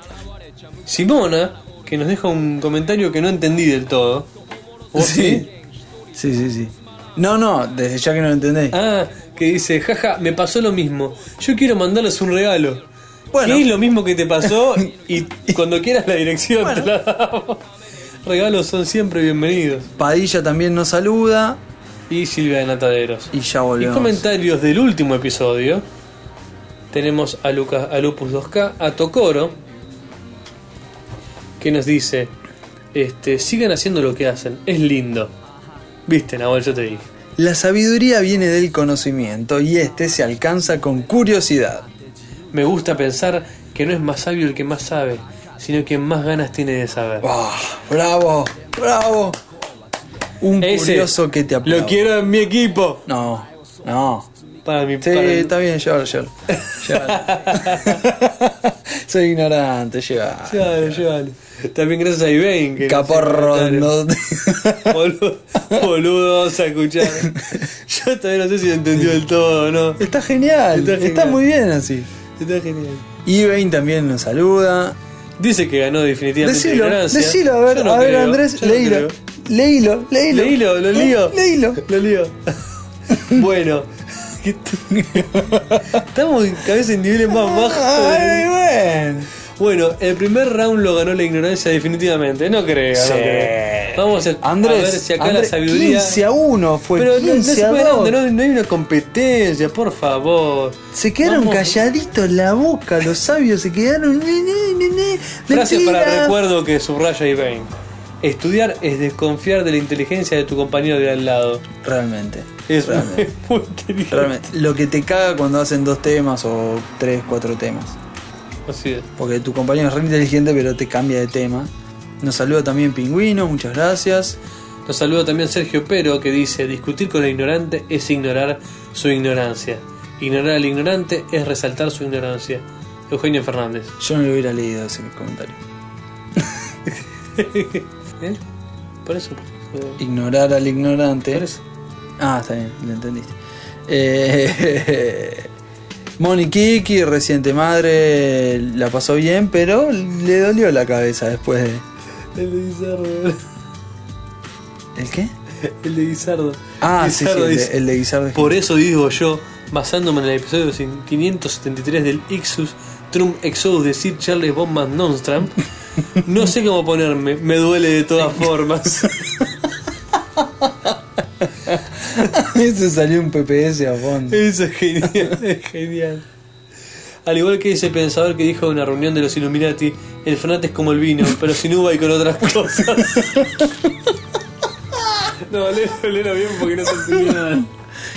Simona, que nos deja un comentario que no entendí del todo. ¿Vos
Sí. Sí, sí, sí. No, no, desde ya que no lo entendéis.
Ah, que dice, jaja, me pasó lo mismo. Yo quiero mandarles un regalo.
Bueno.
Que es lo mismo que te pasó y cuando quieras la dirección te la damos. Regalos son siempre bienvenidos.
Padilla también nos saluda
Y Silvia de Nataderos.
y ya
Y
volvemos.
comentarios del último episodio. Tenemos a, Lucas, a Lupus 2K, a Tocoro, que nos dice, este, sigan haciendo lo que hacen, es lindo. Viste, Nahuel, yo te dije.
La sabiduría viene del conocimiento y este se alcanza con curiosidad.
Me gusta pensar que no es más sabio el que más sabe, sino quien más ganas tiene de saber.
¡Ah! ¡Bravo! ¡Bravo! Un
Ese
curioso que te aplaude.
Lo quiero en mi equipo.
No, no.
Para mi
Sí,
para el-
está bien, llévalo, llévalo. Llévalo. Soy ignorante, llévalo.
Llévalo, llévalo. También gracias a Ibain. que nos
Caporro.
hizo comentar.
no-
Bolu- Boludos a escuchar. Yo todavía no sé si lo entendió del todo o no.
Está genial,
Está
está,
genial.
muy bien así.
Está genial.
Ibain también nos saluda.
Dice que ganó definitivamente
Decilo,
ignorancia.
decilo, a ver,
¿eh? Yo no
a ver
creo,
Andrés,
yo no
leílo.
creo.
leílo, leílo.
Leílo, lo
Eh,
lío.
Leílo.
Lo lío. bueno. Estamos cada vez en niveles más bajos.
Ay, bueno.
Bueno, el primer round lo ganó la ignorancia definitivamente. No creo, no creo. Vamos a, a
Andrés,
ver si acá
Andrés,
la sabiduría...
15 a 1 fue
Pero no, no
15
se puede,
a 2.
no- no hay una competencia, por favor.
Se quedaron
Vamos.
calladitos en la boca, los sabios se quedaron. ne, ne, ne, ne,
Frase para
mentira.
el recuerdo que subraya Ibain. Estudiar es desconfiar de la inteligencia de tu compañero de al lado.
Realmente.
Es
realmente.
muy inteligente.
realmente. Lo que te caga cuando hacen dos temas o tres, cuatro temas.
Así es.
Porque tu compañero es re inteligente, pero te cambia de tema. Nos saluda también Pingüino, muchas gracias.
Nos saluda también Sergio Pero que dice, discutir con el ignorante es ignorar su ignorancia. Ignorar al ignorante es resaltar su ignorancia. Eugenio Fernández.
Yo no lo hubiera leído ese comentario.
¿Eh? Por eso.
Ignorar al ignorante.
Por eso.
Ah, está bien, lo entendiste. Eh, Moni Kiki, reciente madre, la pasó bien, pero le dolió la cabeza después de.
El de Guisardo.
¿El qué?
El de Guisardo.
Ah, sí, sí,
Guisardo
el de,
dice,
el de Guisardo.
Por eso digo yo, basándome en el episodio 573 del Ixus Trump Exodus de Sir Charles Bondman Nonstram, no sé cómo ponerme, me duele de todas formas.
Ese salió un PPS a fondo.
Eso es genial, es genial. Al igual que ese pensador que dijo en una reunión de los Illuminati, el Fernández es como el vino, pero sin uva y con otras cosas. No, léelo, léelo bien porque no se entendió nada.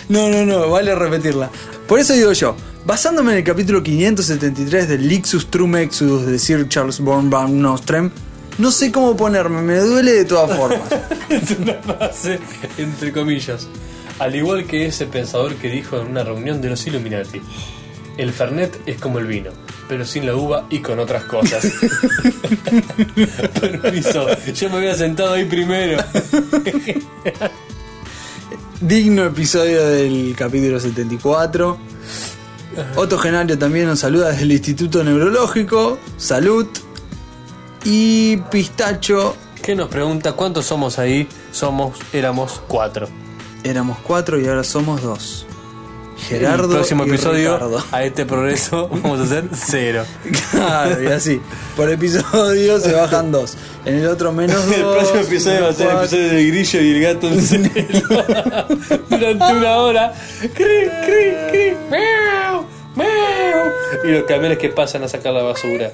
No, no, no, vale repetirla. Por eso digo yo, basándome en el capítulo 573 del Lixus Trum Exodus de Sir Charles Born Van Nostrem, no sé cómo ponerme, me duele de todas formas.
Es una frase entre comillas. Al igual que ese pensador que dijo en una reunión de los Illuminati, el Fernet es como el vino, pero sin la uva y con otras cosas. Permiso, yo me había sentado ahí primero.
Digno episodio del capítulo 74. Otto Genario también nos saluda desde el Instituto Neurológico. Salud. Y Pistacho,
Que nos pregunta cuántos somos ahí, somos, éramos cuatro.
éramos cuatro y ahora somos dos. Gerardo.
el próximo
y
episodio,
Ricardo.
a este progreso, vamos a hacer cero.
Claro, y así. Por episodio se bajan dos. En el otro menos dos.
El próximo episodio va a
menos
ser el
cuatro.
episodio del grillo y el gato en celo. Durante una hora. Cri, cri, cri. Miau, miau. Y los camiones que pasan a sacar la basura.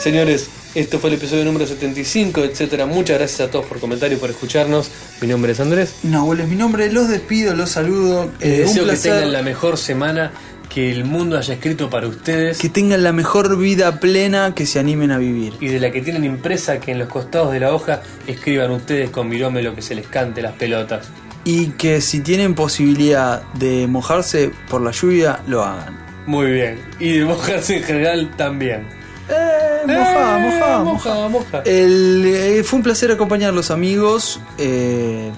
Señores, esto fue el episodio número 75, etcétera. Muchas gracias a todos por comentar y por escucharnos. Mi nombre es Andrés.
Nahuel es mi nombre, los despido, los saludo.
Les
Eh, un
deseo que
placer.
tengan la mejor semana que el mundo haya escrito para ustedes.
que tengan la mejor vida plena que se animen a vivir.
y de la que tienen impresa que en los costados de la hoja escriban ustedes con virome lo que se les cante las pelotas.
Y que si tienen posibilidad de mojarse por la lluvia, lo hagan.
Muy bien. Y de mojarse en general también.
Eh, mojá, mojá, mojá.
moja, moja.
El, eh, fue un placer acompañarlos amigos. Eh,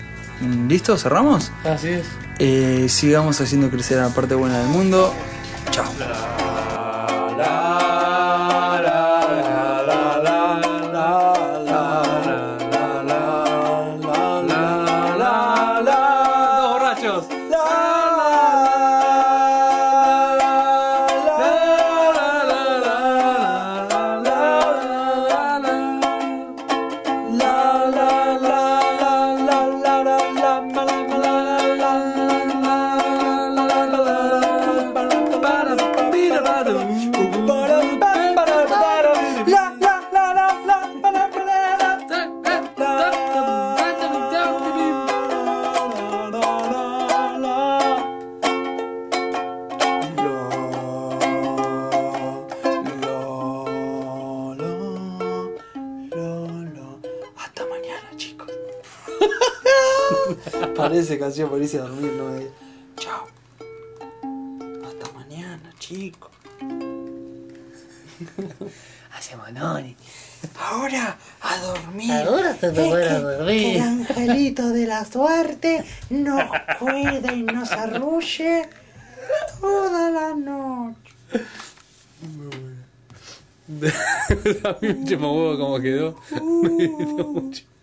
¿Listo? ¿Cerramos?
Así es.
Eh, sigamos haciendo crecer la parte buena del mundo. Chao.
Dos borrachos.
Hasta mañana, chicos. Parece canción para irse a dormir, no es. Chao. Hasta mañana, chicos.
Hacemos noni.
Ahora a dormir.
Ahora te
Es
voy
que-
a
que el
dormir.
angelito de la suerte nos cuida y nos arrulle toda la noche.
A mí me chupa huevo como quedó. Me gustó mucho.